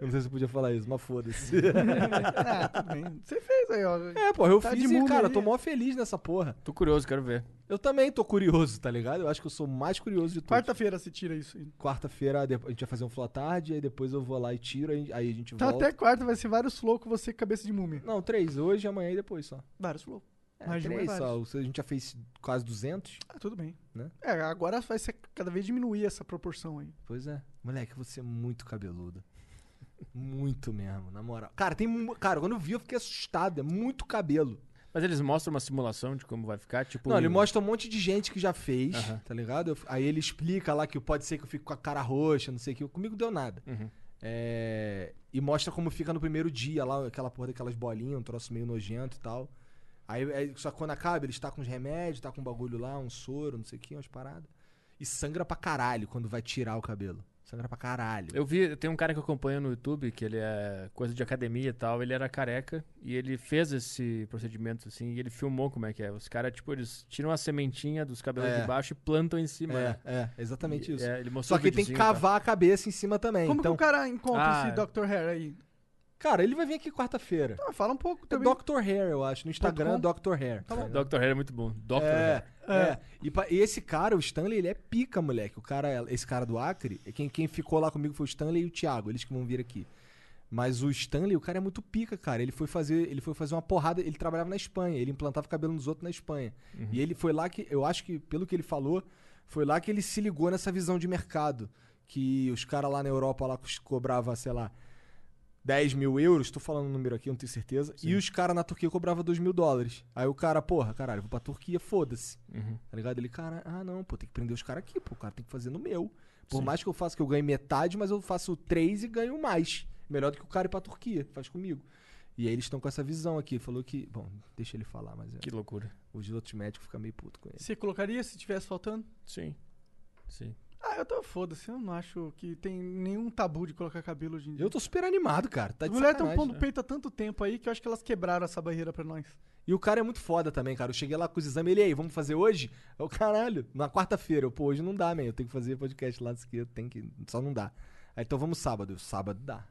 D: Eu não sei se eu podia falar isso, mas foda-se.
E: ah, tudo bem. Você fez aí, ó.
D: É, porra, eu
E: Tá de
D: fiz e,
E: mundo
D: cara,
E: aí.
D: tô mó feliz nessa porra.
C: Tô curioso, quero ver.
D: Eu também tô curioso, tá ligado? Eu acho que eu sou o mais curioso de tudo.
E: Quarta-feira você tira isso aí.
D: Quarta-feira de- a gente vai fazer um flow à tarde, aí depois eu vou lá e tiro, aí aí a gente
E: Então
D: volta.
E: até quarta vai ser vários flow com você cabeça de múmia.
D: Não, três, hoje, amanhã e depois só.
E: Vários flow.
D: É,
E: Mais de um é
D: três
E: vários.
D: só. A gente já fez quase 200.
E: Ah, tudo bem.
D: Né?
E: É, agora vai ser cada vez diminuir essa proporção aí.
D: Pois é. Moleque, você é muito cabeludo. Muito mesmo, na moral. Cara, tem. mu- Cara, quando eu vi, eu fiquei assustado. É muito cabelo.
C: Mas eles mostram uma simulação de como vai ficar, tipo.
D: Não, ele mostra um monte de gente que já fez, tá ligado? Eu- aí ele explica lá que pode ser que eu fique com a cara roxa, não sei o que. Comigo deu nada.
C: Uhum.
D: É, e mostra como fica no primeiro dia lá, aquela porra daquelas bolinhas, um troço meio nojento e tal. Aí, aí- só que quando acaba, ele está com os remédios, tá com um bagulho lá, um soro, não sei o que, umas paradas. E sangra pra caralho quando vai tirar o cabelo. Sangra pra caralho.
C: Eu vi, tem um cara que eu acompanho no YouTube, que ele é coisa de academia e tal, ele era careca e ele fez esse procedimento assim, e ele filmou como é que é. Os caras, tipo, eles tiram a sementinha dos cabelos
D: É.
C: de baixo e plantam em cima.
D: É,
C: né?
D: é, exatamente
C: E-
D: isso.
C: é, ele mostrou
D: Só que
C: um
D: ele tem que
C: videozinho, tá?
D: cavar a cabeça em cima também.
E: Como
D: então,
E: que o cara encontra
C: Ah.
E: esse Dr. Hair aí?
D: cara, ele vai vir aqui quarta-feira.
E: Ah, fala um pouco
D: É
E: também.
D: Dr. Hair, eu acho. No Instagram, Dr. Hair. Tá ligado?
C: Dr. Hair é muito bom. Dr.
D: É,
C: Hair.
D: é. E, pa- e esse cara, o Stanley, ele é pica, moleque. O cara, esse cara do Acre, quem, quem ficou lá comigo foi o Stanley e o Thiago, eles que vão vir aqui. Mas o Stanley, o cara é muito pica, cara. Ele foi fazer, ele foi fazer uma porrada, ele trabalhava na Espanha, ele implantava cabelo nos outros na Espanha. E ele foi lá que, eu acho que pelo que ele falou, foi lá que ele se ligou nessa visão de mercado que os caras lá na Europa lá cus- cobrava, sei lá, 10 mil euros, tô falando um número aqui, eu não tenho certeza. E os caras na Turquia cobravam 2 mil dólares. Aí o cara, porra, caralho, vou pra Turquia, foda-se. Tá ligado? Ele, cara, ah não, pô, tem que prender os caras aqui, pô, o cara tem que fazer no meu. Por mais que eu faça que eu ganhe metade, mas eu faço três e ganho mais. Melhor do que o cara ir pra Turquia, faz comigo. E aí eles estão com essa visão aqui. Falou que. Bom, deixa ele falar, mas é,
C: Que loucura.
D: os outros médicos ficam meio putos com ele.
E: Você colocaria se tivesse faltando?
C: Sim. Sim.
E: Ah, eu tô foda-se. Eu não acho que tem nenhum tabu de colocar cabelo hoje em dia.
D: Eu tô super animado, cara. Tá
E: As
D: de
E: mulheres estão
D: sacanagem.
E: pondo peito há tanto tempo aí que eu acho que elas quebraram essa barreira pra nós.
D: E o cara é muito foda também, cara. Eu cheguei lá com os exames, ele aí, vamos fazer hoje? Eu, caralho, na quarta-feira. Eu, pô, hoje não dá, man. Eu tenho que fazer podcast lá, não sei o que, eu tenho que. Só não dá. Aí então vamos sábado. Eu, sábado dá.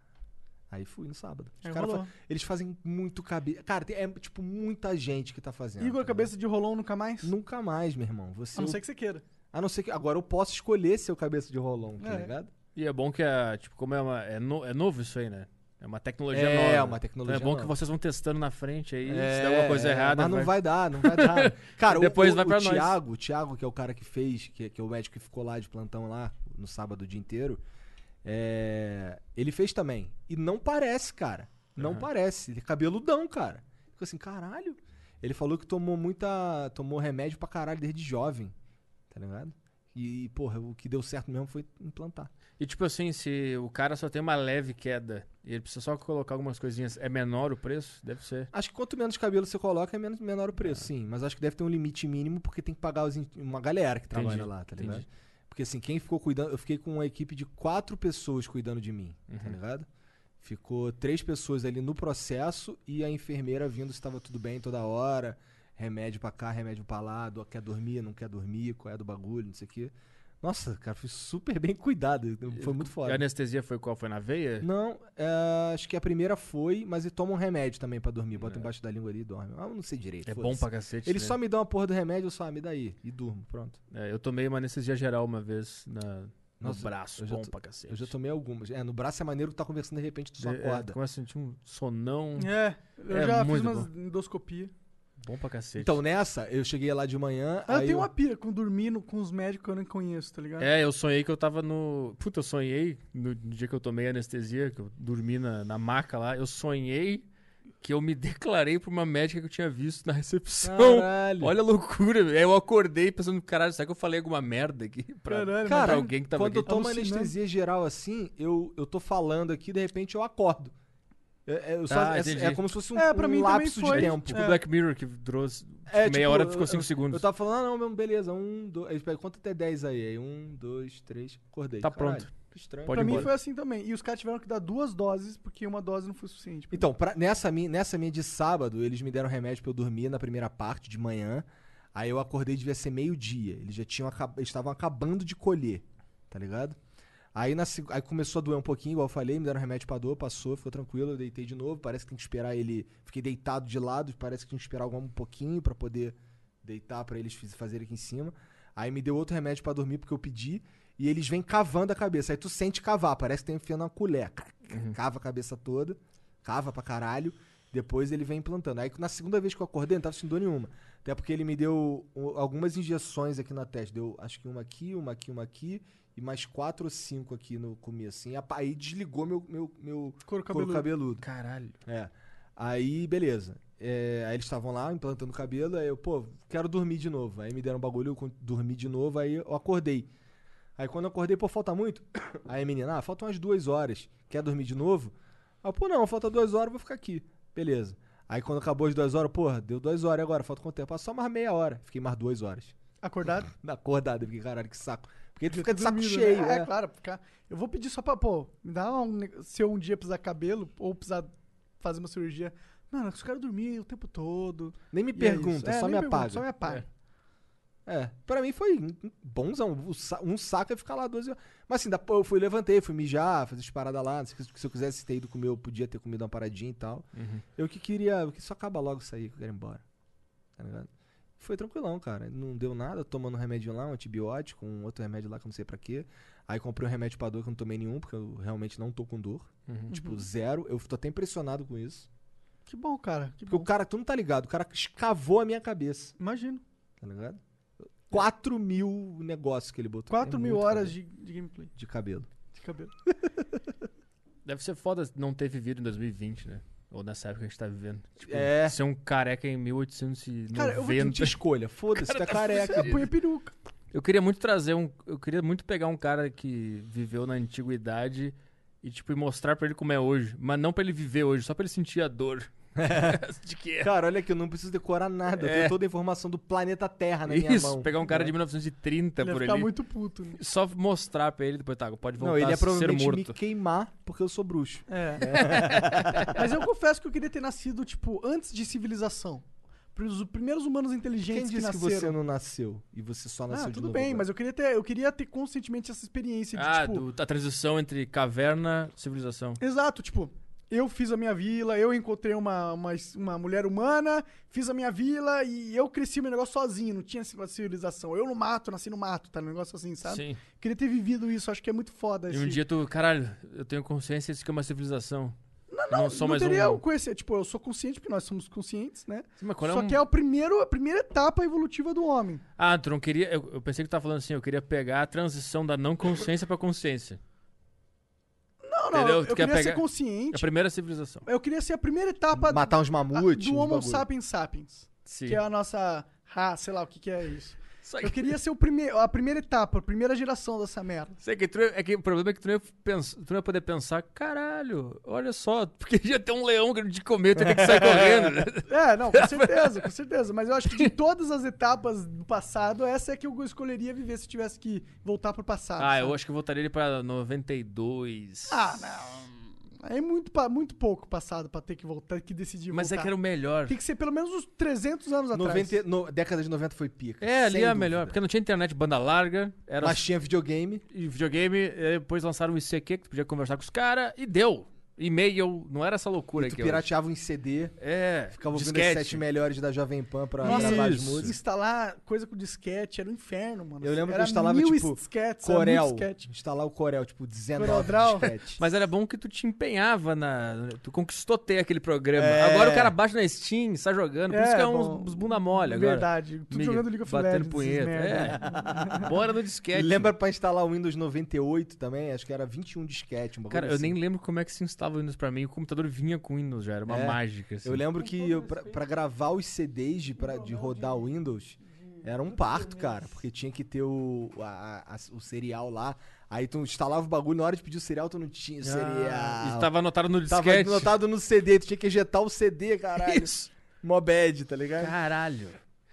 D: Aí fui no sábado. Os
E: Aí
D: caras
E: rolou.
D: fa- Eles fazem muito cabelo. Cara, tem- é tipo muita gente que tá fazendo.
E: Igor,
D: tá
E: cabeça de rolão nunca mais?
D: ligado? Nunca mais, meu irmão. Você.
E: A não ser que você queira.
D: a não ser que. Agora eu posso escolher ser o cabeça de rolão, tá
E: É.
D: ligado?
C: E é bom que é, tipo, como é, uma, é, no- é novo isso aí, né? É uma tecnologia
D: É,
C: nova.
D: uma
C: Então
D: tecnologia
C: é bom
D: nova.
C: que vocês vão testando na frente aí. se der alguma coisa
D: é,
C: errada.
D: Mas não vai dar, não vai dar. Cara,
C: Depois
D: o,
C: vai
D: o,
C: pra
D: o
C: nós.
D: Thiago, o Thiago, que é o cara que fez, que, que é o médico que ficou lá de plantão lá no sábado o dia inteiro, é, ele fez também. E não parece, cara. Não parece. Ele é cabeludão, cara. Ficou assim, caralho. Ele falou que tomou muita. tomou remédio pra caralho desde jovem. Tá ligado? E, porra, o que deu certo mesmo foi implantar.
C: E tipo assim, se o cara só tem uma leve queda e ele precisa só colocar algumas coisinhas, é menor o preço? Deve ser.
D: Acho que quanto menos cabelo você coloca, é menos, menor o preço, sim. Mas acho que deve ter um limite mínimo, porque tem que pagar os in- uma galera que trabalha
C: Entendi,
D: lá, tá
C: entendi.
D: ligado? Porque assim, quem ficou cuidando. Eu fiquei com uma equipe de quatro pessoas cuidando de mim,
C: Uhum.
D: tá ligado? Ficou três pessoas ali no processo e a enfermeira vindo se estava tudo bem toda hora. Remédio pra cá, remédio pra lá, do- quer dormir, não quer dormir, qual é do bagulho, não sei o quê. Nossa, cara, fui super bem cuidado. Foi muito
C: E a
D: foda.
C: anestesia foi qual? Foi na veia?
D: Não, é, acho que a primeira foi, mas ele toma um remédio também pra dormir. Bota embaixo da língua ali e dorme. Ah, eu não sei direito.
C: é bom
D: foda-se.
C: pra cacete.
D: Ele
C: né?
D: só me dá uma porra do remédio, eu só ah, me dá aí e durmo, pronto.
C: É, eu tomei uma anestesia geral uma vez na, no
D: Nossa,
C: braço.
D: eu já
C: Bom
D: to-
C: pra cacete.
D: Eu já tomei algumas. É, no braço é maneiro que tá conversando de repente tu só
C: É,
D: acorda.
C: começa a sentir um sonão.
E: É, eu
C: É
E: já fiz
C: muito
E: umas endoscopia.
C: Bom pra cacete.
D: Então, nessa, eu cheguei lá de manhã.
E: Ah, eu
D: aí
E: tenho uma pira com dormir no- com os médicos que eu não conheço, tá ligado?
C: É, eu sonhei que eu tava no. Puta, eu sonhei no dia que eu tomei anestesia, que eu dormi na, na maca lá. Eu sonhei que eu me declarei pra uma médica que eu tinha visto na recepção.
D: Caralho.
C: Olha a loucura. velho. Eu acordei pensando, caralho, será que eu falei alguma merda aqui pra,
D: Caralho,
C: pra
D: cara,
C: alguém que tava
D: quando
C: aqui?
D: eu tomo
C: Alucinando.
D: anestesia geral assim, eu, eu tô falando aqui, de repente eu acordo. É, é- eu só-
C: Ah,
D: é-
C: entendi.
D: é, como se fosse um,
E: É, pra
D: um
E: mim também
D: lapso
E: foi.
D: de tempo.
C: Tipo o Black Mirror que trouxe. meia hora ficou 5
D: eu-
C: segundos.
D: Eu tava falando, ah, não, meu, beleza, um, dois. aí pega, Conta até 10 aí. Aí, um, dois, três, acordei.
C: Tá
D: Caralho,
C: pronto.
D: que Estranho.
C: Pode
E: pra
C: ir
E: mim
C: embora.
E: foi assim também. E os caras tiveram que dar duas doses, porque uma dose não foi suficiente. pra mim.
D: Então, pra- nessa, minha, nessa minha de sábado, eles me deram remédio pra eu dormir na primeira parte de manhã. Aí eu acordei, devia ser meio-dia. Eles já tinham acab- eles estavam acabando de colher, tá ligado? Aí, na seg- aí começou a doer um pouquinho, igual eu falei, me deram remédio pra dor, passou, ficou tranquilo, eu deitei de novo. Parece que tem que esperar ele. Fiquei deitado de lado, parece que tem que esperar algum um pouquinho pra poder deitar pra eles fiz- fazerem aqui em cima. Aí me deu outro remédio pra dormir, porque eu pedi. E eles vêm cavando a cabeça. Aí tu sente cavar, parece que tem enfiando uma colher. Cava a cabeça toda, cava pra caralho. Depois ele vem implantando. Aí na segunda vez que eu acordei, eu não tava sentindo dor nenhuma. Até porque ele me deu o- algumas injeções aqui na testa. Deu acho que uma aqui, uma aqui, uma aqui. E mais quatro ou cinco aqui no começo. assim. E a- aí desligou meu, meu, meu
E: Couro cabeludo.
C: Caralho.
D: é. Aí, beleza. É, aí eles estavam lá implantando o cabelo. Aí eu, pô, quero dormir de novo. Aí me deram um bagulho, eu con- dormi de novo. Aí eu acordei. Aí quando eu acordei, pô, falta muito? Aí a menina, ah, faltam umas duas horas. Quer dormir de novo? Aí, eu, pô, não, falta duas horas, vou ficar aqui. Beleza. Aí quando acabou as duas horas, porra, deu duas horas e agora, falta quanto tempo? Ah, só mais meia hora. Fiquei mais duas horas.
E: Acordado?
D: Acordado, eu fiquei, caralho, que saco. Porque tu
E: Podia
D: fica
E: ter
D: de saco
E: dormido,
D: cheio,
E: né? É,
D: é.
E: claro. Ficar... Eu vou pedir só pra, pô, me dá um... ne- Se eu um dia precisar cabelo ou precisar fazer uma cirurgia... Mano, os caras dormir o tempo todo.
D: Nem me
E: E é isso.
D: pergunta,
E: É,
D: só,
E: nem
D: me
E: pergunta,
D: apaga.
E: Só me apaga.
D: É, pra mim foi um- um bonzão. Um sa- Um saco é ficar lá 12 horas. Mas assim, da- pô, eu fui, levantei, fui mijar, fazer as paradas lá. Se, se eu quisesse ter ido comer, eu podia ter comido uma paradinha e tal.
E: Uhum.
D: Eu que queria, eu que só acaba logo isso aí, que eu quero ir embora. Tá ligado? Foi tranquilão, cara. Não deu nada, tomando um remédio lá, um antibiótico, um outro remédio lá que eu não sei pra quê. Aí comprei um remédio pra dor que eu não tomei nenhum, porque eu realmente não tô com dor.
E: Uhum.
D: Tipo, zero. Eu tô até impressionado com isso.
E: Que bom, cara. Que
D: Porque o cara, tu não tá ligado, o cara escavou a minha cabeça,
E: Imagino.
D: tá ligado? 4 mil negócios que ele botou.
E: 4
D: É
E: mil
D: muito
E: horas
D: cabelo.
E: de, de gameplay.
D: de cabelo.
E: De cabelo.
C: Deve ser foda não ter vivido em 2020, né? Ou nessa época que a gente tá vivendo. Tipo,
D: É.
C: ser um careca em 1890.
E: Cara, eu vou
D: Não tinha escolha, foda-se, tá careca.
E: Eu ponho
D: Tá
E: peruca.
C: Eu queria muito trazer um. Eu queria muito pegar um cara que viveu na antiguidade e, tipo, e mostrar pra ele como é hoje. Mas não pra ele viver hoje, só pra ele sentir a dor. de que é.
D: Cara, olha aqui, eu não preciso decorar nada, eu
C: É.
D: tenho toda a informação do planeta Terra na minha
C: Isso,
D: mão.
C: pegar um cara de 1930
E: Ele ia
C: por
E: ficar
C: ali.
E: muito puto. Né?
C: Só mostrar pra ele, depois tá, pode voltar
D: Não, ele
C: a
D: ia
C: ser
D: provavelmente me
C: morto.
D: queimar porque eu sou bruxo.
E: É. Mas eu confesso que eu queria ter nascido, tipo, antes de civilização. Os primeiros humanos
D: Quem
E: inteligentes
D: disse que
E: nasceram.
D: você não nasceu e você só nasceu
E: Ah,
D: de
E: tudo
D: novo
E: bem,
D: agora?
E: mas eu queria ter, eu queria ter conscientemente essa experiência de,
C: Ah,
E: tipo.
C: do- a transição entre caverna e civilização.
E: Exato, tipo, eu fiz a minha vila, eu encontrei uma, uma, uma mulher humana, fiz a minha vila e eu cresci meu negócio sozinho, não tinha uma civilização. Eu no mato, nasci no mato, tá? Um negócio assim, sabe?
C: Sim.
E: Queria ter vivido isso, acho que é muito foda
C: E
E: esse.
C: um dia tu, caralho, eu tenho consciência disso que é uma civilização. Não, não, sou
E: não
C: mais
E: teria
C: um.
E: eu conhecer, tipo, eu sou consciente porque nós somos conscientes, né?
C: Sim, mas qual é
E: Só
C: um-
E: que é o primeiro, a primeira etapa evolutiva do homem.
C: Ah, tu não queria. Eu, eu pensei que tu tava falando assim, eu queria pegar a transição da não consciência pra consciência. É
E: Não, não,
C: Entendeu?
E: eu,
C: Tu
E: eu
C: quer
E: queria ser
C: pegar- A
E: consciente.
C: primeira civilização.
E: Eu queria ser a primeira etapa
D: Matar uns
E: a-
D: mamutes.
E: do
D: uns
E: Homo
D: bagulho.
E: sapiens sapiens,
C: Sim.
E: que é a nossa raça, sei lá o que que é isso.
C: Só
E: Eu queria ser o primeiro, a primeira etapa, a primeira geração dessa merda.
C: Sei que tu- é que o problema é que tu não, ia pens- tu não ia poder pensar, caralho, olha só, porque já tem um leão que não te comer, tu tem que sair correndo. né?
E: É, não, com certeza, com certeza. Mas eu acho que de todas as etapas do passado, essa é que eu escolheria viver se tivesse que voltar pro passado.
C: Ah,
E: sabe?
C: eu acho que eu votaria ele pra 92.
E: Ah, não. É muito, pa- muito pouco passado pra ter que voltar, que um decidir
C: Mas é
E: voltar.
C: que era o melhor.
E: Tem que ser pelo menos uns 300 anos atrás.
D: 90, no, década de 90 foi pica.
C: É, ali
D: sem
C: é a
D: dúvida.
C: melhor. Porque não tinha internet banda larga, era
D: Mas tinha videogame.
C: e videogame, e depois lançaram o ICQ, que tu podia conversar com os caras, e deu. E-mail, não era essa loucura
D: E tu
C: que é hoje.
D: pirateava em CD.
C: É,
D: Ficava ouvindo as
C: disquete.
D: sete melhores da Jovem Pan pra
E: Nossa,
D: gravar as
E: isso.
D: músicas.
E: instalar coisa com disquete era um inferno, mano.
D: Eu lembro que
E: era
D: eu instalava,
E: mil
D: tipo,
E: disquetes, era muito
D: Corel.
E: disquete.
D: Instalar o Corel, tipo, 19
E: Corel Draw.
D: disquete.
C: Mas era bom que tu te empenhava na. Tu conquistou ter aquele programa.
D: É.
C: Agora o cara baixa na Steam, sai jogando. Por
E: É,
C: isso que é uns,
E: bom.
C: uns bunda mole agora.
E: Verdade. Tudo
C: Mídia,
E: jogando League of
C: Batendo
E: Legends,
C: punheta.
E: esses né?
C: É.
E: merda.
C: Bora no disquete.
D: Lembra pra instalar o Windows 98 também? Acho que era 21 disquete, um bagulho
C: Cara, eu
D: assim.
C: nem lembro como é que se instalava o Windows pra mim. O computador vinha com o Windows já, era uma
D: É,
C: mágica. assim.
D: Eu lembro que eu, pra, pra gravar os CDs de, pra- de rodar o Windows, era um parto, cara. Porque tinha que ter o, a- a- o serial lá. Aí tu instalava o bagulho, na hora de pedir o serial, tu não tinha
E: Ah,
D: o serial.
C: e tava anotado no
D: Tava
C: disquete.
D: anotado no CD, tu tinha que ejetar o CD, caralho.
C: Isso.
D: Mó bad, tá ligado?
C: Caralho.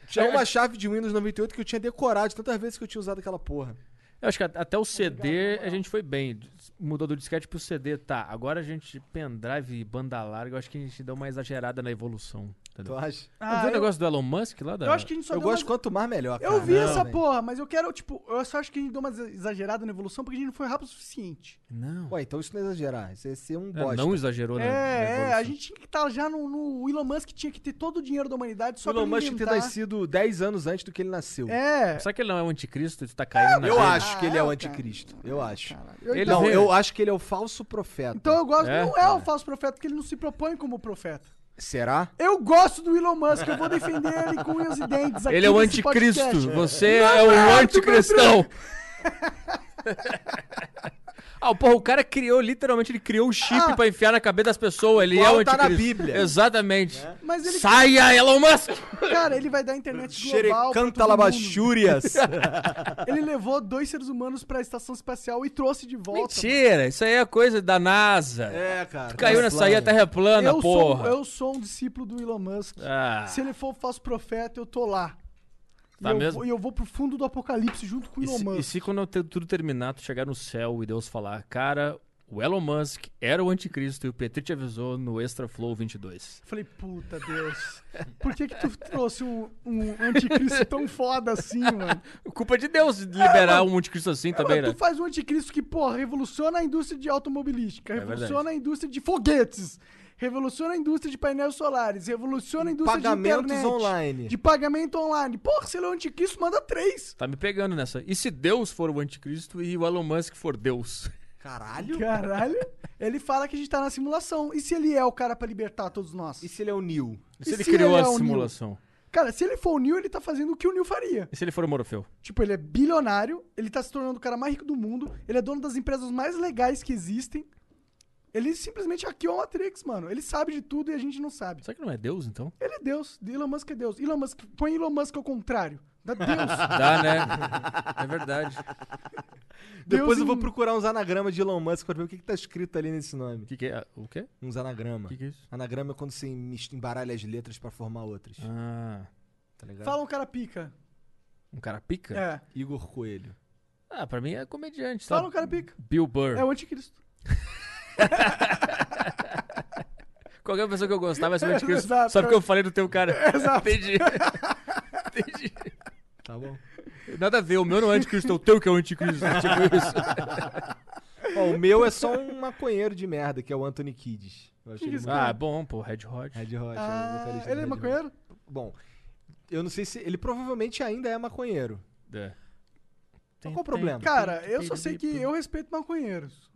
D: Tinha
C: É,
D: uma chave de Windows 98 que eu tinha decorado de tantas vezes que eu tinha usado aquela porra.
C: Eu acho que at- até o CD a gente foi bem. Mudou do disquete pro CD, tá. Agora a gente pendrive e banda larga, eu acho que a gente deu uma exagerada na evolução. Entendeu?
D: Tu acha?
E: Ah,
C: Ah, viu
E: eu-
C: o negócio do Elon Musk lá da.
E: Eu acho que a gente só
D: eu
E: deu
D: gosto
E: uma-
D: quanto mais melhor.
E: Eu
D: cara.
E: vi
D: Não,
E: essa
D: velho.
E: porra, mas eu quero, tipo, eu só acho que a gente deu uma exagerada na evolução porque a gente não foi rápido o suficiente.
C: Não.
D: Ué, então isso não é exagerar. Isso é ser um
C: É,
D: bosta.
C: não exagerou,
E: É,
C: né? na
E: é, a
C: evolução.
E: gente tinha que estar já no, no- O Elon Musk tinha que ter todo o dinheiro da humanidade só
D: Elon
E: pra
D: Musk ter
E: inventar.
D: nascido 10 anos antes do que ele nasceu.
E: É.
C: Será que ele não é o anticristo? Ele tá caindo na
D: Eu
C: dele?
D: acho que ele é o
E: cara. Ah,
D: anticristo. Eu acho.
E: Eu-
C: Ele
D: não,
C: vê.
D: eu acho que ele é o falso profeta.
E: Então eu gosto.
C: É?
E: Não é o falso profeta, porque ele não se propõe como profeta.
D: Será?
E: Eu gosto do Elon Musk, eu vou defender ele com unhas e dentes Tá aqui
C: Ele é o
E: nesse
C: anticristo.
E: podcast.
C: Você é o anticristão. Ah, porra, o cara criou, literalmente, ele criou o chip
E: Ah.
C: pra enfiar na cabeça das pessoas. Ele é
D: Igual
C: o
D: tá
C: anticristo.
D: na Bíblia.
C: Exatamente.
E: Mas ele,
C: Saia, Elon Musk!
E: cara, ele vai dar internet global pra
D: Xerecanta
E: todo mundo.
D: labachúrias.
E: Ele levou dois seres humanos pra estação espacial e trouxe de volta.
C: Mentira, isso aí é coisa da NASA.
D: é, cara.
C: Caiu nessa aí a terra é plana,
E: eu,
C: porra.
E: Sou, eu sou um discípulo do Elon Musk.
C: Ah.
E: Se ele for falso profeta, eu tô lá.
C: Tá
E: e, eu,
C: mesmo?
E: vou- e eu vou pro fundo do apocalipse junto com o
C: E
E: Elon
C: se,
E: Musk.
C: e se quando te- tudo terminar, tu chegar no céu e Deus falar, cara, o Elon Musk era o anticristo e o Petri te avisou no Extra Flow 22.
E: Eu Falei, puta Deus, por que que tu trouxe um, um anticristo tão foda assim, mano?
C: Culpa de Deus liberar um anticristo assim também,
E: É, Mano,
C: né?
E: tu faz um anticristo que, porra, revoluciona a indústria de
C: É
E: automobilística, revoluciona a indústria de foguetes, revoluciona a indústria de painéis solares, revoluciona a indústria
D: Pagamentos
E: de internet.
D: online.
E: De pagamento online. Porra, se ele é um anticristo, manda três.
C: Tá me pegando nessa. E se Deus for o anticristo e o Elon Musk for Deus?
D: Caralho.
E: Caralho. Ele fala que a gente tá na simulação. E se ele é o cara pra libertar todos nós?
D: E se ele é o Neil?
C: E se
E: E
C: ele
E: se
C: criou
E: ele é
C: a
E: o Neo?
C: simulação?
E: Cara, se ele for o Neil, ele tá fazendo o que o Neil faria.
C: E se ele for o Morfeu?
E: Tipo, ele é bilionário, ele tá se tornando o cara mais rico do mundo, ele é dono das empresas mais legais que existem. Ele simplesmente hackeou a Matrix, mano. Ele sabe de tudo e a gente não sabe.
C: Será que não é Deus, então?
E: Ele é Deus. Elon Musk é Deus. Elon Musk, põe Elon Musk ao contrário. Dá Deus.
C: Dá, né? É verdade.
D: Depois eu vou
E: em-
D: procurar uns anagramas de Elon Musk pra ver o que, que tá escrito ali nesse nome.
C: O que, que é? O quê?
D: Uns anagrama.
C: O que, que é isso?
D: Anagrama é quando você mis- embaralha as letras pra formar outras.
C: Ah,
D: Tá ligado?
E: Fala um cara pica.
C: um cara pica?
E: É.
D: Igor Coelho.
C: Ah, pra mim é comediante,
E: Fala um
C: sabe?
E: cara pica.
C: Bill Burr.
E: É o anticristo.
C: Qualquer pessoa que eu gostava vai ser o anticristo.
E: Exato. É.
C: Só porque eu falei do teu
D: É.
C: cara.
E: Exato.
C: Entendi. Entendi.
D: Tá bom.
C: Nada a ver, o meu não é anticristo, é o teu que é o anticristo. Tipo isso.
D: Ó, o meu é só um maconheiro de merda, que é o Anthony Kidd. Eu acho ele muito-
C: Ah, bom, pô, Red Hot.
D: Red Hot. é o
E: Ah,
D: vocalista do
E: ele é
D: Red Hot.
E: maconheiro?
D: Bom, eu não sei se. Ele provavelmente ainda é maconheiro.
C: É.
D: Mas qual o problema?
E: Cara, eu só sei que eu respeito maconheiros.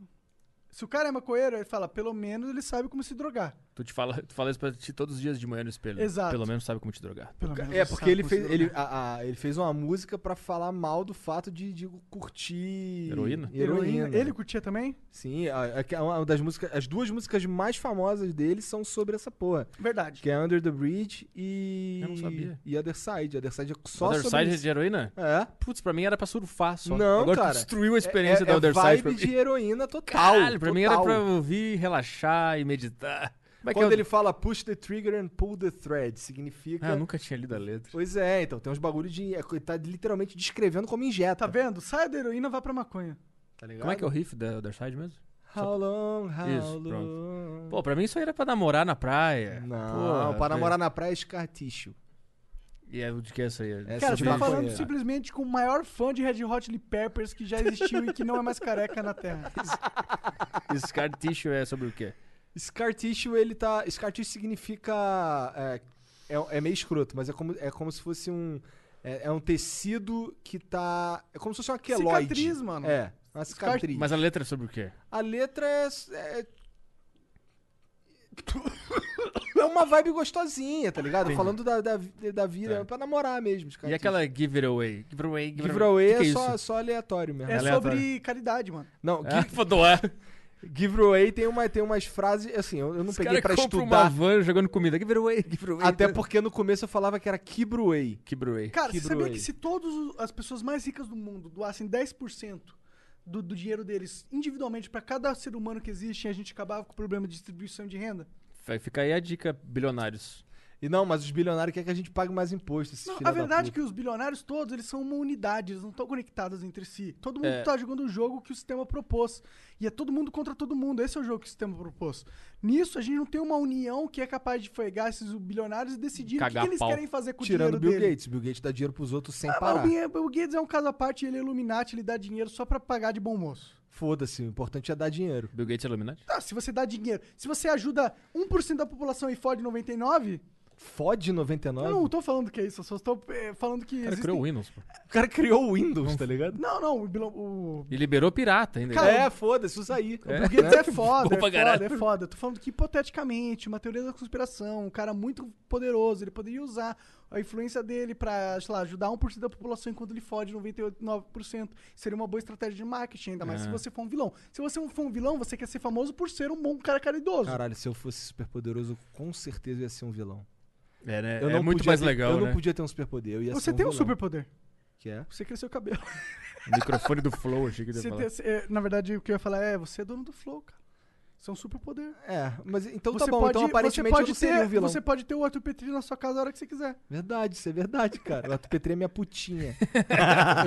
E: Se o cara é maconheiro, ele fala, pelo menos ele sabe como se drogar.
C: Tu te fala, tu fala isso pra ti todos os dias de manhã no espelho.
E: Exato.
C: Pelo menos sabe como te drogar.
E: Pelo menos
D: É, porque
E: sabe né?
D: ele
E: como se
D: fez,
E: drogar.
D: ele, a- a- ele fez uma música pra falar mal do fato de, de curtir.
C: Heroína?
D: Heroína. né?
E: Ele curtia também?
D: Sim, a- a- uma das músicas, as duas músicas mais famosas dele são sobre essa porra.
E: Verdade.
D: Que é Under the Bridge e.
C: Eu não sabia.
D: E Other Side. Other Side é
C: Só
D: só
C: Other
D: sobre.
C: Side
D: isso.
C: de heroína?
D: É.
C: Putz, pra mim era pra surfar só.
D: Não,
C: Agora tu
D: cara.
C: destruiu a experiência
D: é,
C: da
D: é
C: Other
D: vibe
C: Side pra mim.
D: de heroína total.
C: Caralho, pra mim era
D: total.
C: pra ouvir, relaxar e meditar. Como é que
D: Quando
C: eu-
D: ele fala push the trigger and pull the thread, significa.
C: Ah, eu nunca tinha lido a letra.
D: Pois é, então tem uns bagulho de. é, Ele tá literalmente descrevendo como injeta.
E: Tá vendo? Sai da heroína, vai pra maconha.
D: Tá ligado?
C: Como é que é o riff da Other Side mesmo?
D: How long, how
C: Isso,
D: long.
C: Pô, pra mim isso aí era pra namorar na praia.
D: Não,
C: Porra,
D: pra
C: velho.
D: namorar na praia é escartício.
C: E é o de que é isso aí?
D: É
E: Cara,
D: sobre
E: você tá
D: maconha.
E: falando simplesmente com o maior fã de Red Hot Chili Peppers
D: um
E: que já existiu e que não é mais careca na Terra.
C: Esse card tissue é sobre o quê?
D: Scar tissue, ele tá. Scar tissue significa. É, é, é meio escroto, mas é como, é como se fosse um. É, é um tecido que tá. É como se fosse uma queloide.
E: Cicatriz, mano.
D: É, uma
E: Scar-
D: cicatriz.
C: Mas a letra é sobre o quê?
D: A letra é. é... é uma vibe gostosinha, tá ligado?
C: Entendi.
D: Falando da, da, da vida,
E: É.
C: Tá.
D: pra namorar mesmo. Scar
C: E
D: tissue.
C: aquela give it away? Give it away, give, it
D: Giveaway
C: O que
D: é,
C: que
D: só,
C: isso?
D: só aleatório mesmo.
E: É
C: Aleatório.
E: sobre caridade, mano.
D: Não,
C: Ah,
D: give-
C: vou doar.
D: giveaway tem, uma, tem umas frases, assim, eu, eu não
C: Os
D: peguei
C: caras
D: pra
C: compram uma
D: estudar.
C: van jogando comida. Give it away, give it away.
D: Até porque no começo eu falava que era Kibruei.
C: Give it away.
E: Cara,
D: Então- Que
E: você sabia
D: bruel.
E: que se todas as pessoas mais ricas do mundo doassem 10% do, do dinheiro deles individualmente pra cada ser humano que existe, a gente acabava com o problema de distribuição de renda?
C: Vai ficar aí a dica, bilionários.
D: E não, mas os bilionários querem que a gente pague mais imposto. esses
E: Não,
D: filha
E: a
D: da
E: verdade é
D: puta.
E: que os bilionários todos, eles são uma unidade, eles não estão conectados entre si. Todo mundo
C: É.
E: tá jogando o jogo que o sistema propôs. E é todo mundo contra todo mundo, esse é o jogo que o sistema propôs. Nisso, a gente não tem uma união que é capaz de fregar esses bilionários e decidir o que,
C: Cagar
E: que eles
C: pau.
E: querem fazer com
D: Tirando
E: o dinheiro
D: o Bill
E: dele.
D: Gates. Bill Gates dá dinheiro pros outros sem
E: Ah, mas o
D: parar.
E: Bill- o Bill Gates é um caso à parte, ele é Illuminati, ele dá dinheiro só pra pagar de bom moço.
D: Foda-se, o importante é dar dinheiro.
C: Bill Gates é Illuminati?
E: Tá, se você dá dinheiro, se você ajuda 1% da população e fode 99,
D: Fode
E: eu
D: 99?
E: não tô falando que é isso, eu só estou eh, falando que
C: O cara
E: existem-
C: criou um o Windows, pô.
D: O cara criou o Windows, tá ligado?
E: Não, não, o, bilo- o
C: E liberou pirata ainda. né?
E: Cara,
D: é, foda-se, usa aí.
E: Bill Gates é foda,
C: Bom
E: é
C: pra
E: foda,
C: caralho.
E: é foda. Eu tô falando que hipoteticamente, uma teoria da conspiração, um cara muito poderoso, ele poderia usar a influência dele pra, sei lá, ajudar 1% da população enquanto ele fode 99%. Seria uma boa estratégia de marketing, ainda mais
C: É.
E: se você for um vilão. Se você for um vilão, você quer ser famoso por ser um bom cara caridoso.
D: Caralho, se eu fosse super poderoso, com certeza eu ia ser um vilão.
C: É, né?
D: Eu
C: é
D: não
C: muito
D: podia
C: mais
D: ter-
C: legal,
D: Eu
C: né?
D: não podia ter um superpoder, eu ia ser
E: você
D: um
E: tem um
D: vilão.
E: superpoder.
D: Que é?
E: Você cresceu o cabelo.
C: O microfone do Flow, achei que ele ia
E: Você
C: falar.
E: tem- você- é, na verdade, o que eu ia falar é, você é dono do flow, cara. Isso é um superpoder.
D: É, mas então
E: você
D: tá bom, então aparentemente
E: você pode
D: eu não
E: ter,
D: seria um vilão.
E: Você pode ter o Arthur Petri na sua casa a hora que você quiser.
D: Verdade, isso é verdade, cara. Ela Petri é minha putinha.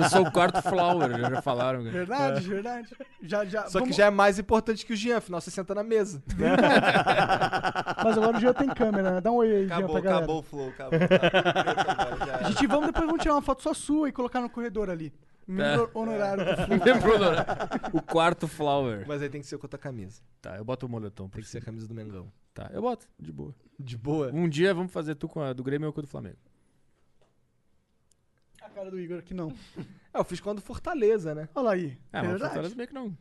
C: Eu sou o quarto Flower, já falaram. cara.
E: Verdade, verdade. Já, já,
D: Só que
E: vamos-
D: já é mais importante que o Jean, afinal você senta na mesa.
E: Mas agora o Jean tem câmera, né? Dá um oi aí, Jean,
K: Acabou,
E: pra galera.
K: acabou o flow, acabou. acabou. Já
E: A
K: era.
E: gente vamos, depois vamos tirar uma foto só sua e colocar no corredor ali. Membro
D: Tá.
E: honorário. do Flow.
C: Lembrou, Dora? O quarto Flower.
D: Mas aí tem que ser com outra camisa.
C: Tá, eu boto o moletom.
D: Tem que ser a camisa do Mengão.
C: Tá, eu boto, de boa.
D: De boa.
C: Um dia vamos fazer tu com a do Grêmio ou com a do Flamengo.
E: A cara do Igor aqui não.
D: É, eu fiz com a do Fortaleza, né?
E: Olha lá aí.
C: Ah,
E: É
C: mas o
E: verdade.
C: Fortaleza meio que não.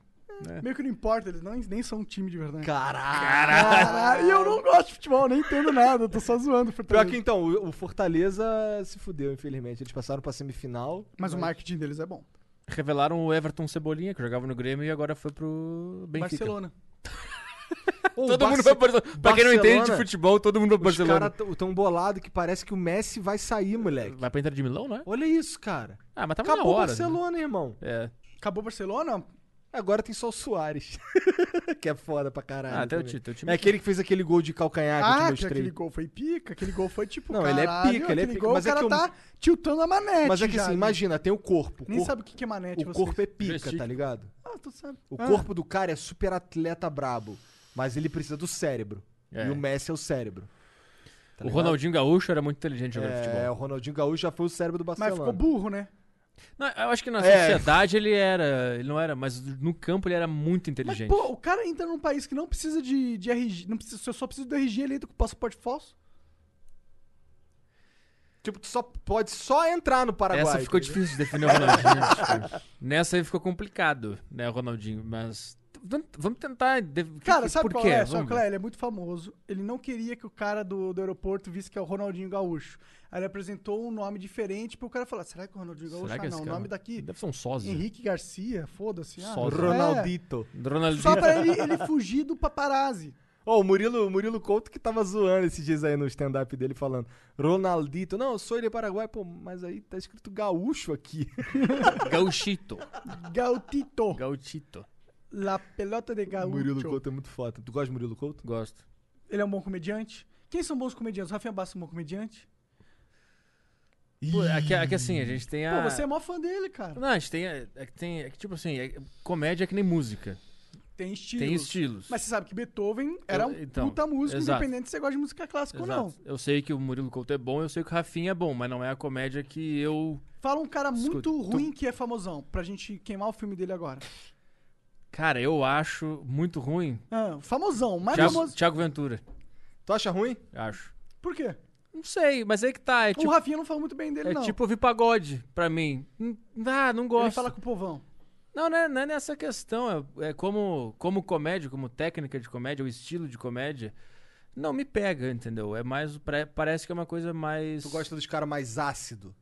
E: Meio que não importa, eles não, nem são um time de verdade.
D: Caraca!
E: Caralho, e eu não gosto de futebol, nem entendo nada, eu tô só zoando. o
D: Pior
E: Fortaleza.
D: que então, o o Fortaleza se fudeu, infelizmente. Eles passaram pra semifinal.
E: Mas o marketing deles é bom.
C: Revelaram o Everton Cebolinha, que jogava no Grêmio e agora foi pro Benfica.
E: Barcelona.
D: Ou o
C: Todo mundo vai
D: Barce-
C: pro Barcelona. Pra quem não entende de
D: Barcelona,
C: futebol, todo mundo vai pro
D: Os
C: Barcelona.
D: caras tão- tão bolado que parece que o Messi vai sair, moleque.
C: Vai pra Inter de Milão, né?
D: Olha isso, cara.
C: Ah, mas tava
D: Acabou o
C: na hora.
D: Barcelona, irmão.
C: né? É.
E: Acabou o Barcelona?
D: Agora tem só o Soares. que é foda pra caralho.
C: Ah, até o
D: também.
C: time, teu time.
D: É aquele que fez aquele gol de calcanhar que eu
E: Ah,
D: te
E: que
D: mostrei.
E: aquele gol foi pica, aquele gol foi tipo.
D: Não, ele é
E: caralho,
D: pica, ele é
E: aquele
D: pica,
E: Gol,
D: mas
E: o
D: é
E: cara
D: que eu-
E: tá tiltando a manete.
D: Mas é que
E: já,
D: assim,
E: né?
D: imagina, tem o corpo. O
E: Nem
D: corpo-
E: sabe o que que é manete.
D: O
E: vocês.
D: corpo é pica,
C: Joystick.
D: tá ligado?
E: Ah, tu sabe.
D: O
E: Ah.
D: corpo do cara é super atleta brabo, mas ele precisa do cérebro.
C: É.
D: E o Messi é o cérebro. Tá
C: o
D: ligado?
C: Ronaldinho Gaúcho era muito inteligente jogando
D: É, o
C: futebol.
D: Ronaldinho Gaúcho já foi o cérebro do
E: Mas
D: Barcelona.
E: ficou burro, né?
C: Não, eu acho que na
D: É.
C: sociedade ele era. Ele não era, mas no campo ele era muito
E: Mas,
C: inteligente.
E: pô, o cara entra num país que não precisa de, de RG. Não precisa, se eu só preciso do RG, ele entra com passaporte falso.
D: Tipo, tu só pode só entrar no Paraguai.
C: Essa ficou
D: tá ligado?
C: difícil de definir o Ronaldinho. tipo. Nessa aí ficou complicado, né, o Ronaldinho? Mas. v- Vamos tentar. de- que-
E: Cara,
C: que-
E: sabe
C: por
E: qual
C: quê?
E: é? Só
C: Vamos
E: que lá,
C: ver.
E: ele é muito famoso. Ele não queria que o cara do, do aeroporto visse que é o Ronaldinho Gaúcho. Aí ele apresentou um nome diferente pro cara falar: será que é o Ronaldinho Gaúcho?
C: Será que
E: ah,
C: esse
E: não, o
C: cara-
E: nome daqui.
C: Deve ser um sósia.
E: Henrique Garcia, foda-se. Ah,
C: Sósia.
E: é.
D: Ronaldito.
C: Ronaldinho.
E: Só pra ele, ele fugir do paparazzi.
D: Ó, o Murilo, o Murilo Couto que tava zoando esses dias aí no stand-up dele falando. Ronaldito. Não, eu sou ele é Paraguai, pô, mas aí tá escrito gaúcho aqui.
C: Gauchito.
E: Gautito.
C: Gauchito.
E: La pelota de
D: O Murilo
E: gaúcho.
D: Couto é muito foda. Tu gosta de Murilo Couto?
C: Gosto.
E: Ele é um bom comediante. Quem são bons comediantes? Rafinha Bastos é um bom comediante?
C: Pô, é que, é que assim, a gente tem a.
E: Pô, você é mó fã dele, cara.
C: Não, a gente tem. a- É que tem. É que tipo assim, é- comédia é que nem música.
E: Tem estilo.
C: Tem estilos.
E: Mas você sabe que Beethoven era um
C: então,
E: puta músico,
C: exato.
E: independente se você gosta de música clássica
C: Exato.
E: ou não.
C: Eu sei que o Murilo Couto é bom, eu sei que o Rafinha é bom, mas não é a comédia que eu.
E: Fala um cara muito
C: Escuta, então- tu-
E: ruim que é famosão, pra gente queimar o filme dele agora.
C: Cara, eu acho muito ruim.
E: Ah, famosão, mais
C: Thiago,
E: famoso.
C: Thiago Ventura.
D: Tu acha ruim?
C: Acho.
E: Por quê?
C: Não sei, mas é que tá. É tipo,
E: o Rafinha não fala muito bem dele,
C: é
E: não.
C: tipo ouvir pagode pra mim. Hum, Ah, não gosto.
E: Ele fala com o povão.
C: Não, não é, não é nessa questão. É, é como, como comédia, como técnica de comédia, o estilo de comédia. Não me pega, entendeu? É mais. pare- Parece que é uma coisa mais.
D: Tu gosta dos caras mais ácido?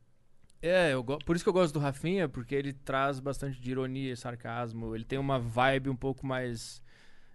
C: É, eu go- por isso que eu gosto do Rafinha, porque ele traz bastante de ironia e sarcasmo. Ele tem uma vibe um pouco mais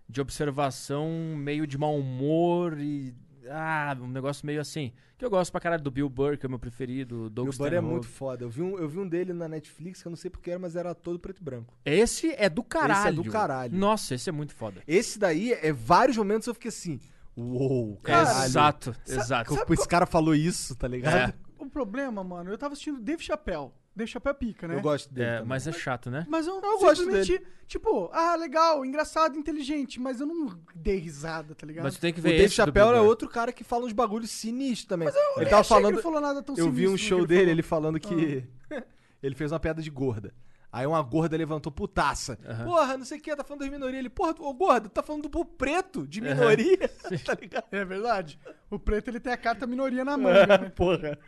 C: de observação, meio de mau humor e. Ah, um negócio meio assim. Que eu gosto pra caralho do Bill Burr, que é o meu preferido. o Doug
D: Meu buddy é
C: Stanhope.
D: muito foda. Eu vi, um, eu vi um dele na Netflix, que eu não sei porque era, mas era todo preto e branco.
C: Esse é do caralho.
D: do caralho.
C: Nossa, esse é muito foda.
D: Esse daí, é vários momentos eu fiquei assim, uou, caralho.
C: Exato, É.
D: Sa-
C: exato.
D: Como esse cara falou isso, tá ligado?
E: O problema, mano, eu tava assistindo Dave Chappelle. Dave Chappelle pica, né?
D: Eu gosto dele
C: É,
D: também.
C: mas é chato, né?
E: Mas eu,
D: Eu gosto
E: simplesmente, tipo, ah, legal, engraçado, inteligente, mas eu não dei risada, tá ligado?
C: Mas tu tem que
D: O
C: ver
D: Dave
C: esse do
D: Chappelle
C: Bill
D: é
C: Burr.
D: outro cara que fala uns bagulhos sinistros também.
E: eu
D: ele
E: nem
D: tava
E: achei que ele
D: falando.
E: falou nada tão
D: eu vi um
E: sinistro no que
D: show
E: ele
D: dele,
E: falou.
D: ele Ah. falando que. ele fez uma piada de gorda. Aí uma gorda levantou putaça. Porra, não sei o que, tá falando das minorias. Ele, porra, ô gorda, tá falando do povo preto de minoria. tá ligado?
E: É verdade. O preto, ele tem a carta minoria na manga, né?
D: Porra.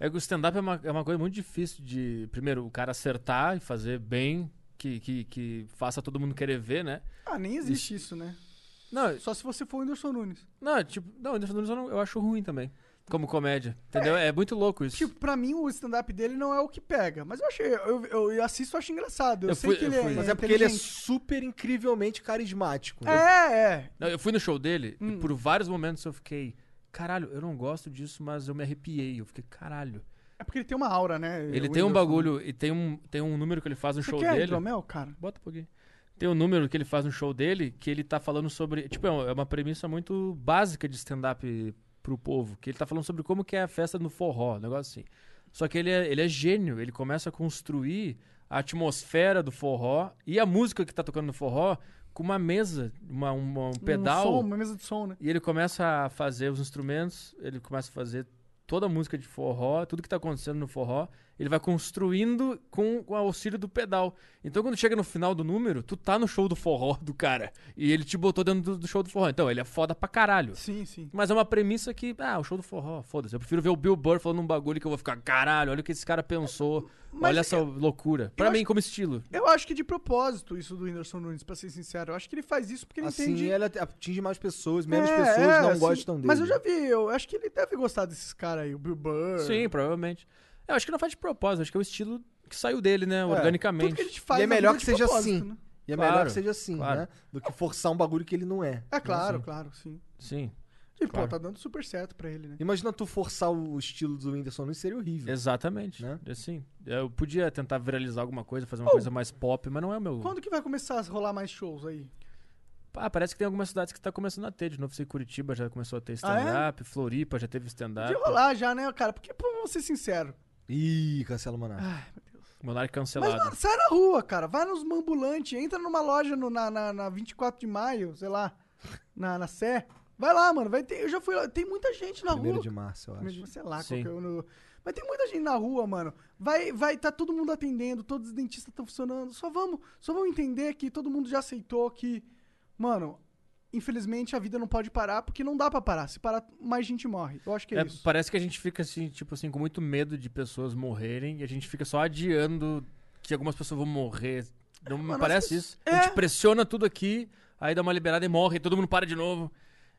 C: É que o stand-up é uma, é uma coisa muito difícil de. Primeiro, o cara acertar e fazer bem, que, que, que faça todo mundo querer ver, né?
E: Ah, nem existe isso, né?
C: Não,
E: Só se você for o Whindersson Nunes.
C: não tipo, não, Anderson Nunes eu, não- eu acho ruim também. Como comédia. Entendeu? É, muito louco isso.
E: Tipo, pra mim o stand-up dele não é o que pega. Mas eu achei, eu, eu, eu assisto e acho engraçado. Eu,
C: Eu
E: sei
C: fui-
E: que
C: eu
E: ele é.
C: fui.
D: Mas é porque ele é
E: inteligente.
D: super incrivelmente carismático. né?
E: É, é.
C: Não, eu fui no show dele
E: Hum.
C: e por vários momentos eu fiquei. Caralho, eu não gosto disso, mas eu me arrepiei. Eu fiquei, caralho.
E: É porque ele tem uma aura, né?
C: Ele
E: o
C: tem um
E: Whindersson.
C: bagulho e tem um, tem um número que ele faz no
E: Você
C: show
E: quer
C: dele.
E: hidromel, cara?
C: Bota um pouquinho. Tem um número que ele faz no show dele que ele tá falando sobre. Tipo, é um- é uma premissa muito básica de stand-up pro povo. Que ele tá falando sobre como que é a festa no forró, um negócio assim. Só que ele é, ele é gênio, ele começa a construir a atmosfera do forró e a música que tá tocando no forró com uma mesa, uma, uma- um pedal.
E: Um som, uma mesa de som, né?
C: E ele começa a fazer os instrumentos, ele começa a fazer toda a música de forró, tudo que tá acontecendo no forró, ele vai construindo com o auxílio do pedal. Então quando chega no final do número, tu tá no show do forró do cara. E ele te botou dentro do, do show do forró. Então, ele é foda pra caralho.
E: Sim, sim.
C: Mas é uma premissa que, ah, o show do forró, foda-se. Eu prefiro ver o Bill Burr falando um bagulho que eu vou ficar, caralho, olha o que esse cara pensou.
E: Mas é
C: olha essa loucura. Pra
E: eu
C: mim,
E: acho-
C: como estilo.
E: Eu acho que de propósito isso do Whindersson Nunes, pra ser sincero. Eu acho que ele faz isso porque ele
D: Assim,
E: entende...
D: ele at- atinge mais pessoas, menos
E: É,
D: pessoas
E: é,
D: não
E: assim,
D: gostam dele.
E: Mas eu já vi, eu acho que ele deve gostar desses caras aí, o Bill Burr.
C: Sim, provavelmente. Eu acho que não faz de propósito, acho que é o estilo que saiu dele, né,
E: É, Tudo
C: organicamente.
E: que a gente faz
D: E é
E: na
D: melhor
E: vida
D: que
E: é de
D: seja
E: propósito,
D: assim.
E: né?
D: E é
C: Claro,
D: melhor que seja assim,
C: claro.
D: né? Do que forçar um bagulho que ele não é.
E: É claro, claro, sim.
C: Sim.
E: E,
C: Claro.
E: pô, tá dando super certo pra ele, né?
D: Imagina tu forçar o estilo do Whindersson Nunes, seria horrível.
C: Exatamente.
D: Né?
C: Assim, eu podia tentar viralizar alguma coisa, fazer uma
E: Oh.
C: coisa mais pop, mas não é o meu.
E: Quando que vai começar a rolar mais shows aí?
C: Ah, parece que tem algumas cidades que tá começando a ter. De novo, sei que Curitiba já começou a ter
E: Ah, é?
C: stand-up, Floripa já teve stand-up.
E: De rolar já, né, cara? Porque, pô, vamos ser sincero.
D: Ih, cancela o Monark.
E: Ah,
C: Monarca
E: Mas,
C: cancelado.
D: né?
E: mano, sai na rua, cara. Vai nos ambulantes, entra numa loja no- na, na, na 24 de maio, sei lá, na, na Sé. Vai lá, mano. Vai ter, eu já fui lá. Tem muita gente na
D: Primeiro
E: rua.
D: de março, eu acho.
E: Mesmo, sei lá,
C: Sim.
E: qual que é o no- Mas tem muita gente na rua, mano. Vai, vai, tá todo mundo atendendo, todos os dentistas estão funcionando. Só vamos, só vamos entender que todo mundo já aceitou que, mano, infelizmente a vida não pode parar porque não dá pra parar. Se parar, mais gente morre. Eu acho que é,
C: É,
E: isso.
C: parece que a gente fica assim, tipo assim, com muito medo de pessoas morrerem e a gente fica só adiando que algumas pessoas vão morrer. Não me
E: mas
C: parece
E: isso-
C: isso. A gente pressiona tudo aqui, aí dá uma liberada e morre, e todo mundo para de novo.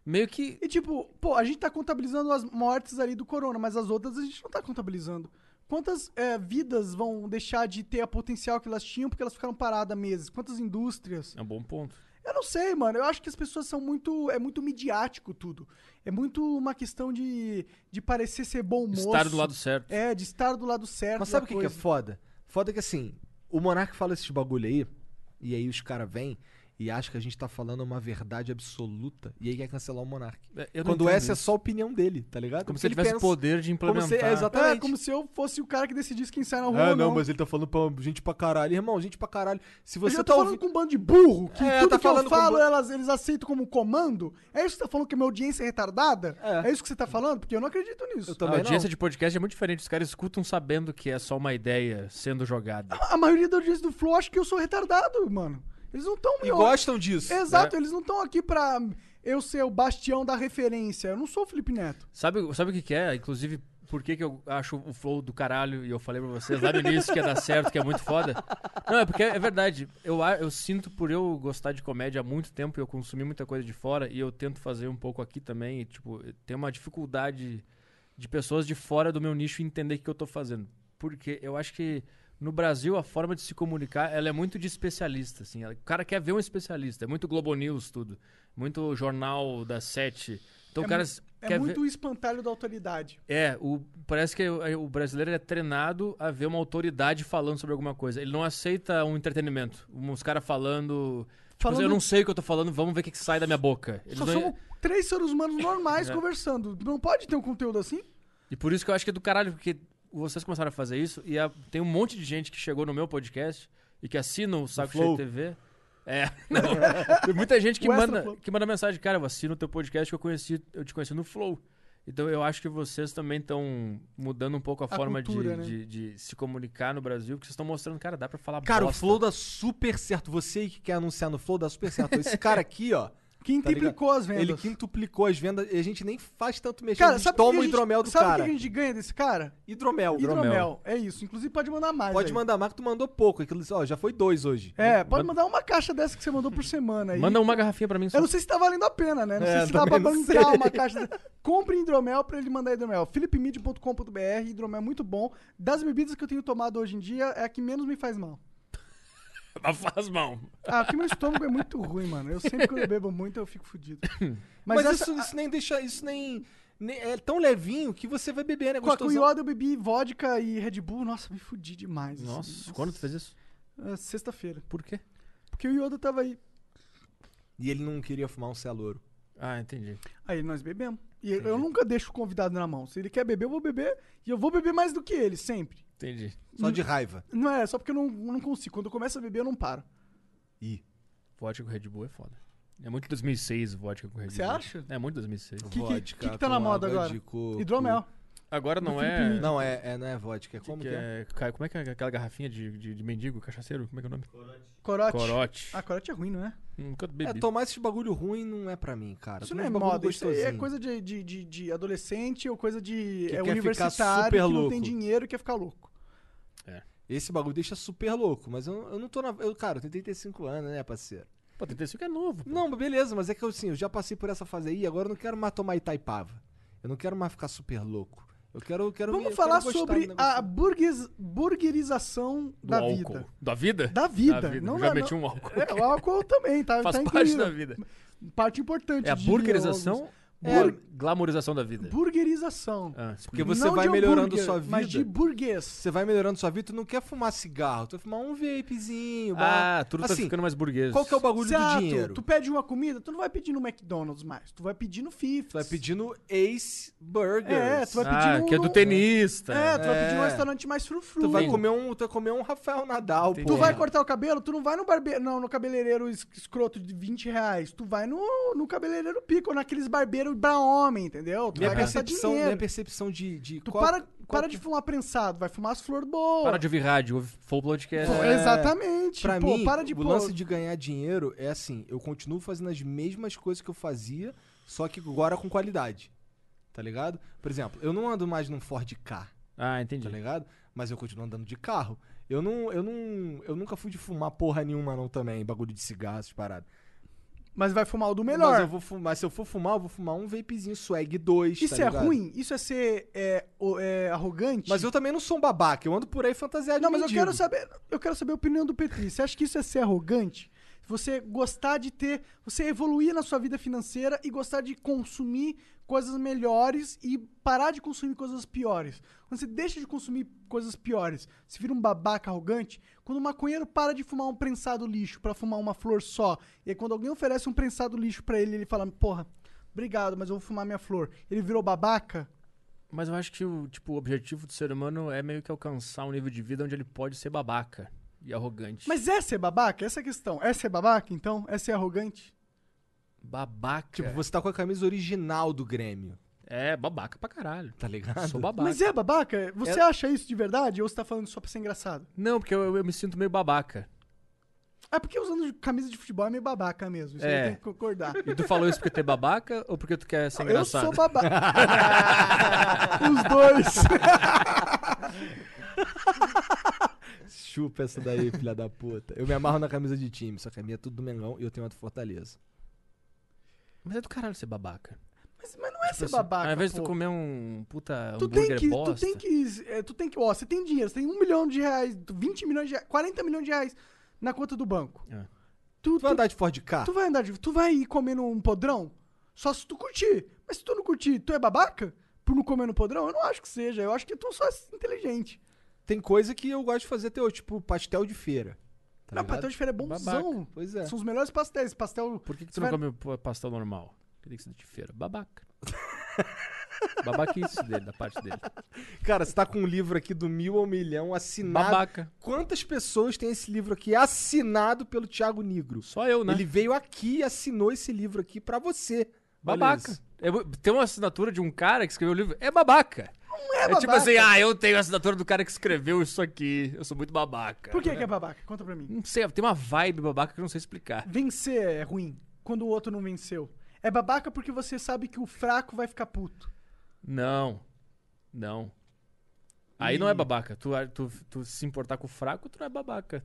C: Meio que
E: E tipo, pô, a gente tá contabilizando as mortes ali do corona, mas as outras a gente não tá contabilizando. Quantas é, vidas vão deixar de ter a potencial que elas tinham porque elas ficaram paradas meses? Quantas indústrias?
C: é um bom ponto.
E: Eu não sei, mano. Eu acho que as pessoas são muito. É muito midiático tudo. É muito uma questão de, de parecer ser bom moço.
C: Estar do lado certo.
E: É, de estar do lado certo.
D: Mas sabe o
E: da
D: que, que é
E: coisa.
D: foda? Foda que assim, o Monark fala esses bagulho aí, e aí os caras vêm e acham que a gente tá falando uma verdade absoluta, e aí quer cancelar o Monark.
C: É, eu não
D: Quando
C: entendo
D: essa é
C: isso.
D: só a opinião dele, tá ligado?
C: Como
D: Porque
C: se ele tivesse
D: pensa-
C: poder de
D: como
C: implementar.
D: se- é, exatamente.
E: É, como se eu fosse o cara que decidisse quem sai na rua.
D: Ah,
E: ou
D: não,
E: não,
D: mas ele tá falando pra gente pra caralho. Irmão, gente pra caralho. Se
E: Eu
D: você
E: já
D: tá
E: tô falando
D: ouvindo.
E: com um bando de burro, que
D: É,
E: tudo
D: tá
E: que eu
D: falando com
E: falo
D: um ba-
E: elas, eles aceitam como comando. É isso que você tá falando que minha audiência é retardada? É, isso que você tá falando? Porque eu não acredito nisso.
D: Eu
C: A
D: também não.
C: audiência de podcast é muito diferente. Os caras escutam sabendo que é só uma ideia sendo jogada.
E: A maioria da audiência do Flow acha que eu sou retardado, mano. Eles não estão...
D: E gostam disso,
E: Exato,
D: né?
E: eles não estão aqui pra eu ser o bastião da referência. Eu não sou o Felipe Neto.
C: Sabe, sabe o que, que é? Inclusive, por que, que eu acho o flow do caralho e eu falei pra vocês lá no início que ia dar certo, que é muito foda? Não, é porque é verdade. Eu, a- eu sinto por eu gostar de comédia há muito tempo e eu consumi muita coisa de fora e eu tento fazer um pouco aqui também. E, tipo, tem uma dificuldade de pessoas de fora do meu nicho entender o que eu tô fazendo. Porque eu acho que no Brasil a forma de se comunicar ela é muito de especialista. Assim. Ela- O cara quer ver um especialista. É muito Globo News tudo. Muito jornal das sete. Então
E: é
C: o cara
E: mu-
C: quer
E: é
C: ver-
E: muito o espantalho da autoridade.
C: é, o- parece que o, o brasileiro é treinado a ver uma autoridade falando sobre alguma coisa. Ele não aceita um entretenimento. Um- Uns caras falando. Tipo,
E: Falando-
C: eu não sei o que eu tô falando, vamos ver o que, que sai da minha boca. Eles
E: Só
C: não-
E: somos três seres humanos normais
C: É.
E: conversando. Não pode ter um conteúdo assim?
C: E por isso que eu acho que é do caralho, porque vocês começaram a fazer isso e a- tem um monte de gente que chegou no meu podcast e que assina o Saco Cheio
D: Flow.
C: TV. É, não. Tem muita gente que
D: O Extra
C: manda,
D: Flow.
C: que manda mensagem, cara, eu assino o teu podcast que eu conheci, eu te conheci no Flow. Então eu acho que vocês também estão mudando um pouco a,
D: A
C: forma
D: cultura,
C: de,
D: né?
C: de- de se comunicar no Brasil, porque vocês estão mostrando, cara, dá pra falar
D: Cara, o
C: bosta.
D: Flow dá super certo. Você aí que quer anunciar no Flow dá super certo. Esse cara aqui, ó. Tá
E: Quintuplicou
D: ligado?
E: as vendas.
D: Ele quintuplicou as vendas e a gente nem faz tanto mexer. a
E: Cara,
D: gente
E: sabe
D: toma
E: o
D: o
E: que a gente-
D: hidromel do
E: sabe o
D: cara.
E: que a gente ganha desse cara?
D: Hidromel.
E: Hidromel. É isso. Inclusive pode mandar mais.
D: Pode
E: aí.
D: mandar mais, que tu mandou pouco. Aquilo, ó, já foi dois hoje.
E: É, pode mandar uma caixa dessa que você mandou por semana aí.
D: Manda uma garrafinha pra mim só.
E: Eu não sei se tá valendo a pena, né? Não
D: É,
E: sei se dá pra
D: também não
E: bancar
D: sei.
E: uma caixa. dessa. Compre hidromel pra ele mandar hidromel. philipmid.com.br, hidromel é muito bom. Das bebidas que eu tenho tomado hoje em dia, é a que menos me faz mal.
C: Mas faz mal.
E: Ah, porque meu estômago é muito ruim, mano. Eu sempre quando eu bebo muito, eu fico fudido.
D: Mas,
E: essa-
D: isso, isso nem deixa. Isso nem, nem- É tão levinho que você vai beber, né?
E: Com a com
D: gostosão.
E: Yoda eu bebi vodka e Red Bull. Nossa, me fudi demais.
C: Nossa, quando tu fez isso?
E: Ah, Sexta-feira.
C: Por quê?
E: Porque o Yoda tava aí.
D: E ele não queria fumar um celouro.
C: Ah, entendi.
E: Aí nós bebemos. E eu nunca deixo o convidado na mão. Se ele quer beber, eu vou beber. E eu vou beber mais do que ele, sempre.
C: Entendi.
E: Hum.
D: Só de raiva.
E: Não é, só porque eu não, não consigo. Quando eu começo a beber, eu não paro.
D: Ih.
C: Vodka com Red Bull é foda. É muito 2006 o vodka com Red Bull.
E: Você acha?
C: É muito 2006.
E: Que que- Vodka que que tá na com moda água agora? de coco. Hidromel.
C: Agora não
D: Do
C: é...
D: Felipe. Não, é- é- não é vodka, é como que
C: é? ca- Como é que é aquela garrafinha de, de, de mendigo, cachaceiro? Como é que é o nome? Corote.
E: Corote.
C: Corote. Hum,
E: Ah, corote é ruim, não é?
C: Nunca bebi.
D: É, tomar esse bagulho ruim não é pra mim, cara.
E: Isso
D: Tomar
E: não é
D: esse bagulho
E: moda, isso aí é
D: gostosinho.
E: coisa de, de, de, de adolescente ou coisa
D: Que
E: de é,
D: quer ficar
E: universitário
D: super
E: que não
D: louco.
E: tem dinheiro e quer ficar louco.
D: Esse bagulho deixa super louco, mas eu, eu não tô na. Eu, cara, eu tenho 35 anos, né, parceiro?
C: Pô, 35 é novo.
D: Não, mas beleza, mas é que eu, assim, eu já passei por essa fase aí, agora eu não quero mais tomar Itaipava. Eu não quero mais ficar super louco. Eu quero. Eu quero eu
E: Vamos
D: quero
E: falar
D: gostar do
E: sobre
D: negócio.
E: a burgues- burguerização
C: Do
E: da
C: álcool.
E: vida.
C: Da vida?
E: Da vida.
C: Da vida.
E: Não
C: Já
E: da-
C: meti
E: não-
C: um álcool.
E: É, o álcool também, tá?
C: Faz
E: tá
C: parte
E: incluído.
C: da vida.
E: Parte importante.
C: É a
E: diria
C: burgerização
E: alguns.
C: ou a glamorização da vida?
E: Burguerização.
C: Ah,
D: Porque você
E: Não
D: vai
E: de
D: melhorando
E: hambúrguer,
D: sua vida.
E: mas de burguês.
D: Você vai melhorando sua vida, tu não quer fumar cigarro, tu vai fumar um vapezinho.
C: Ah,
D: blá.
C: tudo
E: assim,
C: tá ficando mais burguês.
D: Qual que é o bagulho
E: Exato.
D: do dinheiro?
E: Tu pede uma comida, tu não vai pedir no McDonald's mais. Tu vai pedir no FIFA. Tu
D: vai pedir no Ace Burgers.
E: É, tu vai pedir
C: Ah,
E: no,
C: que é do
E: no-
C: tenista.
E: É, tu vai pedir num
D: É.
E: restaurante mais frufru.
D: Tu vai comer um, tu vai comer um é. Rafael Nadal, pô.
E: Tu vai cortar o cabelo, tu não vai no barbeiro, não, no cabeleireiro es- escroto de 20 reais. Tu vai no, no cabeleireiro pico, naqueles barbeiros pra homem, entendeu? Tu
D: Minha
E: vai gastar
D: percepção,
E: dinheiro.
D: minha percepção de, de
E: Tu
D: qual-
E: para, para de fumar prensado, vai fumar as flor boas.
C: Para de ouvir rádio, ouve full podcast.
E: Pô, Exatamente.
D: é. Pra
E: Pô,
D: mim,
E: para de
D: o
E: pôr-
D: lance de ganhar dinheiro é assim, eu continuo fazendo as mesmas coisas que eu fazia, só que agora com qualidade. Tá ligado? Por exemplo, eu não ando mais num Ford K.
C: Ah, entendi.
D: Tá ligado? Mas eu continuo andando de carro. Eu não, eu não, eu nunca fui de fumar porra nenhuma não também, bagulho de cigarro, essas paradas.
E: Mas vai fumar o do
D: Mas
E: melhor.
D: eu vou fumar, se eu for fumar, eu vou fumar um vapezinho swag 2,
E: Isso
D: tá
E: é
D: ligado?
E: ruim? Isso é ser é, o- é, arrogante?
D: Mas eu também não sou um babaca, eu ando por aí fantasiado
E: Não,
D: de
E: mas eu
D: mendigo.
E: quero saber, eu quero saber a opinião do Petri. Você acha que isso é ser arrogante? Você gostar de ter, você evoluir na sua vida financeira e gostar de consumir coisas melhores e parar de consumir coisas piores. Quando você deixa de consumir coisas piores, se vira um babaca arrogante, quando o maconheiro para de fumar um prensado lixo pra fumar uma flor só, e aí quando alguém oferece um prensado lixo pra ele, ele fala: "Porra, obrigado, mas eu vou fumar minha flor". Ele virou babaca?
C: Mas eu acho que o, tipo, o objetivo do ser humano é meio que alcançar um nível de vida onde ele pode ser babaca e arrogante.
E: Mas é ser babaca? Essa é a questão. É ser babaca, então? É ser arrogante?
C: Babaca.
D: Tipo, você tá com a camisa original do Grêmio.
C: É, babaca pra caralho.
D: Tá ligado?
C: Sou babaca.
E: Mas é babaca? Você acha isso de verdade ou você tá falando só pra ser engraçado?
C: Não, porque eu, eu me sinto meio babaca.
E: É porque usando camisa de futebol é meio babaca mesmo. Isso aí
C: É.
E: tem que concordar.
C: E tu falou isso porque tu é babaca ou porque tu quer ser
E: Eu
C: engraçado?
E: sou babaca. Os dois.
D: Chupa essa daí, filha da puta. Eu me amarro na camisa de time, só que a minha é tudo do Mengão e eu tenho uma do Fortaleza.
C: Mas é do caralho ser babaca.
E: Mas, mas não é ser
C: Tipo assim,
E: babaca.
C: Ao invés de
E: pô.
C: tu comer um puta
E: Tu tem
C: hambúrguer
E: que, tu
C: bosta.
E: tem que, é, tu tem que, ó, você tem dinheiro, você tem um milhão de reais, 20 milhões de reais, 40 milhões de reais na conta do banco.
C: É.
E: Tu,
D: Tu vai andar de Ford K?
E: tu vai andar de, tu vai ir comer num podrão só se tu curtir. Mas se tu não curtir, tu é babaca por não comer no podrão? Eu não acho que seja, eu acho que tu só é inteligente.
D: Tem coisa que eu gosto de fazer até hoje, tipo pastel de feira. Tá
E: não,
D: ligado?
E: pastel de feira é bonzão.
D: Babaca, pois é.
E: São os melhores pastéis, pastel...
C: Por que, que tu não come p- pastel normal? Queria que você de feira. Babaca. Babaquice dele, da parte dele.
D: Cara, você tá com um livro aqui do mil ao milhão assinado.
C: Babaca.
D: Quantas pessoas tem esse livro aqui assinado pelo Thiago Negro?
C: Só eu, né?
D: Ele veio aqui e assinou esse livro aqui pra você. Olha
C: Babaca.
D: isso.
C: É bu- tem uma assinatura de um cara que escreveu o livro. É babaca.
E: Não é
C: É,
E: babaca.
C: tipo assim, ah, eu tenho a assinatura do cara que escreveu isso aqui. Eu sou muito babaca.
E: Por que que é babaca? Conta pra mim.
C: Não sei, tem uma vibe babaca que eu não sei explicar.
E: Vencer é ruim quando o outro não venceu. É babaca porque você sabe que o fraco vai ficar puto.
C: Não. Não. Aí não é babaca. Tu, tu, tu se importar com o fraco, tu não é babaca.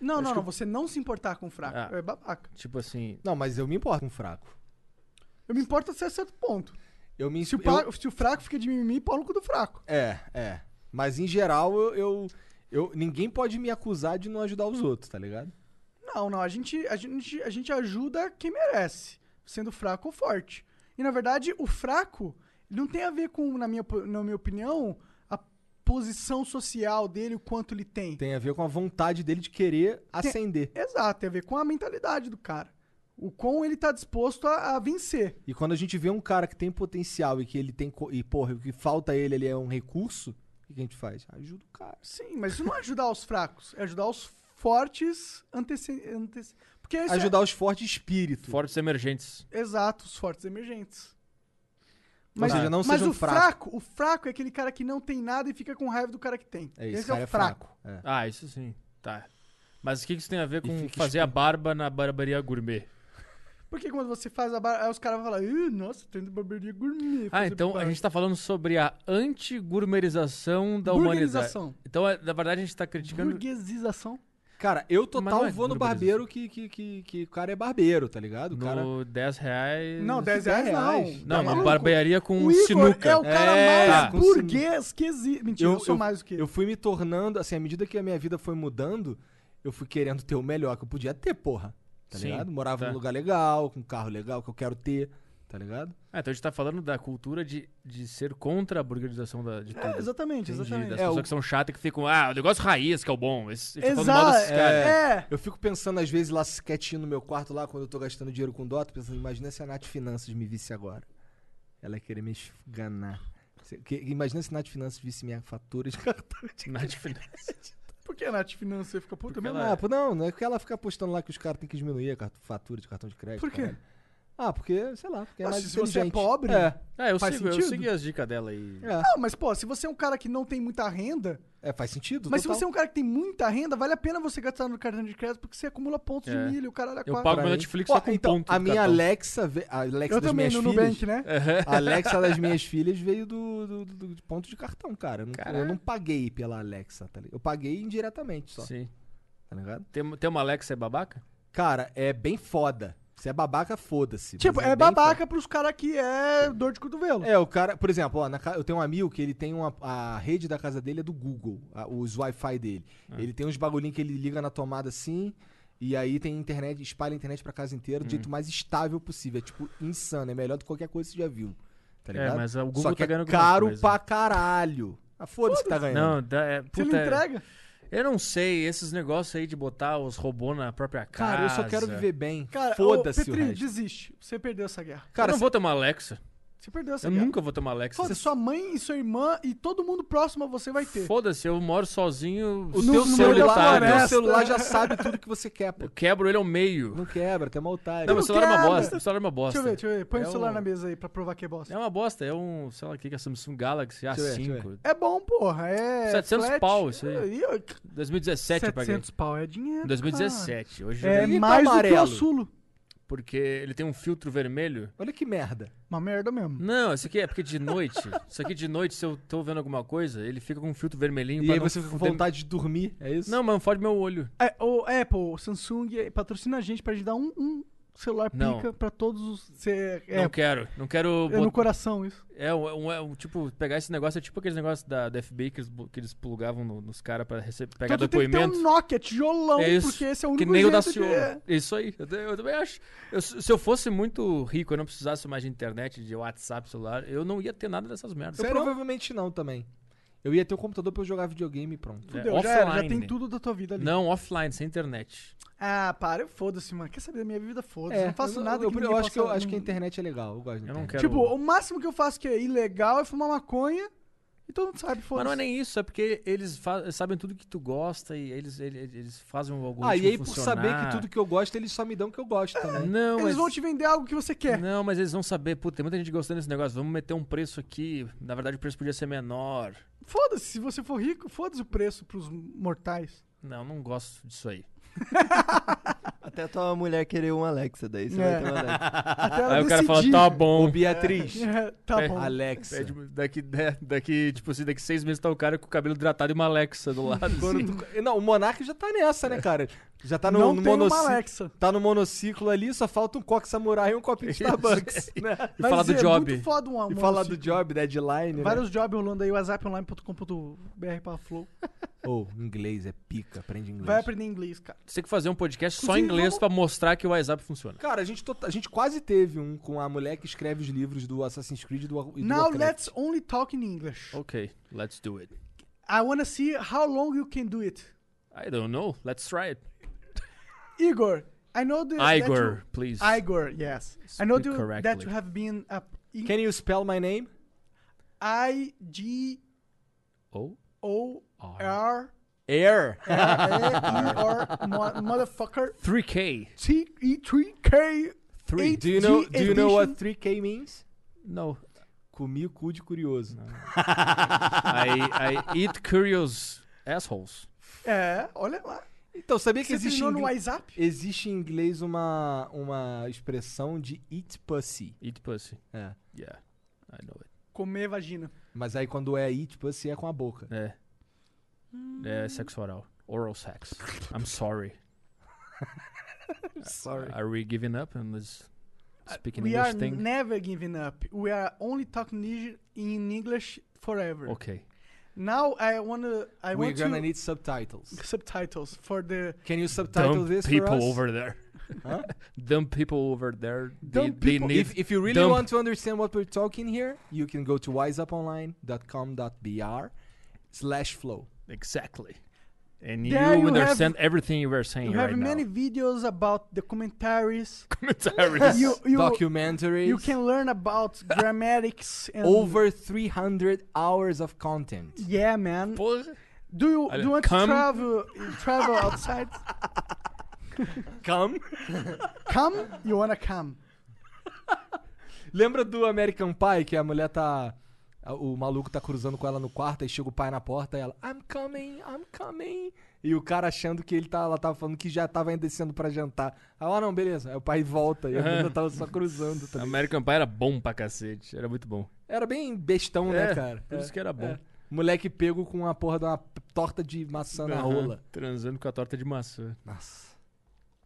E: Não,
C: Acho
E: não,
C: que
E: não.
C: eu-
E: Você não se importar com o fraco.
C: Ah.
E: É babaca.
C: Tipo assim.
D: Não, mas eu me importo com o fraco.
E: Eu me importo até certo ponto.
D: Eu me
E: Se o,
D: eu-
E: pa- se o fraco fica de mimimi, pau no cu do fraco.
D: É, é. Mas em geral, eu, eu, eu- Ninguém pode me acusar de não ajudar os outros, tá ligado?
E: Não, não. A gente, a gente, a gente ajuda quem merece, sendo fraco ou forte. E na verdade, o fraco ele não tem a ver com, na minha, po- na minha opinião, a posição social dele, o quanto ele tem.
D: Tem a ver com a vontade dele de querer ascender.
E: Exato, tem a ver com a mentalidade do cara. O quão ele tá disposto a- a vencer.
D: E quando a gente vê um cara que tem potencial e que ele tem. co- E, porra, o que falta a ele ali é um recurso, o que que a gente faz? Ajuda o cara.
E: Sim, mas isso não é ajudar os fracos, é ajudar os fortes antece... antece... Porque esse é-
D: Ajudar os fortes de espírito.
C: Fortes emergentes.
E: Exato, os fortes emergentes.
D: Ou seja, não
E: mas
D: seja um
E: o fraco. o fraco é aquele cara que não tem nada e fica com raiva do cara que tem.
D: É isso,
E: esse é
D: cara
E: o fraco.
D: É.
C: Ah, isso sim. Tá. Mas o que que isso tem a ver com
D: fica
C: fazer a barba na barbearia gourmet?
E: Porque quando você faz a barba, aí os caras vão falar, "Ih, nossa, tem barbearia gourmet.
C: Ah,
E: fazer
C: então a
E: barba."
C: gente tá falando sobre a anti-gourmerização da humanidade.
E: Burguerização.
C: Então, é- na verdade, a gente tá criticando.
E: Burguesização.
D: Cara, eu
C: Mas não
D: total
C: é
D: vou no
C: grupo
D: barbeiro que, que, que, que o cara é barbeiro, tá ligado? O
C: No
D: cara.
C: 10 reais.
E: Não, 10 reais
D: reais.
E: não.
C: Não,
E: Tá
C: uma
E: maluco?
C: barbearia com
E: O Igor
C: sinuca.
E: é o cara
C: É,
E: mais
D: tá.
E: burguês que existe. Mentira, eu, sou mais do que
D: Eu fui me tornando, assim, à medida que a minha vida foi mudando, eu fui querendo ter o melhor que eu podia ter, porra. Tá
C: Sim,
D: ligado? Morava
C: tá.
D: num lugar legal, com um carro legal que eu quero ter, tá ligado?
C: Ah, então a gente tá falando da cultura de, de ser contra a burguerização da, de tudo.
E: É, exatamente,
C: Entendi,
E: exatamente.
C: Das
D: É,
C: pessoas
D: o-
C: que são chatas que ficam, ah, o negócio raiz que é o bom. Esse, esse tá falando mal
E: Exato.
C: desses caras.
E: É.
D: Eu fico pensando, às vezes, lá quietinho no meu quarto, lá, quando eu tô gastando dinheiro com Dota, pensando, imagina se a Nath Finanças me visse agora. Ela ia querer me esganar. Se- que- Imagina se a Nath Finanças visse minha fatura de cartão de
C: Na diferença.
E: Por que a Nath Finança fica puta?
D: Não,
E: mesmo?
D: não, pô, não, não é porque ela fica postando lá que os caras têm que diminuir a cart- fatura de cartão de
C: é
D: crédito.
E: Por quê?
D: caralho. Ah, porque, sei lá, porque é
E: Nossa,
D: mais
E: se você é
D: inteligente.
E: pobre,
D: É,
C: Ah, eu
E: Faz
C: sigo, eu
E: sentido?
C: segui as dicas dela aí.
D: é,
E: Não, mas pô, se você é um cara que não tem muita renda,
D: é, faz sentido.
E: mas se
D: total.
E: você é um cara que tem muita renda, vale a pena você gastar no cartão de crédito porque você acumula pontos
C: É.
E: de milho, o caralho, a
C: Eu
E: quatro.
C: pago
D: Pra
C: meu
D: mim.
C: Netflix
D: Ó,
C: só com um
D: então,
C: ponto
D: a
C: do
D: minha
C: cartão.
D: Alexa, ve- a Alexa
E: Eu
D: das
E: também,
D: minhas
E: no
D: filhas,
E: Nubank,
C: É,
E: né?
D: a Alexa das minhas filhas veio do, do- do- do ponto de cartão, cara. Eu não, eu não paguei pela Alexa, tá ligado? Eu paguei indiretamente só,
C: Sim.
D: tá ligado?
C: Tem, tem uma Alexa é babaca?
D: Cara, é bem foda. Se é babaca, foda-se.
E: Tipo,
D: mas
E: é
D: bem
E: babaca pros caras que é dor de cotovelo.
D: É, o cara, por exemplo, ó, na ca- eu tenho um amigo que ele tem uma. A rede da casa dele é do Google, a- os Wi-Fi dele.
C: Ah.
D: Ele tem uns bagulhinhos que ele liga na tomada assim, e aí tem internet, espalha a internet pra casa
C: Uhum.
D: inteira do jeito mais estável possível. É tipo insano, é melhor do que qualquer coisa que você já viu. Tá
C: É,
D: ligado?
C: mas o Google
D: Só que
C: tá
D: é
C: ganhando alguma
D: caro
C: coisa.
D: pra caralho. Ah, foda-se que tá ganhando.
C: Não, dá- é,
E: Você
C: puta,
E: não
C: é-
E: entrega?
C: Eu não sei, esses negócios aí de botar os robôs na própria casa.
D: cara, eu só quero viver bem.
E: Cara, ô,
D: Foda-se o
E: Petri,
D: resto.
E: desiste. Você perdeu essa guerra.
C: Cara, eu
D: Cara,
C: não vou ter uma Alexa.
E: Você perdeu essa
C: Eu
E: guerra.
C: nunca vou tomar Lexus.
E: Foda-se, sua mãe e sua irmã e todo mundo próximo a você vai ter.
C: Foda-se, eu moro sozinho.
E: O teu celular- né?
C: solitário.
E: o teu
D: celular já sabe tudo que você quer, pô.
C: Eu quebro ele ao meio.
D: Não quebra, tem uma otária.
C: Não, meu celular é uma
E: quebra.
C: bosta. Meu celular é uma bosta.
E: Deixa eu ver, deixa eu ver. Põe
C: É
E: o celular
C: um-
E: na mesa aí pra provar que é bosta.
C: É uma bosta, é um, sei lá o que, que é Samsung Galaxy
D: Deixa eu ver, deixa eu
C: A5.
E: É bom, porra. É
C: 700
E: flat.
C: pau isso aí.
E: Ih, ó,
C: 2017 eu paguei.
E: 700 pau é dinheiro.
C: 2017,
E: cara.
C: hoje
E: é
C: eu- Ih, tá
E: mais do que o
C: amarelo.
E: Assulo.
C: Porque ele tem um filtro vermelho.
D: Olha que merda.
E: Uma merda mesmo.
C: Não, isso aqui é porque de noite. isso aqui de noite, se eu tô vendo alguma coisa, ele fica com um filtro vermelhinho
D: E
C: pra
D: aí
C: não
D: você fica com
C: fuder-
D: vontade de dormir, é isso?
C: Não, mas não fode meu olho.
E: É, o Apple, o Samsung eh, patrocina a gente pra gente dar um, um celular
C: Não.
E: pica pra todos os. cê- é,
C: Não quero. Não quero.
E: É no
C: bot-
E: coração isso.
C: É, um, é um- é um- tipo, pegar esse negócio é tipo aqueles negócios da, da FBI que eles, bu- que eles plugavam no- nos caras pra rece- pegar
E: Então tu tem que ter
C: depoimento.
E: um Nokia, tijolão,
C: é isso.
E: porque esse é o
C: que
E: único
C: nem o
E: jeito
C: da
E: de- é.
C: senhora. Isso aí. Eu, te- eu também acho. Eu- se eu fosse muito rico, eu não precisasse mais de internet, de WhatsApp, celular, eu não ia ter nada dessas merdas.
D: Eu provavelmente não também. Eu ia ter um computador pra eu jogar videogame e pronto.
C: É.
E: Fudeu, já, era, já tem tudo da tua vida ali.
C: Não, offline, sem internet.
E: Ah, para, eu foda-se, mano. Quer saber da minha vida? Foda-se.
D: É,
E: não faço
D: eu-
E: nada
D: eu,
E: que
D: eu
E: ninguém
D: acho que eu
E: possa-
D: acho que a internet é legal. Eu gosto da
C: Eu não
D: internet.
C: quero.
E: Tipo, o máximo que eu faço que é ilegal é fumar maconha e todo mundo sabe,
C: Mas
E: foda-se.
C: não é nem isso, é porque eles fa- sabem tudo que tu gosta e eles, ele- eles, fazem o algoritmo
D: Ah, e aí por
C: funcionar.
D: saber que tudo que eu gosto, eles só me dão o que eu gosto também.
C: Não,
E: Eles
C: mas...
E: vão te vender algo que você quer.
C: Não, mas eles vão saber, puta, tem muita gente gostando desse negócio, vamos meter um preço aqui. Na verdade, o preço podia ser menor.
E: Foda-se, se você for rico, foda-se o preço pros mortais.
C: Não, não gosto disso aí.
K: Até tua mulher querer um Alexa, daí você
E: É.
K: vai ter um Alexa.
E: Até ela
C: aí o cara fala,
E: decidir.
C: tá bom.
D: Ô, Beatriz,
E: É, tá
C: É,
E: bom.
D: Alexa.
C: É, tipo, daqui, de- daqui, tipo assim, daqui seis meses tá o cara com o cabelo hidratado e uma Alexa do lado. assim.
D: Quando tu- Não, o Monark já tá nessa, né, cara? Já tá no,
E: não
D: no
E: tem
D: monoci-
E: uma Alexa.
D: Tá no monociclo ali, só falta um coque samurai e um copinho de Starbucks, né?
C: E falar do
E: é
C: job.
E: muito foda um
D: E
E: almoço.
D: falar do job, deadline, né?
E: Vários jobs rolando aí, whatsapponline.com.br para flow.
D: Ou, inglês é pica, aprende inglês.
E: Vai aprender inglês, cara.
C: Você tem que fazer um podcast só em
E: Inclusive,
C: inglês
E: vamos-
C: pra mostrar que o WhatsApp funciona.
D: Cara, a gente, tota- a gente quase teve um com a mulher que escreve os livros do Assassin's Creed e do, Wa- e do
E: Now
D: Warcraft.
E: let's only talk in English.
C: Ok, let's do it.
E: I wanna see how long you can do it.
C: I don't know, let's try it.
E: Igor, I know the, that
C: Igor,
E: you-
C: please.
E: Igor, yes. I know
C: Speak
E: the- that
C: correctly.
E: you have been a in-
D: Can you spell my name?
E: I G
C: Oh,
E: O R
D: Air.
E: R motherfucker
C: 3K.
E: T E 3 K
D: Three. Do you know, do you know what 3K means?
C: No.
D: Comi o cu de curioso. né?
C: I, I eat curious assholes.
E: É, olha lá.
D: Então, sabia que
E: Você
D: existe,
E: treinou
D: em
E: no
D: ingl-
E: WhatsApp?
D: existe em inglês uma, uma expressão de eat pussy.
C: Eat pussy.
D: É.
C: Yeah, I know it.
E: Comer vagina.
D: Mas aí quando é eat pussy é com a boca.
C: É.
D: Hum.
C: É sexo oral. Oral sex. I'm sorry.
D: Sorry. Uh,
C: Are we giving up on this speaking
E: We are
C: English thing?
E: never giving up. We are only talking Nig- in English forever.
C: Ok.
E: Now I wanna I
D: We're
E: want to
D: gonna need subtitles.
E: subtitles for the
D: Can you subtitle
C: Dumb
D: this
C: people
D: for us?
C: over there.
D: Huh?
C: Dumb people over there. They,
D: Dumb
C: they
D: people.
C: need
D: if, if you really
C: dumb-
D: want to understand what we're talking here, you can go to wiseuponline.com.br slash flow.
C: Exactly. And
E: There
C: you,
E: you
C: understand everything you were saying
E: You
C: right
E: have many
C: now.
E: videos about the commentaries.
C: Commentaries.
E: you you
D: Documentaries.
E: you can learn about grammatics and
D: Over 300 hours of content.
E: Yeah, man.
C: Porra.
E: Do you
C: Olha,
E: do you want
C: come.
E: to travel travel outside?
D: Come.
E: come? You wanna come?
D: Lembra do American Pie, que a mulher tá... a- O maluco tá cruzando com ela no quarto, aí chega o pai na porta e ela... I'm coming, I'm coming. E o cara achando que ele tá... Ela tava falando que já tava indo descendo pra jantar. Aí, ah, não, beleza. Aí o pai volta e a menina tava só cruzando. Tá ligado?
C: American Pie era bom pra cacete. Era muito bom.
D: Era bem bestão, né,
C: É,
D: cara?
C: por isso que era bom.
D: Moleque pego com uma porra de uma p- torta de maçã na
C: Aham,
D: É. rola.
C: Transando com a torta de maçã.
D: Nossa.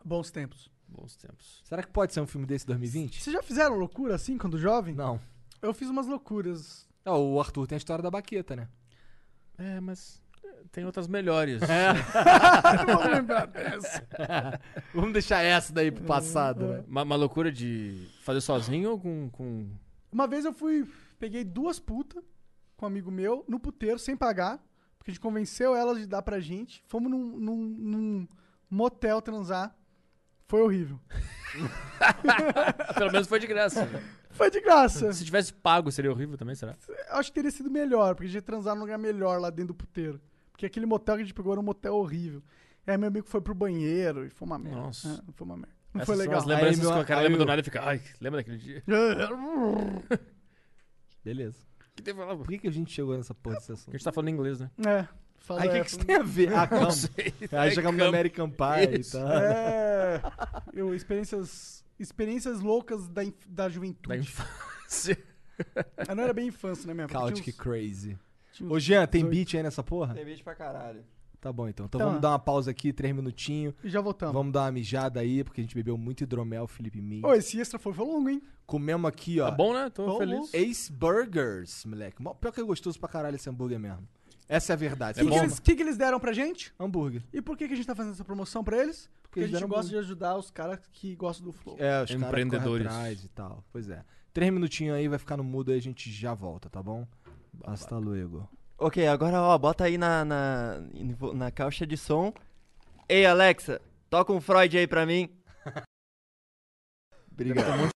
E: Bons tempos.
C: Bons tempos.
D: Será que pode ser um filme desse 2020?
E: Vocês já fizeram loucura assim quando jovem?
D: Não.
E: Eu fiz umas loucuras.
D: Ah, o Arthur tem a história da baqueta, né?
C: É, mas eh, tem outras melhores.
D: Vamos deixar essa daí pro passado, né?
C: uma, uma loucura de fazer sozinho ou com. com...
E: Uma vez eu fui, peguei duas putas com um amigo meu no puteiro sem pagar, porque a gente convenceu elas de dar pra gente. Fomos num, num- num motel transar. Foi horrível.
C: Ah, pelo menos foi de graça. né?
E: Foi de graça.
C: Se tivesse pago, seria horrível também, será?
E: Acho que teria sido melhor, porque a gente ia transar num lugar melhor lá dentro do puteiro. Porque aquele motel que a gente pegou era um motel horrível. E aí meu amigo foi pro banheiro e foi uma merda.
C: Nossa.
E: É, foi uma merda. Não
C: Essas são
E: foi legal.
C: as lembranças que o cara lembra
E: eu-
C: do nada e fica, ai, lembra daquele dia?
D: Beleza.
C: que teve lá? Por
D: que, que a gente chegou nessa porra desse assunto?
C: Porque a gente tá falando inglês, né?
E: É. Fala
D: Aí o que, que
E: essa.
D: isso tem a ver? Ah,
C: Não
D: calma.
C: sei.
D: Aí
C: É
D: chegamos no
C: campo.
D: American Pie tá?
C: Isso.
D: e tal.
E: É. Eu, experiências, experiências loucas da, inf- da juventude.
C: Da infância.
E: Ah, não era bem infância, né, minha época?
D: Chaotic
E: Tinha uns-
D: Crazy.
E: tinha uns
D: Ô, Jean, tem
E: 18.
D: beat aí nessa porra?
K: Tem vídeo pra caralho.
D: Tá bom, então. Então
E: Tá.
D: vamos dar uma pausa aqui, três minutinhos.
E: E já voltamos.
D: Vamos dar uma mijada aí, porque a gente bebeu muito hidromel, Felipe Min.
E: Ô, esse extra foi, foi longo, hein?
D: Comemos aqui, ó.
C: Tá bom, né? Tô
E: Bom,
C: feliz.
D: Ace Burgers, moleque. Mó- Pior que é gostoso pra caralho esse hambúrguer mesmo. Essa é a verdade.
E: O que, que
D: Você
E: eles- que que eles deram pra gente?
D: ama Hambúrguer.
E: E por que, que a gente tá fazendo essa promoção pra eles? Porque, a
D: eles
E: gente
D: deram
E: gosta
D: bom.
E: de ajudar os caras que gostam do Flow.
D: É, os
C: Empreendedores.
D: empreendedores. atrás e tal. Pois é. Três minutinhos aí, vai ficar no mudo aí a gente já volta, tá bom? Hasta luego.
K: Ok, agora ó, bota aí na, na, em vo- na caixa de som. Ei, Alexa, toca um Freud aí pra mim. Obrigado.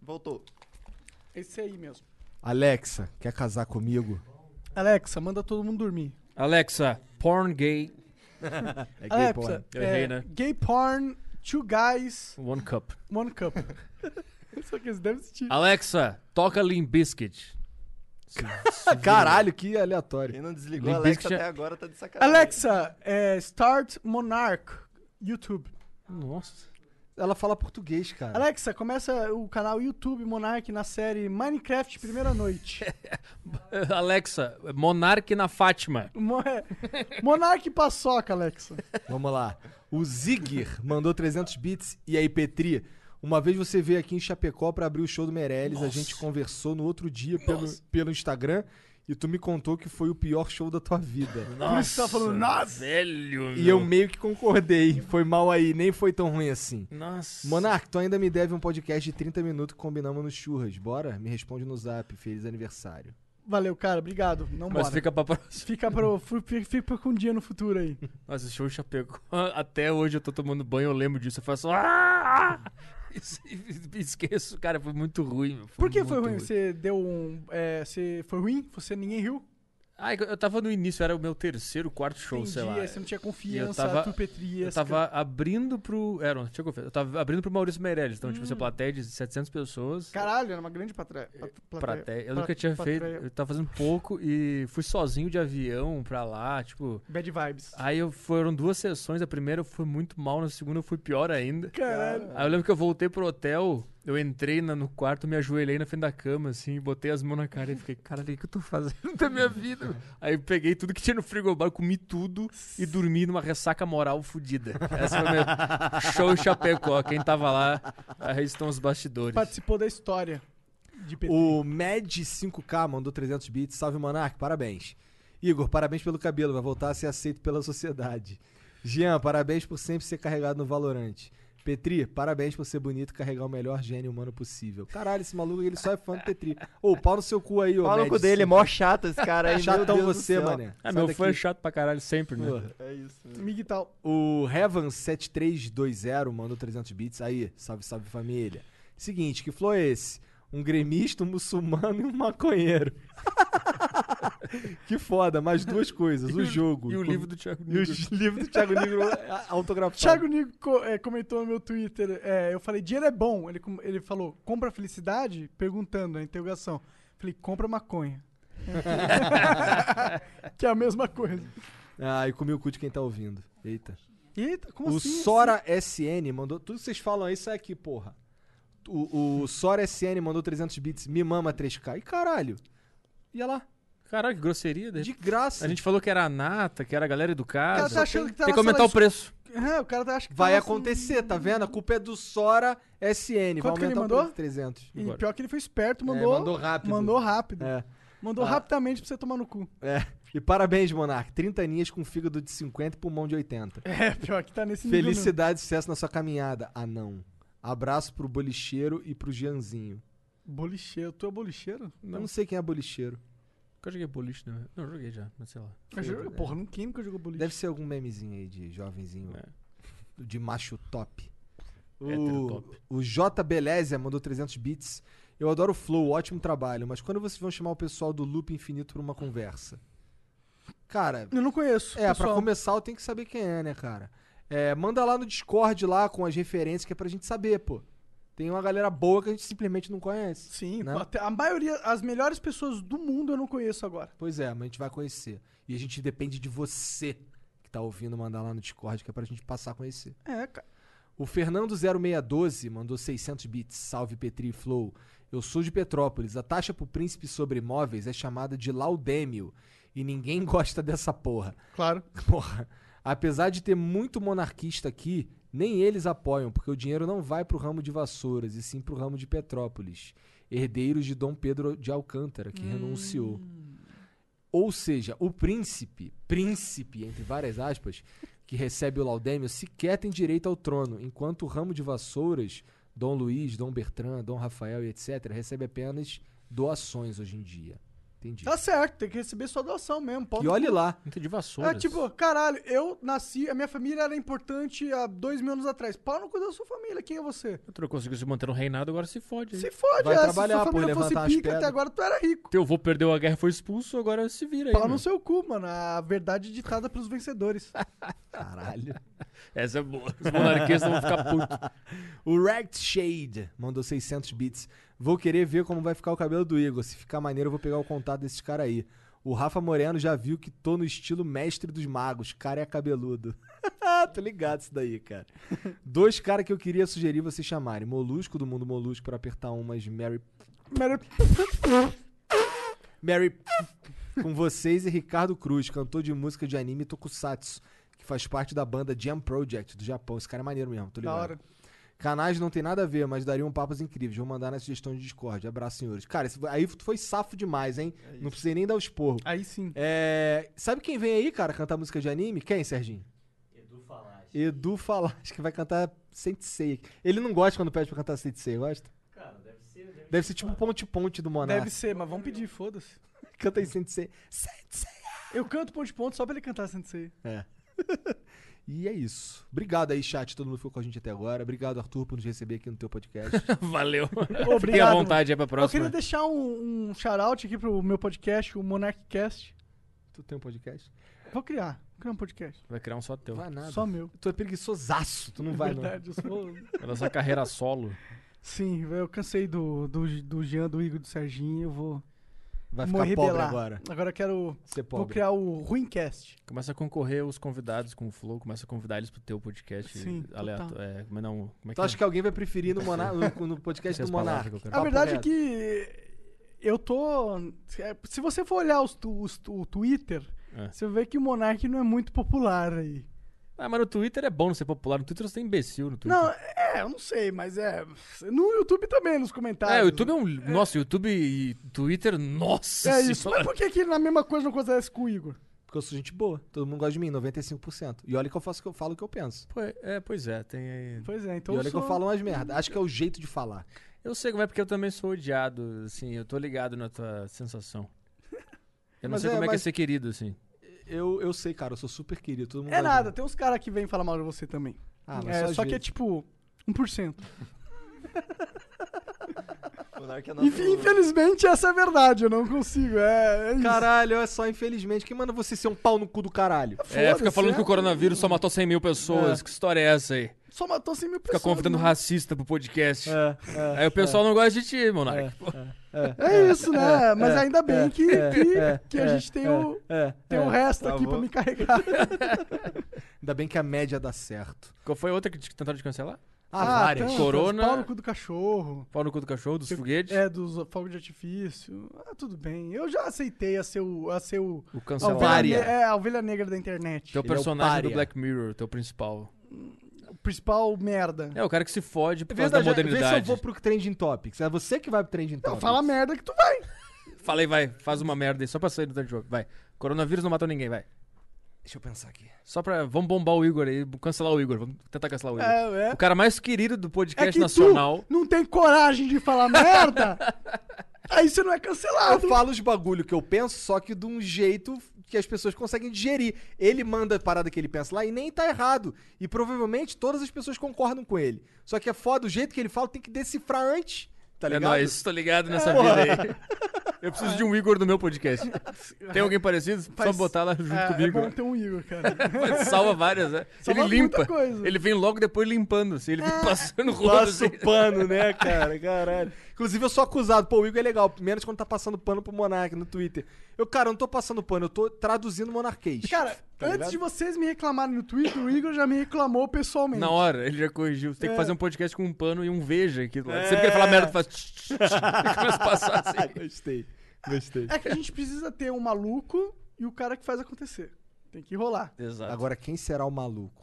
K: Voltou.
E: Esse aí mesmo.
D: Alexa, quer casar comigo?
E: Alexa, manda todo mundo dormir.
C: Alexa, porn gay.
D: É
E: Alexa,
C: Eu
E: é,
C: errei, né?
E: Gay porn, two guys,
C: One cup.
E: one cup. Só que eles devem assistir.
C: Alexa, toca Limp Biscuit.
D: Caralho, que aleatório.
K: Quem não desligou
C: Limp
K: a Alexa
C: Bizkit é-
K: até agora tá de sacanagem.
E: Alexa, é, start Monarch YouTube.
C: Nossa.
D: Ela fala português, cara.
E: Alexa, começa o canal YouTube Monarch na série Minecraft Primeira Noite.
C: Alexa, Monarque na Fátima.
E: Mo- é, Monarch paçoca, Alexa.
D: Vamos lá. O Zigger mandou 300 bits. E aí, Petri? Uma vez você veio aqui em Chapecó pra abrir o show do Meirelles. A gente conversou no outro dia pelo, pelo Instagram. E tu me contou que foi o pior show da tua vida.
E: Por isso que tá falando, nossa.
C: Velho,
D: E eu meio que concordei. Foi mal aí, nem foi tão ruim assim.
C: Nossa.
D: Monark, tu ainda me deve um podcast de 30 minutos que combinamos no churras. Bora? Me responde no zap. Feliz aniversário.
E: Valeu, cara, obrigado. Não
C: Mas
E: bora.
C: fica pra próxima.
E: Fica pro, fu- fi- fica com um dia no futuro aí.
C: Nossa, esse show já pegou. Até hoje eu tô tomando banho, eu lembro disso. Eu faço. "Ah!" E Esqueço, cara, foi muito ruim. Meu.
E: Por que foi
C: muito
E: ruim? Você deu um. é, você foi ruim? Você ninguém riu?
C: Ah, eu eu tava no início, era o meu terceiro, quarto show,
E: Entendi, é
C: sei lá.
E: aí você não tinha confiança,
C: E eu tava-
E: turpetria.
C: Eu tava abrindo pro. É, não, deixa eu conferir. Eu tava abrindo pro Maurício Meirelles. Então,
E: Hum.
C: tipo, você plateia de 700 pessoas.
E: Caralho, era uma grande patra...
C: É, Plateia. Eu nunca tinha feito. Eu tava fazendo pouco e fui sozinho de avião pra lá, tipo.
E: Bad vibes.
C: Aí eu- foram duas sessões. A primeira eu fui muito mal, na segunda eu fui pior ainda.
E: Caralho.
C: Aí eu lembro que eu voltei pro hotel, eu entrei na- no quarto, me ajoelhei na frente da cama, assim, botei as mãos na cara e fiquei, cara, o que que eu tô fazendo da minha vida? Aí eu peguei tudo que tinha no frigobar, comi tudo e dormi numa ressaca moral fodida. Essa foi meu show em Chapecó. Quem tava lá, aí estão os bastidores.
E: Participou da história de Petri.
D: O Mad5K mandou 300 bits. Salve, Monark. Parabéns. Igor, parabéns pelo cabelo. Vai voltar a ser aceito pela sociedade. Jean, parabéns por sempre ser carregado no Valorante. Petri, parabéns por ser bonito e carregar o melhor gênio humano possível. Caralho, esse maluco, ele só é fã do Petri. Ô, pau no seu cu aí, ô.
K: O maluco dele, é mó chato esse cara aí. meu
D: Chatão
K: Deus do
D: você,
K: céu.
D: mané.
C: Ah,
D: Sai
C: meu
D: daqui.
C: fã é chato pra caralho sempre, né?
D: Porra.
K: É isso. mesmo.
E: Miguel.
D: O Heaven7320 mandou 300 bits. Aí, salve, salve família. Seguinte, que flow é esse? Um gremista, um muçulmano e um maconheiro. que foda, mais duas coisas. O jogo.
C: E o livro do Thiago
D: E o
C: Negro.
D: livro do Thiago Negro é, autografado.
E: Thiago Nico co- é, comentou no meu Twitter, é, eu falei, dinheiro é bom. Ele, com- ele falou, compra felicidade? Perguntando, a interrogação. Falei, compra maconha. que é a mesma coisa.
D: Ah, e comi o cu de quem tá ouvindo. Eita.
E: Eita, como
D: o
E: assim?
D: Sora SN mandou. Tudo que vocês falam aí sai aqui, porra. O, o Sora SN mandou 300 bits. Me mama 3K. E caralho. Ia lá.
C: Caralho, que grosseria. De...
D: De graça.
C: A gente falou que era a nata, que era a galera educada.
E: O cara tá achando que tá
C: Tem
E: na
C: que aumentar
E: sala
C: o preço.
E: É, o cara tá, acha que
D: Vai
E: tá assim-
D: acontecer, tá vendo? A culpa é do Sora SN.
E: Quanto que
D: Vai
E: ele
D: aumentar o
E: mandou?
D: preço de 300.
E: E
C: Agora.
E: pior que ele foi esperto, mandou,
D: É, mandou rápido.
E: Mandou rápido.
D: É,
E: Mandou
D: Ah.
E: rapidamente pra você tomar no cu.
D: é. E parabéns, Monark. 30 aninhas com fígado de 50 e pulmão de 80.
E: É, pior que tá nesse nível. mesmo.
D: Felicidade e sucesso na sua caminhada. Ah, não. Abraço pro bolicheiro e pro Gianzinho.
E: Bolicheiro. Tu é bolicheiro?
D: Eu não sei quem é bolicheiro.
C: Nunca joguei boliche, né? Não, joguei já, mas sei lá.
E: Eu juro, porra, não quem nunca jogou boliche.
D: Deve ser algum memezinho aí de jovenzinho.
C: É.
D: De macho top.
C: Hétero
D: O,
C: top.
D: o J Belezia mandou 300 bits. Eu adoro o Flow, ótimo trabalho. Mas quando vocês vão chamar o pessoal do Loop Infinito pra uma conversa? Cara,
E: Eu não conheço.
D: É, pra
E: pessoal.
D: começar eu tenho que saber quem é, né, cara? É, manda lá no Discord lá com as referências que é pra gente saber, pô. Tem uma galera boa que a gente simplesmente não conhece.
E: Sim,
D: né?
E: até a maioria, as melhores pessoas do mundo eu não conheço agora.
D: Pois é, mas a gente vai conhecer. E a gente depende de você que tá ouvindo mandar lá no Discord, que é pra gente passar a conhecer.
E: É, cara.
D: O Fernando0612 mandou 600 bits. Salve Petri e Flow. Eu sou de Petrópolis. A taxa pro príncipe sobre imóveis é chamada de laudêmio. E ninguém gosta dessa porra.
E: Claro.
D: Porra, apesar de ter muito monarquista aqui, nem eles apoiam, porque o dinheiro não vai pro ramo de Vassouras, e sim pro ramo de Petrópolis, herdeiros de Dom Pedro de Alcântara, que renunciou. Ou seja, o príncipe, príncipe, entre várias aspas, que recebe o laudêmio, sequer tem direito ao trono, enquanto o ramo de Vassouras, Dom Luiz, Dom Bertrand, Dom Rafael e etc., recebe apenas doações hoje em dia. Entendi.
E: Tá certo, tem que receber sua doação mesmo. ponto.
D: E olhe lá.
C: Entendi vassouras.
E: É tipo, caralho, eu nasci, a minha família era importante há dois mil anos atrás. Pau no cu da sua família, quem é você?
C: Tu não conseguiu se manter no reinado, agora se fode.
E: Se fode,
C: Vai
E: é,
C: trabalhar,
E: se
C: pô,
E: sua família fosse
C: levantar as
E: pica,
C: pedras.
E: até agora tu era rico.
C: Teu avô perdeu a guerra e foi expulso, agora se vira aí.
E: Pau
C: meu.
E: no seu cu, mano. A verdade ditada pelos vencedores.
D: Caralho.
C: Essa é boa. Os monarquistas vão ficar putos.
D: O Racked Shade mandou 600 bits. Vou querer ver como vai ficar o cabelo do Igor. Se ficar maneiro, eu vou pegar o contato desses caras aí. O Rafa Moreno já viu que tô no estilo mestre dos magos. Cara é cabeludo. Tô ligado isso daí, cara. Dois caras que eu queria sugerir vocês chamarem. Molusco do Mundo Molusco pra apertar umas Mary...
E: Mary...
D: Mary... Com vocês e Ricardo Cruz, cantor de música de anime Tokusatsu, que faz parte da banda Jam Project do Japão. Esse cara é maneiro mesmo, tô
E: Da
D: ligado.
E: hora.
D: Canais não tem nada a ver, mas dariam papos incríveis. Vou mandar na sugestão de Discord. Abraço, senhores. Cara, esse- aí tu foi safo demais, hein? não precisei nem dar os porros.
E: Aí sim.
D: sabe quem vem aí, cara, cantar música de anime? Quem, Serginho? Edu Falas, que vai cantar Sensei. Ele não gosta quando pede pra cantar Sensei, gosta?
E: Cara, deve ser. Deve,
D: Deve ser tipo ponte-ponte do Monark.
E: Deve ser, mas vamos pedir, foda-se.
D: Canta aí Sensei.
E: Eu canto ponte-ponto só pra ele cantar Sensei.
D: É. E é isso. Obrigado aí, chat. Todo mundo ficou com a gente até agora. Obrigado, Arthur, por nos receber aqui no teu podcast.
C: Valeu.
E: Obrigado.
C: Fiquem à vontade aí
E: mano.
C: pra
E: Eu
C: próxima.
E: queria deixar um, um shout-out aqui pro meu podcast, o Monarchcast.
D: Tu tem um podcast?
E: Vou criar. Vou criar um podcast.
C: Vai criar um só teu.
D: Vai nada.
E: Só meu.
D: Tu é preguiçosaço, tu não vai não.
E: Verdade, eu sou...
C: Vai lançar carreira solo.
E: Sim, eu cansei do, do, do Jean, do Igor, do Serginho. Eu vou.
D: Vai
E: vou
D: ficar pobre
E: rebelar.
D: agora.
E: Agora eu quero.
D: Ser
E: Vou
D: pobre.
E: criar o Ruincast.
C: Começa a concorrer os convidados com o Flow, começa a convidar eles pro teu podcast
E: Sim,
C: aleatório.
E: total.
C: É, mas não, como é que
D: Tu acha que alguém vai preferir no, Monar- no, no
C: Não
D: podcast
C: sei as
D: do
C: palavras
D: Monark?
C: que eu quero.
E: A verdade é que. Eu tô. é, Se você for olhar os, tu- os tu- o Twitter,
C: É.
E: você vê que o Monark não é muito popular aí.
C: Ah, mas no Twitter é bom não ser popular. No Twitter você é imbecil no Twitter.
E: Não, é, eu não sei, mas é. No YouTube também, nos comentários.
C: É, o YouTube é um. Nossa, YouTube e Twitter, nossa
D: um
E: É isso.
C: senhora.
E: Mas por que, que na mesma coisa não acontece com o Igor?
D: Porque eu sou gente boa. Todo mundo gosta de mim, 95%. E olha que eu faço o que eu falo o que eu penso.
C: Pô, é, pois é, tem aí.
E: Pois é, então.
D: e olha que eu
E: sou-
D: falo umas merda. Acho que é o jeito de falar.
C: Eu sei como é porque eu também sou odiado, assim, eu tô ligado na tua sensação. Eu não
D: Mas
C: sei
D: é,
C: como é que é
D: mas-
C: ser querido, assim.
D: Eu, eu sei, cara, eu sou super querido. Todo mundo
E: É
D: gosta de
E: nada,
D: mim.
E: tem uns caras que vêm falar mal de você também.
D: Ah, mas
E: É,
D: só às
E: só que é
D: vezes.
E: tipo 1%.
K: Monark é
E: Inf- Infelizmente, essa é a verdade, eu não consigo. É, é isso.
D: Caralho, é só infelizmente. Quem manda você ser um pau no cu do caralho?
C: É, fica
E: Foda-se,
C: falando
E: é.
C: que o coronavírus só matou 100 mil pessoas.
D: É.
C: Que história é essa aí?
E: Só matou 100 mil
C: Fica
E: pessoas.
C: convidando
E: né?
C: racista pro podcast.
D: É, é,
C: aí o pessoal não gosta de ti, Monark. Pô,
E: É isso, né?
D: É,
E: Mas
D: é,
E: ainda bem
D: é,
E: que,
D: é,
E: que,
D: é,
E: que a
D: é,
E: gente tem o,
D: é, é,
E: tem o
D: é.
E: resto
D: Tá
E: aqui pra
D: bom.
E: me carregar.
D: Ainda bem que a média dá certo.
C: Qual foi a outra que te- tentaram te cancelar?
D: várias.
E: tantas,
C: Corona.
E: Ah, Pau no cu do cachorro.
C: Pau no cu do cachorro, dos foguetes.
E: É, dos fogos de artifício. Ah, tudo bem. Eu já aceitei a ser o. A ser o
C: O
E: a ovelha
C: cancelar.
E: ne- é, a ovelha negra da internet.
C: Teu
D: Ele é o
C: personagem do
D: pária.
C: Black Mirror, teu principal.
E: O principal merda.
C: É, o cara que se fode por
D: Vê,
C: causa da
D: é, vê se eu
C: modernidade.
D: vou pro Trending Topics. É você que vai pro Trending
E: Não,
D: Topics.
E: fala a merda que tu vai.
C: Falei, vai, faz uma merda aí, só pra sair do jogo. Vai. Coronavírus não matou ninguém, vai.
D: Deixa eu pensar aqui.
C: Só pra. Vamos bombar o Igor aí, cancelar o Igor. Vamos tentar cancelar o Igor.
E: É, é.
C: O cara mais querido do
E: É
C: podcast
E: que
C: nacional.
E: tu não tem coragem de falar merda, aí você não é
D: Eu
E: cancelado.
D: falo os bagulho que eu penso, só que de um jeito que as pessoas conseguem digerir. Ele manda a parada que ele pensa lá e nem tá errado. E provavelmente todas as pessoas concordam com ele. Só que é foda, o jeito que ele fala tem que decifrar antes, tá
C: é
D: ligado?
C: nóis, tô ligado nessa vida aí. Eu preciso de um Igor no meu podcast. Tem alguém parecido? Só
E: é. Faz-
C: botar lá junto
E: é,
C: comigo.
E: É bom ter um Igor, cara.
C: Tá Salva várias, né?
E: Salva
C: ele limpa.
E: muita coisa. É.
C: Ele vem logo depois limpando, assim. Ele vem passando o rodo.
D: Passa
C: Assim.
D: o pano, né, cara? Caralho. Inclusive, eu sou acusado. Pô, o Igor é legal, menos quando tá passando pano pro Monark no Twitter. Eu, cara, eu não tô passando pano, eu tô traduzindo monarquês.
E: Cara, antes de vocês me reclamarem no Twitter, o Igor já me reclamou pessoalmente.
C: Na hora, ele já corrigiu. Você
E: É.
C: tem que fazer um podcast com um pano e um veja aqui do lado. Sempre que ele fala merda, tu faz. tch, tch, tch, e começa a passar assim.
D: Gostei, gostei.
E: É que a gente precisa ter um maluco e o cara que faz acontecer. Tem que rolar.
C: Exato.
D: Agora, quem será o maluco?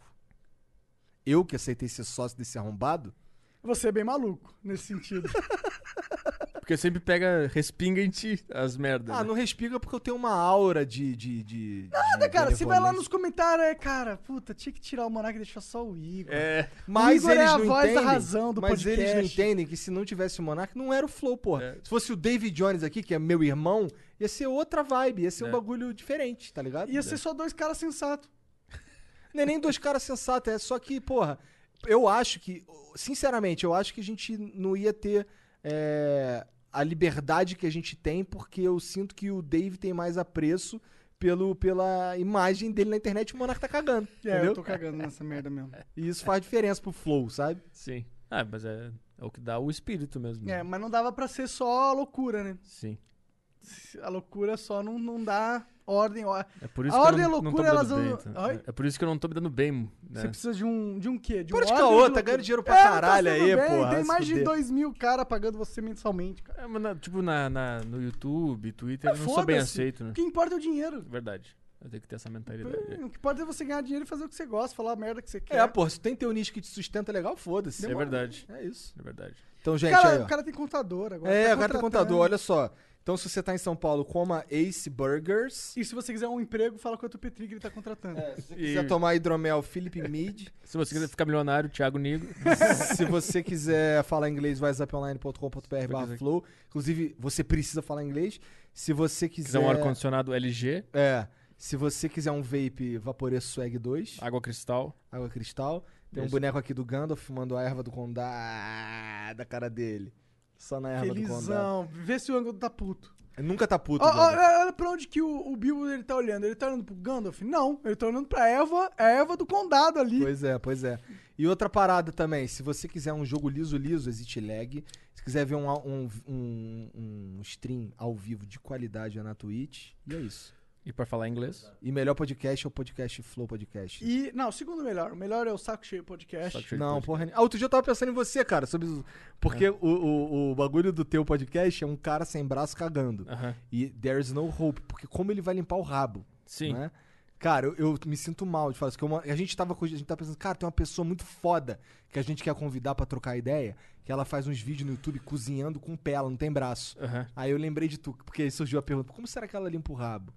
D: Eu que aceitei ser sócio desse arrombado?
E: Você é bem maluco nesse sentido.
C: Porque sempre pega, respinga em ti as merdas.
D: Ah,
C: né?
D: não respinga porque eu tenho uma aura de. de, de Nada,
E: Olha, cara, você vai lá nos comentários, é, cara, puta, tinha que tirar o Monark e deixar só o Igor.
C: É.
E: O
D: Mas
E: Igor é
D: eles
E: a
D: não
E: voz da
D: entendem,
E: razão do
D: Mas eles não
E: podcast.
D: entendem que se não tivesse o Monark, não era o Flow, porra.
C: É.
D: Se fosse o David Jones aqui, que é meu irmão, Ia ser outra vibe, ia ser
E: É.
D: um bagulho diferente, tá ligado?
E: Ia ser só dois caras sensatos.
D: Não é nem dois caras sensatos, é só que, porra, eu acho que, sinceramente, eu acho que a gente não ia ter é, a liberdade que a gente tem, porque eu sinto que o Dave tem mais apreço pelo, pela imagem dele na internet e o Monark tá cagando.
E: É,
D: entendeu?
E: eu tô cagando nessa merda mesmo.
C: É.
D: E isso faz diferença pro flow, sabe?
C: Sim. Ah, mas é, é o que dá o espírito mesmo. né?
E: É, mas não dava pra ser só a loucura, né?
C: Sim.
E: A loucura só não, não dá ordem. ó.
C: É por isso
E: a
C: que
E: ordem e a
C: eu não, não tô
E: loucura,
C: me
E: elas
C: dando
E: vão.
C: bem. então.
E: Ai,
C: É- É por isso que eu não tô me dando bem. Né?
E: Você precisa de um, de um quê? De
D: É. Para de
E: ordem ou
D: caô,
E: de
D: tá
E: loucura?
D: ganhando dinheiro pra
E: É, não tá
D: caralho
E: sendo
D: aí,
E: bem,
D: porra,
E: Tem
D: se
E: mais de
D: fuder.
E: 2 mil caras pagando você mensalmente, cara.
C: É, mas na- tipo, na, na- no YouTube, Twitter, eu não sou
E: Ah, Foda-se.
C: bem aceito, né?
E: O que importa é o dinheiro.
C: Verdade. Eu tenho que ter essa mentalidade.
E: O que importa é você ganhar dinheiro e fazer o que você gosta, falar a merda que você quer.
D: É, porra, se tem teu nicho que te sustenta legal, foda-se.
C: É verdade.
D: É isso.
C: É verdade.
D: Então, gente,
E: cara,
D: aí, ó.
E: o cara tem contador agora.
D: é,
E: tá
D: o cara tem
E: contratando.
D: contador, olha só. Então, se você tá em São Paulo, coma Ace Burgers.
E: E se você quiser um emprego, fala com o Arthur Petri que ele tá contratando.
D: É, Se quiser tomar hidromel, Felipe Mid.
C: Se você quiser ficar milionário, Thiago Nigo.
D: Se você quiser falar inglês, vai zaponline.com.br barra flow. Inclusive, você precisa falar inglês. Se você quiser...
C: quiser
E: É.
C: um ar-condicionado LG,
D: É. Se você quiser um vape Vaporeço Swag 2.
C: água cristal.
D: Água Cristal. Tem um
C: Isso.
D: boneco aqui do Gandalf fumando a erva do Condá da cara dele. Só na erva do Condá.
E: Felizão. Vê se o ângulo tá puto.
D: Nunca tá puto,
E: Ó, ó,
D: Gandalf.
E: olha olha pra onde que o, o Bilbo ele tá olhando. Ele tá olhando pro Gandalf? Não. Ele tá olhando pra Eva, a Eva do condado ali.
D: Pois é, pois é. E outra parada também, se você quiser um jogo liso-liso, existe lag. Se quiser ver um, um, um, um stream ao vivo de qualidade é na Twitch. E é isso.
C: E pra falar inglês?
D: E melhor podcast é o podcast Flow Podcast.
E: E, não, o segundo melhor. O melhor é o Saco Cheio Podcast.
C: Tá
D: Não, porra. nenhuma. Ah, outro dia eu tava pensando em você, cara, sobre. os- Porque o, o, o bagulho do teu podcast é um cara sem braço cagando. E there is no hope. Porque como ele vai limpar o rabo?
C: Sim.
D: né? Cara, eu, eu me sinto mal de falar isso. Que eu mo- a, gente tava, com- a gente tava pensando, cara, tem uma pessoa muito foda que a gente quer convidar pra trocar ideia, que ela faz uns vídeos no YouTube cozinhando com pé, ela não tem braço. Aí eu lembrei de tu, porque aí surgiu a pergunta: como será que ela limpa o rabo?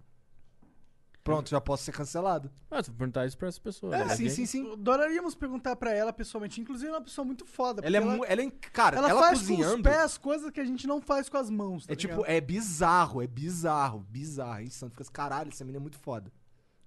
D: Pronto, já posso ser cancelado.
C: Ah, você vai perguntar isso pra essa pessoa.
D: É,
C: né?
D: sim, sim, sim.
E: Adoraríamos perguntar pra ela pessoalmente. Inclusive, ela é uma pessoa muito foda.
D: Ela é,
E: porque
D: mu- ela é. Cara, ela,
E: ela faz com os
D: cozinhando.
E: pés as coisas que a gente não faz com as mãos. tá
D: É tipo,
E: ligado?
D: é bizarro, é bizarro, bizarro. É insano. Fica assim, caralho, essa menina é muito foda.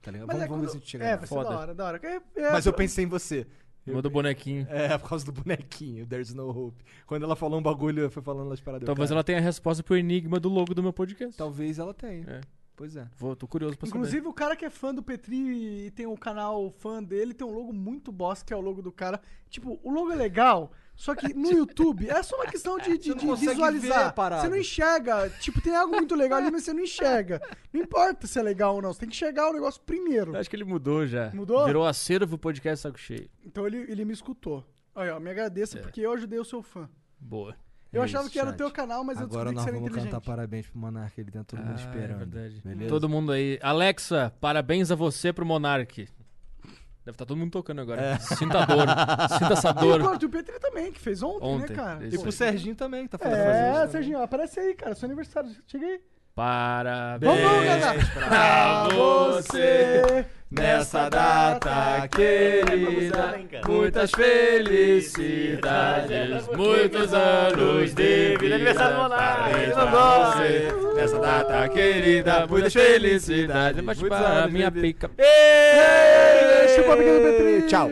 D: Tá ligado?
E: Mas
D: vamos
E: é
D: vamos ver
E: quando-
D: se a gente chega
E: é,
D: lá.
E: vai ser da hora, da hora. É- é-
D: Mas eu pensei em você.
C: Uma do bonequinho.
D: É, por causa do bonequinho, There's No Hope. Quando ela falou um bagulho, foi falando as paradas. eu,
C: Talvez
D: cara,
C: ela tenha a resposta pro enigma do logo do meu podcast.
D: Talvez ela tenha.
C: É.
D: Pois é.
C: Vou, tô curioso pra
E: Inclusive, o cara que é fã do Petri e tem o canal fã dele, tem um logo muito boss, que é o logo do cara. Tipo, o logo é legal, só que no YouTube é só uma questão de, de-
D: Você não
E: de
D: consegue ver a
E: visualizar.
D: parada.
E: Você não enxerga. Tipo, tem algo muito legal ali, mas você não enxerga. Não importa se é legal ou não, você tem que enxergar o negócio primeiro.
C: saber. Acho que ele mudou já.
E: Mudou?
C: Virou acervo podcast saco cheio.
E: Então ele, ele me escutou. Olha, ó, me agradeça, porque eu ajudei o seu fã.
C: Boa.
E: Eu
C: É
E: achava
C: isso,
E: que era o
C: chat.
E: teu canal, mas
D: Agora
E: eu descobri que
D: nós
E: você era
D: vamos cantar
E: inteligente.
D: parabéns pro Monark ali dentro, todo
C: Ah,
D: mundo
C: É
D: esperando.
C: verdade.
D: Beleza?
C: Todo mundo aí. Alexa, parabéns a você pro Monark. Deve estar todo mundo tocando agora.
D: É.
C: Sinta a dor. Sinta essa
E: E Ah, o
C: dor.
E: Arthur Petri também, que fez ontem,
C: Ontem,
E: né, cara?
C: isso
D: E pro Serginho também, que tá fazendo fazendo
C: né?
E: É,
D: isso
E: Serginho, aparece aí, cara. Seu aniversário. Chega aí.
C: Parabéns.
E: Vamos, vamos, galera.
C: Pra você,
D: nessa data querida,
C: muitas felicidades, muitos anos de vida.
L: aniversário do Monarca,
C: Parabéns
L: ele
C: pra
L: mandou.
C: você, nessa data querida, muitas felicidades. Mas
D: muitos
C: para
D: anos
C: minha
D: de
C: pica.
D: também. Chegou a pequena Petri. Tchau.